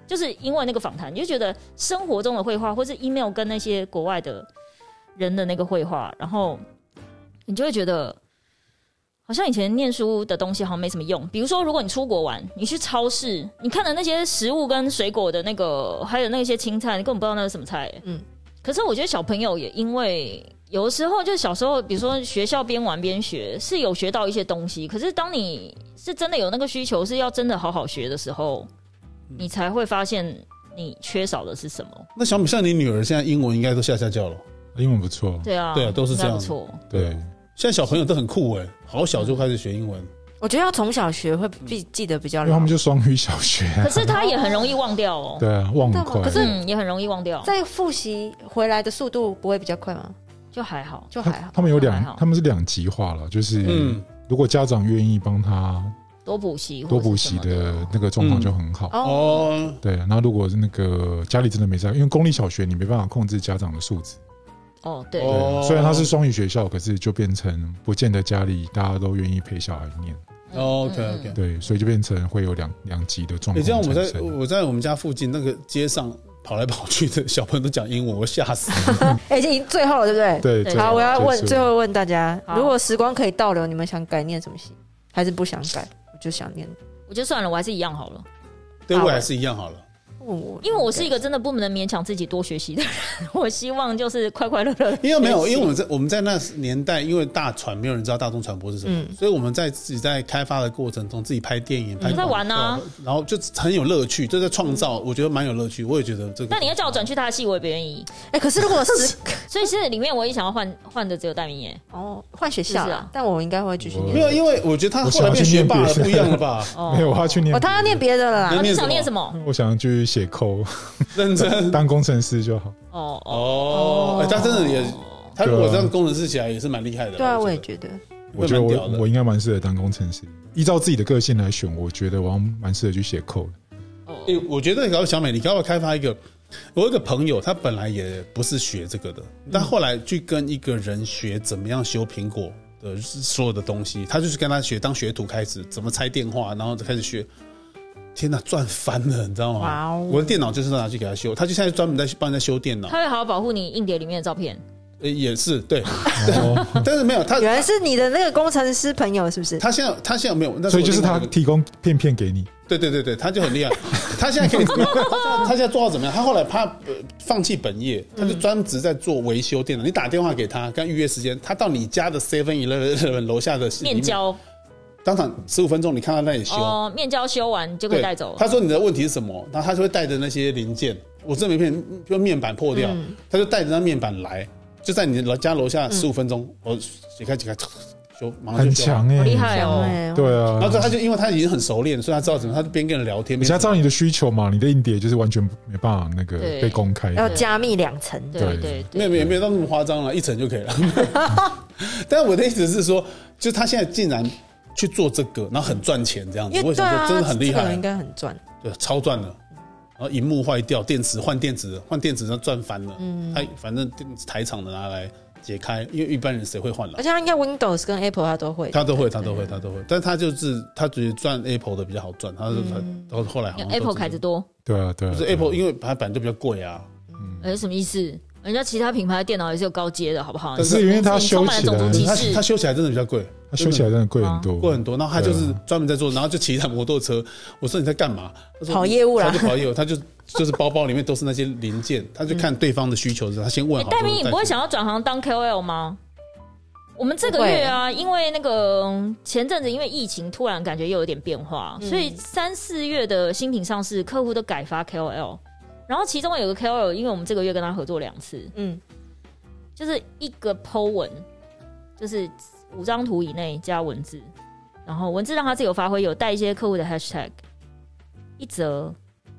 Speaker 3: 就是因为那个访谈，你就觉得生活中的绘画，或是 email 跟那些国外的人的那个绘画，然后你就会觉得好像以前念书的东西好像没什么用。比如说，如果你出国玩，你去超市，你看的那些食物跟水果的那个，还有那些青菜，你根本不知道那是什么菜、嗯
Speaker 4: 嗯，
Speaker 3: 可是我觉得小朋友也因为有的时候就小时候，比如说学校边玩边学，是有学到一些东西。可是当你是真的有那个需求，是要真的好好学的时候，你才会发现你缺少的是什么。
Speaker 2: 那小米，像你女儿现在英文应该都下下教了，
Speaker 1: 英文不错，
Speaker 3: 对啊，
Speaker 2: 对啊都是这样
Speaker 3: 应该不错。
Speaker 1: 对，
Speaker 2: 现在小朋友都很酷哎、好小就开始学英文，
Speaker 4: 我觉得要从小学会记记得比较
Speaker 1: 因为他
Speaker 4: 牢
Speaker 1: 们。
Speaker 5: 嗯
Speaker 1: 就双语小学啊，
Speaker 3: 可是他也很容易忘 掉哦。
Speaker 1: 对啊，忘
Speaker 5: 真
Speaker 1: 很
Speaker 5: 的吗
Speaker 1: 快。
Speaker 5: 可是
Speaker 3: 嗯，也很容易忘掉，
Speaker 5: 在复习回来的速度不会比较快吗？
Speaker 3: 就还好。
Speaker 5: 就
Speaker 1: 他
Speaker 5: 还好。
Speaker 1: 他们有
Speaker 3: 还好
Speaker 1: 两，他们是两极化了，就是
Speaker 2: 嗯，
Speaker 1: 如果家长愿意帮他
Speaker 3: 多补习，
Speaker 1: 多补习的，那个状况就很好。
Speaker 5: 哦，
Speaker 2: 哦，
Speaker 1: 对，那如果是那个家里真的没在，因为公立小学你没办法控制家长的素质。
Speaker 3: 哦，对，
Speaker 2: 哦
Speaker 1: 对，虽然它是双语学校，可是就变成不见得家里大家都愿意陪小孩念。
Speaker 3: 嗯
Speaker 2: 哦 OK，OK
Speaker 3: 嗯
Speaker 1: 对，所以就变成会有两两极的状
Speaker 2: 你、
Speaker 1: 况
Speaker 2: 这样我
Speaker 1: 产
Speaker 2: 们在
Speaker 1: 生。
Speaker 2: 我在我们家附近那个街上跑来跑去的小朋友都讲英文，我吓死。
Speaker 4: 哎，已经最后了，对不对？
Speaker 1: 对，
Speaker 3: 对
Speaker 1: 这
Speaker 4: 好，我要问
Speaker 1: 结束
Speaker 4: 最后问大家，
Speaker 3: 好
Speaker 4: 如果时光可以倒流，你们想改念什么系？还是不想改？我就想念。
Speaker 3: 我觉得算了，我还是一样好了，
Speaker 2: 对未来是一样好了。
Speaker 4: 问我，
Speaker 3: 因为我是一个真的不能勉强自己多学习的人，我希望就是快快乐乐。
Speaker 2: 因为没有，因为我们在我们在那年代，因为大传没有人知道大众传播是什么，
Speaker 4: 嗯
Speaker 2: 所以我们在自己在开发的过程中，自己拍电影、拍
Speaker 3: 在
Speaker 2: 广
Speaker 3: 玩啊
Speaker 2: 告，然后就很有乐趣，就在创造，我觉得蛮有乐趣。我也觉得这个。
Speaker 3: 那你要叫我转去他的戏，我也不愿意。
Speaker 4: 哎，可是如果时
Speaker 3: 所以是里面唯一想要换换的只有戴明耶。
Speaker 4: 哦换学校
Speaker 3: 是
Speaker 4: 啦
Speaker 3: 啊，
Speaker 4: 但我应该会继续
Speaker 2: 没
Speaker 4: 念。
Speaker 2: 有，因为我觉得他
Speaker 1: 我
Speaker 2: 后
Speaker 1: 想
Speaker 2: 来
Speaker 1: 要
Speaker 2: 变
Speaker 1: 去
Speaker 2: 学
Speaker 1: 念
Speaker 2: 霸了，
Speaker 1: 别的
Speaker 2: 不一样了吧？
Speaker 3: 哦
Speaker 1: 没有，我要去念
Speaker 4: 哦，他要念别的
Speaker 2: 那
Speaker 4: 了啦。
Speaker 3: 啊
Speaker 2: 念
Speaker 3: 你
Speaker 2: 什么
Speaker 3: 想念什么？
Speaker 1: 我想去写扣，
Speaker 2: 认真
Speaker 1: 当工程师就好。
Speaker 3: 哦哦
Speaker 2: 哦，哎他真的也，他如果
Speaker 1: 对啊
Speaker 2: 这样工程师起来也是蛮厉害的。
Speaker 4: 对啊，我也
Speaker 2: 觉
Speaker 4: 觉得。
Speaker 1: 我觉得
Speaker 2: 会蛮屌
Speaker 1: 我
Speaker 2: 的
Speaker 1: 我应该蛮适合当工程师。依照自己的个性来选，我觉得我好像蛮适合去写扣的。
Speaker 3: 哦
Speaker 2: 得，哎，我觉得搞小美，你要不要开发一个？我有一个朋友，他本来也不是学这个的，
Speaker 1: 嗯
Speaker 2: 但后来去跟一个人学怎么样修苹果的呃所有的东西，他就是跟他学当学徒开始，怎么拆电话，然后就开始学。天哪，赚翻了，你知道吗？
Speaker 4: 哇哦
Speaker 2: 我的电脑就是拿去给他修，他就现在专门在帮人家 修电脑，
Speaker 3: 他会好好保护你硬碟里面的照片。
Speaker 2: 呃也是对，
Speaker 1: 哦，
Speaker 2: 但是没有他，
Speaker 4: 原来是你的那个工程师朋友，是不是？
Speaker 2: 他现在他现在没有，那
Speaker 1: 所以就是
Speaker 2: 我另外
Speaker 1: 他
Speaker 2: 一个哦
Speaker 1: 提供片片给你，
Speaker 2: 对对对对，他就 很厉害。他现在可以 怎么样？他现在做到怎么样？他后来怕、呃、放弃本业，他就专职在做维修电脑。你打电话给他，跟他预约时间，他到你家的 Seven Eleven 楼下的
Speaker 3: 面，交
Speaker 2: 当场十五分钟，你看他那里修，
Speaker 3: 哦，面交修完就可以
Speaker 2: 对，
Speaker 3: 带走了。
Speaker 2: 他说你的问题是什么？然后他就会带着那些零件，我这没骗你，就面板破掉，
Speaker 3: 嗯
Speaker 2: 他就带着那面板来，就在你的家楼下十五分钟，我解开解开，修，马上就
Speaker 1: 很
Speaker 2: 修完。
Speaker 1: 强哎，
Speaker 3: 好厉害哦
Speaker 4: 哎
Speaker 1: 对啊
Speaker 2: 然后，他就因为他已经很熟练，所以他知道怎么，他就边跟人聊天，
Speaker 1: 你
Speaker 2: 边
Speaker 1: 家知道你的需求嘛，你的硬碟就是完全没办法那个
Speaker 3: 对
Speaker 1: 被公开的。
Speaker 4: 要加密两层。
Speaker 3: 对
Speaker 1: 对
Speaker 3: 对对，
Speaker 2: 没有没有没有到那么夸张了，一层就可以了。 但我的意思是说，就他现在竟然去做这个，然后很赚钱这样子
Speaker 4: 因，
Speaker 2: 我
Speaker 4: 为对
Speaker 2: 想
Speaker 4: 啊，
Speaker 2: 说真的很厉
Speaker 4: 这个
Speaker 2: 害
Speaker 4: 应，该很赚。
Speaker 2: 对，超赚的。然后荧幕坏掉，电池换电池，换电池那赚翻了。嗯，他反正电池台厂的拿来解开，因为一般人谁会换了
Speaker 4: 而？且他应该 Windows 跟 Apple 他都会。
Speaker 2: 他都会，他都会，他都会。但他就是他觉得赚 Apple 的比较好赚，他就他
Speaker 4: 嗯
Speaker 2: 到后来好
Speaker 3: 有
Speaker 2: 像
Speaker 3: Apple
Speaker 2: 开
Speaker 3: 凯子多，
Speaker 1: 对啊，对啊，
Speaker 2: 不是
Speaker 1: 对啊
Speaker 2: Apple，因为它本来就比较贵啊。
Speaker 3: 哎，什么意思？人家其他品牌的电脑也是有高阶的，好不好？
Speaker 1: 可是因为它
Speaker 3: 你充满了
Speaker 1: 修起来
Speaker 3: 种族歧
Speaker 2: 它
Speaker 3: 视
Speaker 2: 它。修起来真的比较贵，
Speaker 1: 它修起来真的贵很多，
Speaker 2: 过很多，然后他就是
Speaker 1: 对啊
Speaker 2: 专门在做，然后就骑一台摩托车。我说你在干嘛？他说
Speaker 4: 跑业务啦
Speaker 2: 他就跑业务，他就就是包包里面都是那些零件，他就看对方的需求，他先问
Speaker 3: 哎
Speaker 2: 好。
Speaker 3: 戴明，你
Speaker 2: 之后再
Speaker 3: 不会
Speaker 2: 去
Speaker 3: 想要转行当 KOL 吗？我们这个月啊，因为那个嗯前阵子因为疫情，突然感觉又有点变化，
Speaker 1: 嗯
Speaker 3: 所以三四月的新品上市，客户都改发 KOL。然后其中有个 KOL，因为我们这个月跟他合作两次，
Speaker 4: 嗯，
Speaker 3: 就是一个 Po 文，就是五张图以内加文字，然后文字让他自由发挥，有带一些客户的 Hashtag，一则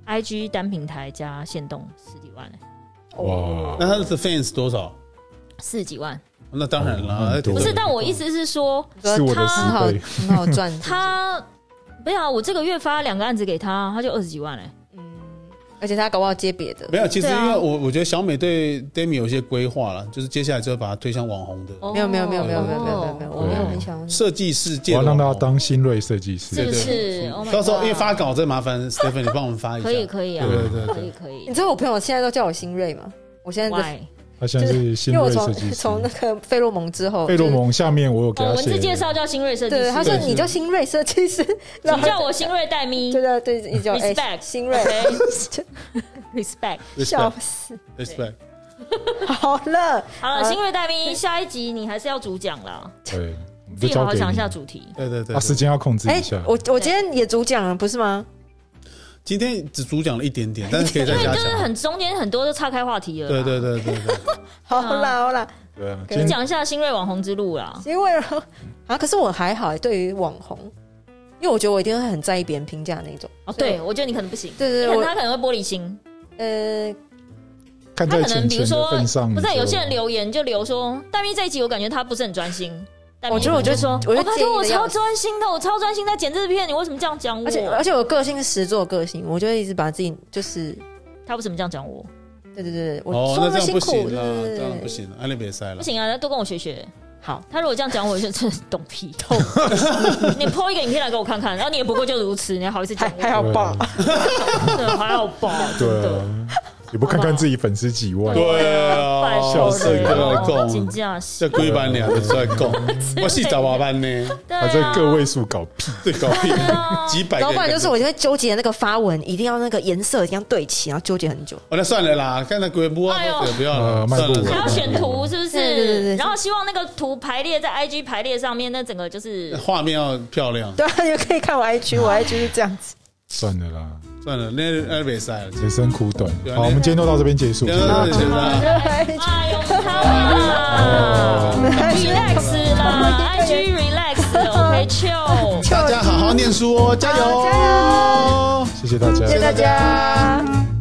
Speaker 3: IG 单平台加限动十几万、欸
Speaker 1: 哇
Speaker 2: 那他的 fans 多少？
Speaker 3: 四十几万，
Speaker 2: 那当然哎
Speaker 1: 哦
Speaker 2: 了
Speaker 1: 很，多
Speaker 3: 不是？
Speaker 1: 对
Speaker 3: 但我意思是说，
Speaker 1: 是我的
Speaker 4: 很好
Speaker 1: 十倍。
Speaker 4: 很好赚。是不是
Speaker 3: 他没有啊，我这个月发两个案子给他，他就二十几万嘞、欸
Speaker 4: 而且他搞不好接别的
Speaker 2: 没。有，其实
Speaker 3: 对
Speaker 2: 因
Speaker 3: 啊
Speaker 2: 为我我觉得小美对 Demi 有一些规划了，就是接下来就要把它推向网红的
Speaker 3: 哦
Speaker 4: 没有没有没有没有没有没有没有没有，我没有
Speaker 1: 对
Speaker 4: 很想要。
Speaker 2: 设计世界
Speaker 1: 我
Speaker 2: 的
Speaker 1: 要
Speaker 2: 网
Speaker 1: 让
Speaker 2: 红，
Speaker 1: 他当新锐设计师，
Speaker 3: 是不
Speaker 2: 对
Speaker 3: 是？Oh my
Speaker 2: 到时候因为
Speaker 3: God
Speaker 2: 发稿再麻烦 Stephen 你帮我们发一下，
Speaker 3: 可以可以啊，
Speaker 2: 对对对
Speaker 3: 可
Speaker 2: 对
Speaker 3: 以可
Speaker 4: 你
Speaker 3: 以。
Speaker 4: 知道我朋友现在都叫我新锐吗？我现在的
Speaker 3: Why？
Speaker 1: 他现在是新
Speaker 4: 因为我
Speaker 1: 锐设
Speaker 4: 从
Speaker 1: 计师。
Speaker 4: 从那个费洛蒙之后，
Speaker 1: 费洛蒙下面我有给
Speaker 3: 哦，
Speaker 1: 他
Speaker 3: 文
Speaker 1: 写
Speaker 3: 字介绍叫新锐设
Speaker 4: 就
Speaker 3: 计
Speaker 4: 是，
Speaker 3: 师，
Speaker 4: 对，他说
Speaker 1: 对
Speaker 4: 你叫新锐设计师，然
Speaker 3: 你
Speaker 4: 后
Speaker 3: 叫我新锐戴咪
Speaker 4: 对对对，你叫哎
Speaker 3: Respect
Speaker 4: 新锐，
Speaker 3: ，respect。
Speaker 4: 笑
Speaker 2: respect
Speaker 4: 死，
Speaker 2: respect，
Speaker 4: 好了，
Speaker 3: 好了，新锐戴咪，下一集你还是要主讲啦，
Speaker 1: 对，我们
Speaker 3: 自
Speaker 1: 就
Speaker 3: 己好
Speaker 1: 交
Speaker 3: 好
Speaker 1: 给
Speaker 3: 想一
Speaker 1: 你
Speaker 3: 下。主题。
Speaker 2: 对对对
Speaker 1: 啊，时
Speaker 2: 对。
Speaker 1: 间要控制
Speaker 4: 哎
Speaker 1: 一下，。
Speaker 4: 我我今天也主讲了，不是吗？
Speaker 2: 今天只主讲了一点点，但是可以再
Speaker 3: 因为
Speaker 2: 加
Speaker 3: 就是
Speaker 2: 强。
Speaker 3: 很中间很多都岔开话题了，
Speaker 2: 对对，对对对，
Speaker 4: 好啦好啦，
Speaker 1: 对啊，
Speaker 4: 可
Speaker 1: 今
Speaker 4: 以
Speaker 1: 天
Speaker 3: 讲一下新锐网红之路啦。
Speaker 4: 因为啊，可是我还好，对于网红，因为我觉得我一定会很在意别人评价那种。
Speaker 3: 哦，
Speaker 4: 所以
Speaker 3: 对，我觉得你可能不行，
Speaker 4: 对对
Speaker 3: 因
Speaker 4: 对，
Speaker 3: 为
Speaker 4: 我
Speaker 3: 他可能会玻璃心，
Speaker 4: 呃，
Speaker 1: 看
Speaker 3: 他
Speaker 1: 在
Speaker 3: 可能
Speaker 1: 钱
Speaker 3: 比
Speaker 1: 钱
Speaker 3: 如说
Speaker 1: 的份上，
Speaker 4: 嗯
Speaker 3: 不
Speaker 1: 你
Speaker 3: 是
Speaker 1: 就
Speaker 3: 有些人留言就留说，戴咪这一集我感觉他不是很专心。戴咪
Speaker 4: 我觉得我
Speaker 3: 就
Speaker 4: 就
Speaker 3: 会说，
Speaker 4: 我就
Speaker 3: 拜
Speaker 4: 介意
Speaker 3: 托我
Speaker 4: 的
Speaker 3: 超
Speaker 4: 要死
Speaker 3: 专心的，我超专心在剪这片，你为什么这样讲我
Speaker 4: 而？且而且我个性是实作个性，我就会一直把自己就是，
Speaker 3: 他为什么这样讲我？
Speaker 4: 对对对， 我
Speaker 2: 哦，那
Speaker 4: 说么
Speaker 2: 这样
Speaker 4: 辛
Speaker 2: 不
Speaker 4: 苦，
Speaker 2: 行
Speaker 4: 对
Speaker 2: 啊，
Speaker 4: 对
Speaker 2: 这样
Speaker 4: 对
Speaker 2: 不
Speaker 4: 对，
Speaker 2: 行，安利别塞
Speaker 3: 不
Speaker 2: 了。
Speaker 3: 行啊，多跟我学学。
Speaker 4: 好，
Speaker 3: 他如果这样讲我，我就真的懂 屁懂。 你 p 一个影片来给我看看，然后你也不过就如此，你还好意思
Speaker 4: 还
Speaker 3: 讲我？
Speaker 4: 还好吧，
Speaker 3: 真的还好吧？真
Speaker 1: 啊对
Speaker 3: 的。
Speaker 1: 啊，也不看看自己粉丝几万，
Speaker 2: 对
Speaker 3: 拜
Speaker 2: 啊，
Speaker 4: 哦
Speaker 3: 托
Speaker 1: 笑死
Speaker 2: 这
Speaker 1: 了
Speaker 2: 个
Speaker 3: 真
Speaker 2: 供，
Speaker 1: 啊
Speaker 3: 正是
Speaker 2: 这龟板娘的在供， 我是咋八班呢？
Speaker 3: 对
Speaker 1: 还在
Speaker 3: 啊，
Speaker 1: 个位数搞屁，
Speaker 2: 对，搞屁，几百个。
Speaker 4: 啊老板就是我就会纠结那个发文一定要那个颜色一定要对齐，然后纠结很久。
Speaker 2: 哦，那算了啦，刚才鬼不啊
Speaker 3: 哎呦，
Speaker 2: 不要了，
Speaker 1: 呃漫
Speaker 2: 算
Speaker 1: 步
Speaker 2: 了，
Speaker 3: 还
Speaker 2: 算
Speaker 3: 要
Speaker 2: 了
Speaker 3: 选图是不是？
Speaker 4: 对对对对
Speaker 3: 然后希望那个图排列在 IG 排列上面，那整个 就是
Speaker 2: 画面要漂亮，
Speaker 4: 对啊，你们可以看我 IG，我 IG 是这样子。
Speaker 1: 算了啦，
Speaker 2: 算了，那那别塞了。
Speaker 1: 人生苦短
Speaker 2: 对。啊啊
Speaker 1: 好，
Speaker 2: 那
Speaker 1: 我们今天就到这边结束。
Speaker 2: 行了，行了，
Speaker 3: 哎呦，他啦，relax 啦，IG 哎
Speaker 4: 哎
Speaker 3: relax，OK chill。
Speaker 2: 大家好好念书哦，加油，
Speaker 4: 好加
Speaker 2: 油。
Speaker 1: 谢谢大家，
Speaker 4: 谢谢大家。